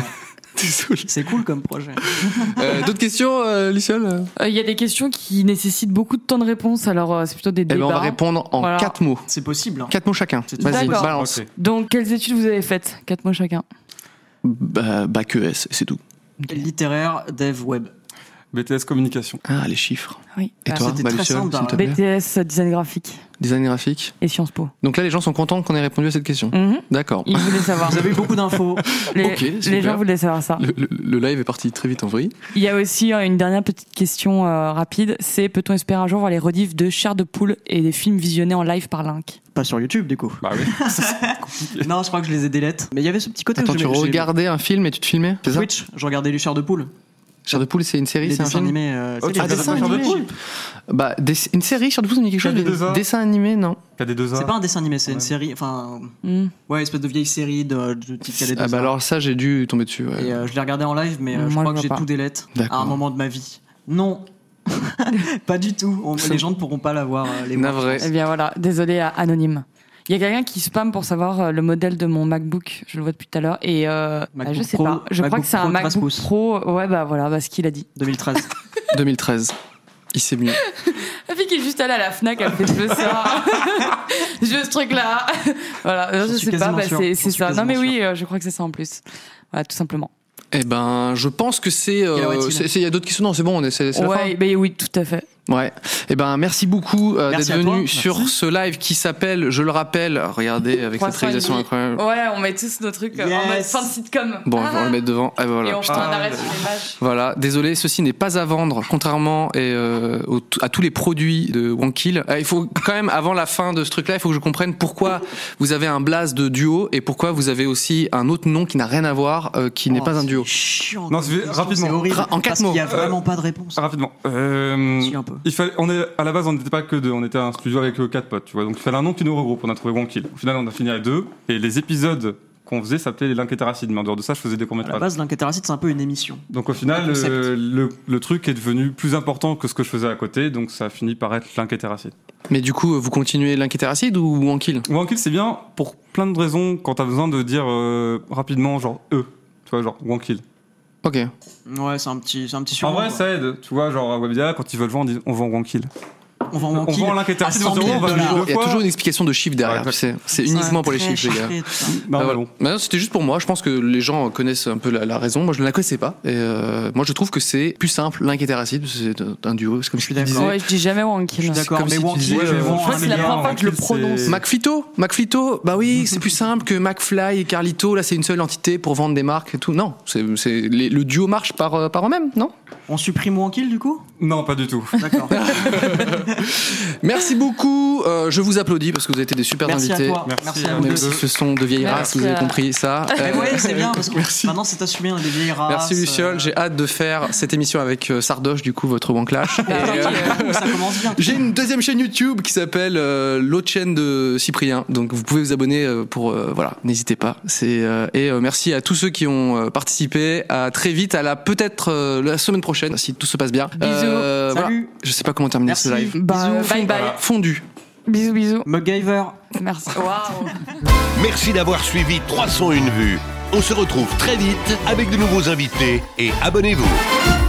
Speaker 3: Désolé.
Speaker 4: c'est cool comme projet.
Speaker 3: Euh, D'autres questions, euh, Luciole
Speaker 5: Euh, Il y a des questions qui nécessitent beaucoup de temps de réponse, alors euh, c'est plutôt des
Speaker 3: Eh ben,
Speaker 5: débats.
Speaker 3: on va répondre en
Speaker 5: Voilà.
Speaker 3: quatre mots.
Speaker 4: C'est possible. hein.
Speaker 3: Quatre mots chacun.
Speaker 4: C'est tout.
Speaker 3: Vas-y,
Speaker 5: D'accord.
Speaker 3: balance.
Speaker 6: Ok.
Speaker 5: Donc, quelles études vous avez faites Quatre mots chacun.
Speaker 3: Bah, bac ES, c'est tout.
Speaker 4: Littéraire, dev, web.
Speaker 6: BTS communication.
Speaker 3: Ah, les chiffres.
Speaker 5: Oui.
Speaker 3: Et
Speaker 5: Ah,
Speaker 3: toi,
Speaker 4: c'était
Speaker 3: bah,
Speaker 4: très
Speaker 3: Luciole,
Speaker 4: simple,
Speaker 3: s'il te
Speaker 4: hein.
Speaker 3: plaît.
Speaker 5: BTS, euh, design graphique
Speaker 3: Design graphique.
Speaker 5: et Sciences Po.
Speaker 3: Donc là, les gens sont contents qu'on ait répondu à cette question.
Speaker 5: Mhm.
Speaker 3: D'accord.
Speaker 5: Ils voulaient savoir.
Speaker 4: Vous avez eu beaucoup d'infos.
Speaker 5: Les,
Speaker 3: Ok,
Speaker 5: les
Speaker 3: super.
Speaker 5: gens voulaient savoir ça.
Speaker 3: Le, le- le live est parti très vite en vrille.
Speaker 5: Il y a aussi euh, une dernière petite question euh, rapide. C'est peut-on espérer un jour voir les rediffs de Chair de Poule et des films visionnés en live par Link
Speaker 4: pas sur YouTube du coup.
Speaker 6: Bah oui.
Speaker 4: Non, je crois que je les ai délettes. Mais il y avait ce petit côté. où
Speaker 3: Attends,
Speaker 4: je-
Speaker 3: tu
Speaker 4: j'ai-
Speaker 3: regardais un film et tu te filmais C'est ça
Speaker 4: Twitch, je regardais Luchard de Poule.
Speaker 3: Chair de poule, c'est une série,
Speaker 4: Les
Speaker 3: c'est un
Speaker 4: dessins
Speaker 3: film
Speaker 4: animés. euh, tu
Speaker 6: Ok,
Speaker 4: sais,
Speaker 3: Ah,
Speaker 4: les
Speaker 3: dessin
Speaker 4: dessins
Speaker 3: animé.
Speaker 4: animés.
Speaker 3: Bah, des- une série, Chair de poule, ça me dit quelque chose. mais
Speaker 6: Cadet des Arts.
Speaker 3: Dessin animé, non
Speaker 6: KD2A.
Speaker 4: C'est pas un dessin animé, c'est
Speaker 6: Ouais.
Speaker 4: une série. Enfin,
Speaker 5: Hmm.
Speaker 4: ouais, espèce de vieille série de, de petite cadette.
Speaker 3: Ah bah alors ça, j'ai dû tomber dessus. ouais.
Speaker 4: Et euh, je l'ai regardé en live, mais euh, je crois
Speaker 5: Moi, je
Speaker 4: que
Speaker 5: vois
Speaker 4: j'ai
Speaker 5: pas.
Speaker 4: tout délette à
Speaker 3: D'accord.
Speaker 4: un moment de ma vie. Non, pas du tout. On- les gens ne pourront pas l'avoir. euh, les voir,
Speaker 3: Navré.
Speaker 4: je
Speaker 5: Eh
Speaker 4: pense.
Speaker 5: bien voilà, désolé, à- anonyme. Il y a quelqu'un qui spam pour savoir euh, le modèle de mon MacBook. Je le vois depuis tout à l'heure. Et euh,
Speaker 4: MacBook
Speaker 5: je sais
Speaker 4: Pro,
Speaker 5: pas. Je crois
Speaker 4: MacBook
Speaker 5: que c'est un
Speaker 4: Pro 13
Speaker 5: MacBook
Speaker 4: pouces.
Speaker 5: Pro. Ouais, bah voilà, bah, ce qu'il a dit.
Speaker 4: 2013.
Speaker 3: 2013. Il sait mieux.
Speaker 5: La fille qui est juste allée à la Fnac, elle fait je veux ça. je veux ce truc-là. voilà, euh,
Speaker 4: J'en
Speaker 5: je
Speaker 4: suis
Speaker 5: sais pas,
Speaker 4: quasiment
Speaker 5: bah,
Speaker 4: sûr.
Speaker 5: c'est
Speaker 4: J'en
Speaker 5: c'est
Speaker 4: suis
Speaker 5: ça. Non mais
Speaker 4: quasiment
Speaker 5: oui, euh, je crois que c'est ça en plus. Voilà, tout simplement.
Speaker 3: Eh ben, je pense que c'est. euh,
Speaker 4: Quelle heure est-il
Speaker 3: c'est- c'est- Il y a d'autres questions. Non, c'est bon, on est- c'est c'est la fin.
Speaker 5: Ouais, mais oui, tout à fait.
Speaker 3: Ouais. Eh ben, merci beaucoup euh,
Speaker 4: Merci
Speaker 3: d'être
Speaker 4: à toi.
Speaker 3: venu
Speaker 4: Merci.
Speaker 3: sur ce live qui s'appelle, je le rappelle, regardez avec cette
Speaker 5: 300
Speaker 3: réalisation
Speaker 5: et demi.
Speaker 3: incroyable.
Speaker 7: Ouais, on met tous nos trucs euh, en
Speaker 4: Mm. Yes. Ah.
Speaker 7: mode fin de sitcom.
Speaker 3: Bon,
Speaker 7: Ah.
Speaker 3: on va le mettre devant. Ah ben
Speaker 7: Et
Speaker 3: voilà,
Speaker 7: on fait
Speaker 3: putain.
Speaker 7: un arrêt sur l'image.
Speaker 3: Voilà, désolé, ceci n'est pas à vendre, contrairement et, euh, au- à tous les produits de Wankill. il faut quand même, avant la fin de ce truc-là, il faut que je comprenne pourquoi vous avez un blaze de duo et pourquoi vous avez aussi un autre nom qui n'a rien à voir, euh, qui n'est
Speaker 4: Oh,
Speaker 3: pas un
Speaker 4: c'est
Speaker 3: duo.
Speaker 4: Chiant.
Speaker 6: Non,
Speaker 4: comme
Speaker 6: c'est-
Speaker 4: question,
Speaker 6: rapidement.
Speaker 4: c'est horrible,
Speaker 3: Ra- en quatre
Speaker 4: parce qu'il y a
Speaker 3: mots.
Speaker 4: vraiment pas de réponse.
Speaker 6: Ah, Rapidement. Euh,
Speaker 4: Je suis un peu.
Speaker 6: Il fallait, on est, à la base, on n'était pas que deux, on était un studio avec euh, quatre potes, tu vois. Donc il fallait un nom qui nous regroupe. On a trouvé One Kill. Au final, on a fini à deux. Et les épisodes qu'on faisait s'appelaient les Linkétaracides. Mais en dehors de ça, je faisais des
Speaker 4: À la
Speaker 6: courts-métrages.
Speaker 4: base, l'enquête c'est un peu une émission.
Speaker 6: Donc au final,
Speaker 4: Un concept.
Speaker 6: euh, le, le truc est devenu plus important que ce que je faisais à côté. Donc ça finit par être Linkétéracide.
Speaker 3: Mais du coup, vous continuez Linkétéracide ou Wankill
Speaker 6: One Kill, c'est bien pour plein de raisons quand t'as besoin de dire euh, rapidement, genre eux. Tu vois, genre One Kill.
Speaker 3: Ok.
Speaker 4: Ouais, c'est un petit, c'est un petit
Speaker 6: En
Speaker 4: surnom.
Speaker 6: vrai,
Speaker 4: quoi.
Speaker 6: ça aide. Tu vois, genre à Webedia, quand ils veulent vendre, on dit on vend One Kill.
Speaker 4: on va en
Speaker 6: On
Speaker 4: manquer.
Speaker 6: vend
Speaker 4: à
Speaker 6: Linkétéracide,
Speaker 4: 100
Speaker 6: on
Speaker 4: 000
Speaker 6: va
Speaker 4: dollars.
Speaker 6: deux
Speaker 3: Il y a
Speaker 6: fois.
Speaker 3: toujours une explication de chiffres derrière,
Speaker 6: Ouais,
Speaker 3: tu sais. C'est uniquement pour les
Speaker 4: Très
Speaker 3: chiffres, les gars.
Speaker 4: chiffré, tout ça.
Speaker 6: Non,
Speaker 3: Ah,
Speaker 6: mais
Speaker 3: voilà.
Speaker 6: bon.
Speaker 3: Bah non, c'était juste pour moi. Je pense que les gens connaissent un peu la, la raison. Moi, je ne la connaissais pas. Et euh, moi, je trouve que c'est plus simple. L'inquiétéracide, c'est un duo. C'est comme
Speaker 4: Je suis
Speaker 3: tu disais.
Speaker 4: d'accord.
Speaker 5: Ouais, je dis jamais Wankill.
Speaker 4: Je suis d'accord,
Speaker 3: comme
Speaker 4: mais
Speaker 3: si tu
Speaker 4: Wanky,
Speaker 3: disais,
Speaker 4: je
Speaker 3: euh,
Speaker 4: vends
Speaker 5: je crois
Speaker 4: un
Speaker 5: que c'est la
Speaker 4: milliard.
Speaker 5: première fois que je le prononce.
Speaker 3: McFito, McFito, bah oui, c'est plus simple que McFly et Carlito. Là, c'est une seule entité pour vendre des marques et tout. Non, c'est c'est- les- le duo marche par, euh, par eux-mêmes, non
Speaker 4: On supprime Wankill du coup
Speaker 6: Non, pas du tout.
Speaker 4: D'accord.
Speaker 3: Merci beaucoup. Euh, je vous applaudis parce que vous avez été des super
Speaker 4: Merci à
Speaker 3: invités.
Speaker 4: toi.
Speaker 6: Merci,
Speaker 4: Merci à
Speaker 6: euh,
Speaker 4: vous
Speaker 3: Même
Speaker 4: deux.
Speaker 3: si ce sont de vieilles
Speaker 5: Merci
Speaker 3: races, vous avez
Speaker 5: à-
Speaker 3: compris ça.
Speaker 4: Mais
Speaker 3: Euh,
Speaker 4: ouais, c'est bien parce que
Speaker 3: Merci.
Speaker 4: maintenant c'est assumé, on est des vieilles races.
Speaker 3: Merci Luciole,
Speaker 4: euh,
Speaker 3: j'ai hâte de faire cette émission avec euh, Sardoche, du coup, votre Wanclash. Et, euh,
Speaker 4: ça commence bien.
Speaker 3: J'ai une deuxième chaîne YouTube qui s'appelle euh, l'autre chaîne de Cyprien. Donc vous pouvez vous abonner euh, pour euh, voilà, n'hésitez pas. C'est euh, et euh, merci à tous ceux qui ont euh, participé. À très vite, à la peut-être euh, la semaine prochaine si tout se passe bien. Euh,
Speaker 5: Bisous.
Speaker 3: voilà.
Speaker 4: Salut.
Speaker 3: Je sais pas comment terminer
Speaker 4: Merci.
Speaker 3: ce live.
Speaker 5: Bah,
Speaker 4: Bisous.
Speaker 5: bye bye.
Speaker 6: Voilà.
Speaker 3: Fondu.
Speaker 5: Bisous, bisous.
Speaker 4: MacGyver.
Speaker 5: Merci.
Speaker 7: Waouh.
Speaker 1: Merci d'avoir suivi 301 vues. On se retrouve très vite avec de nouveaux invités et abonnez-vous.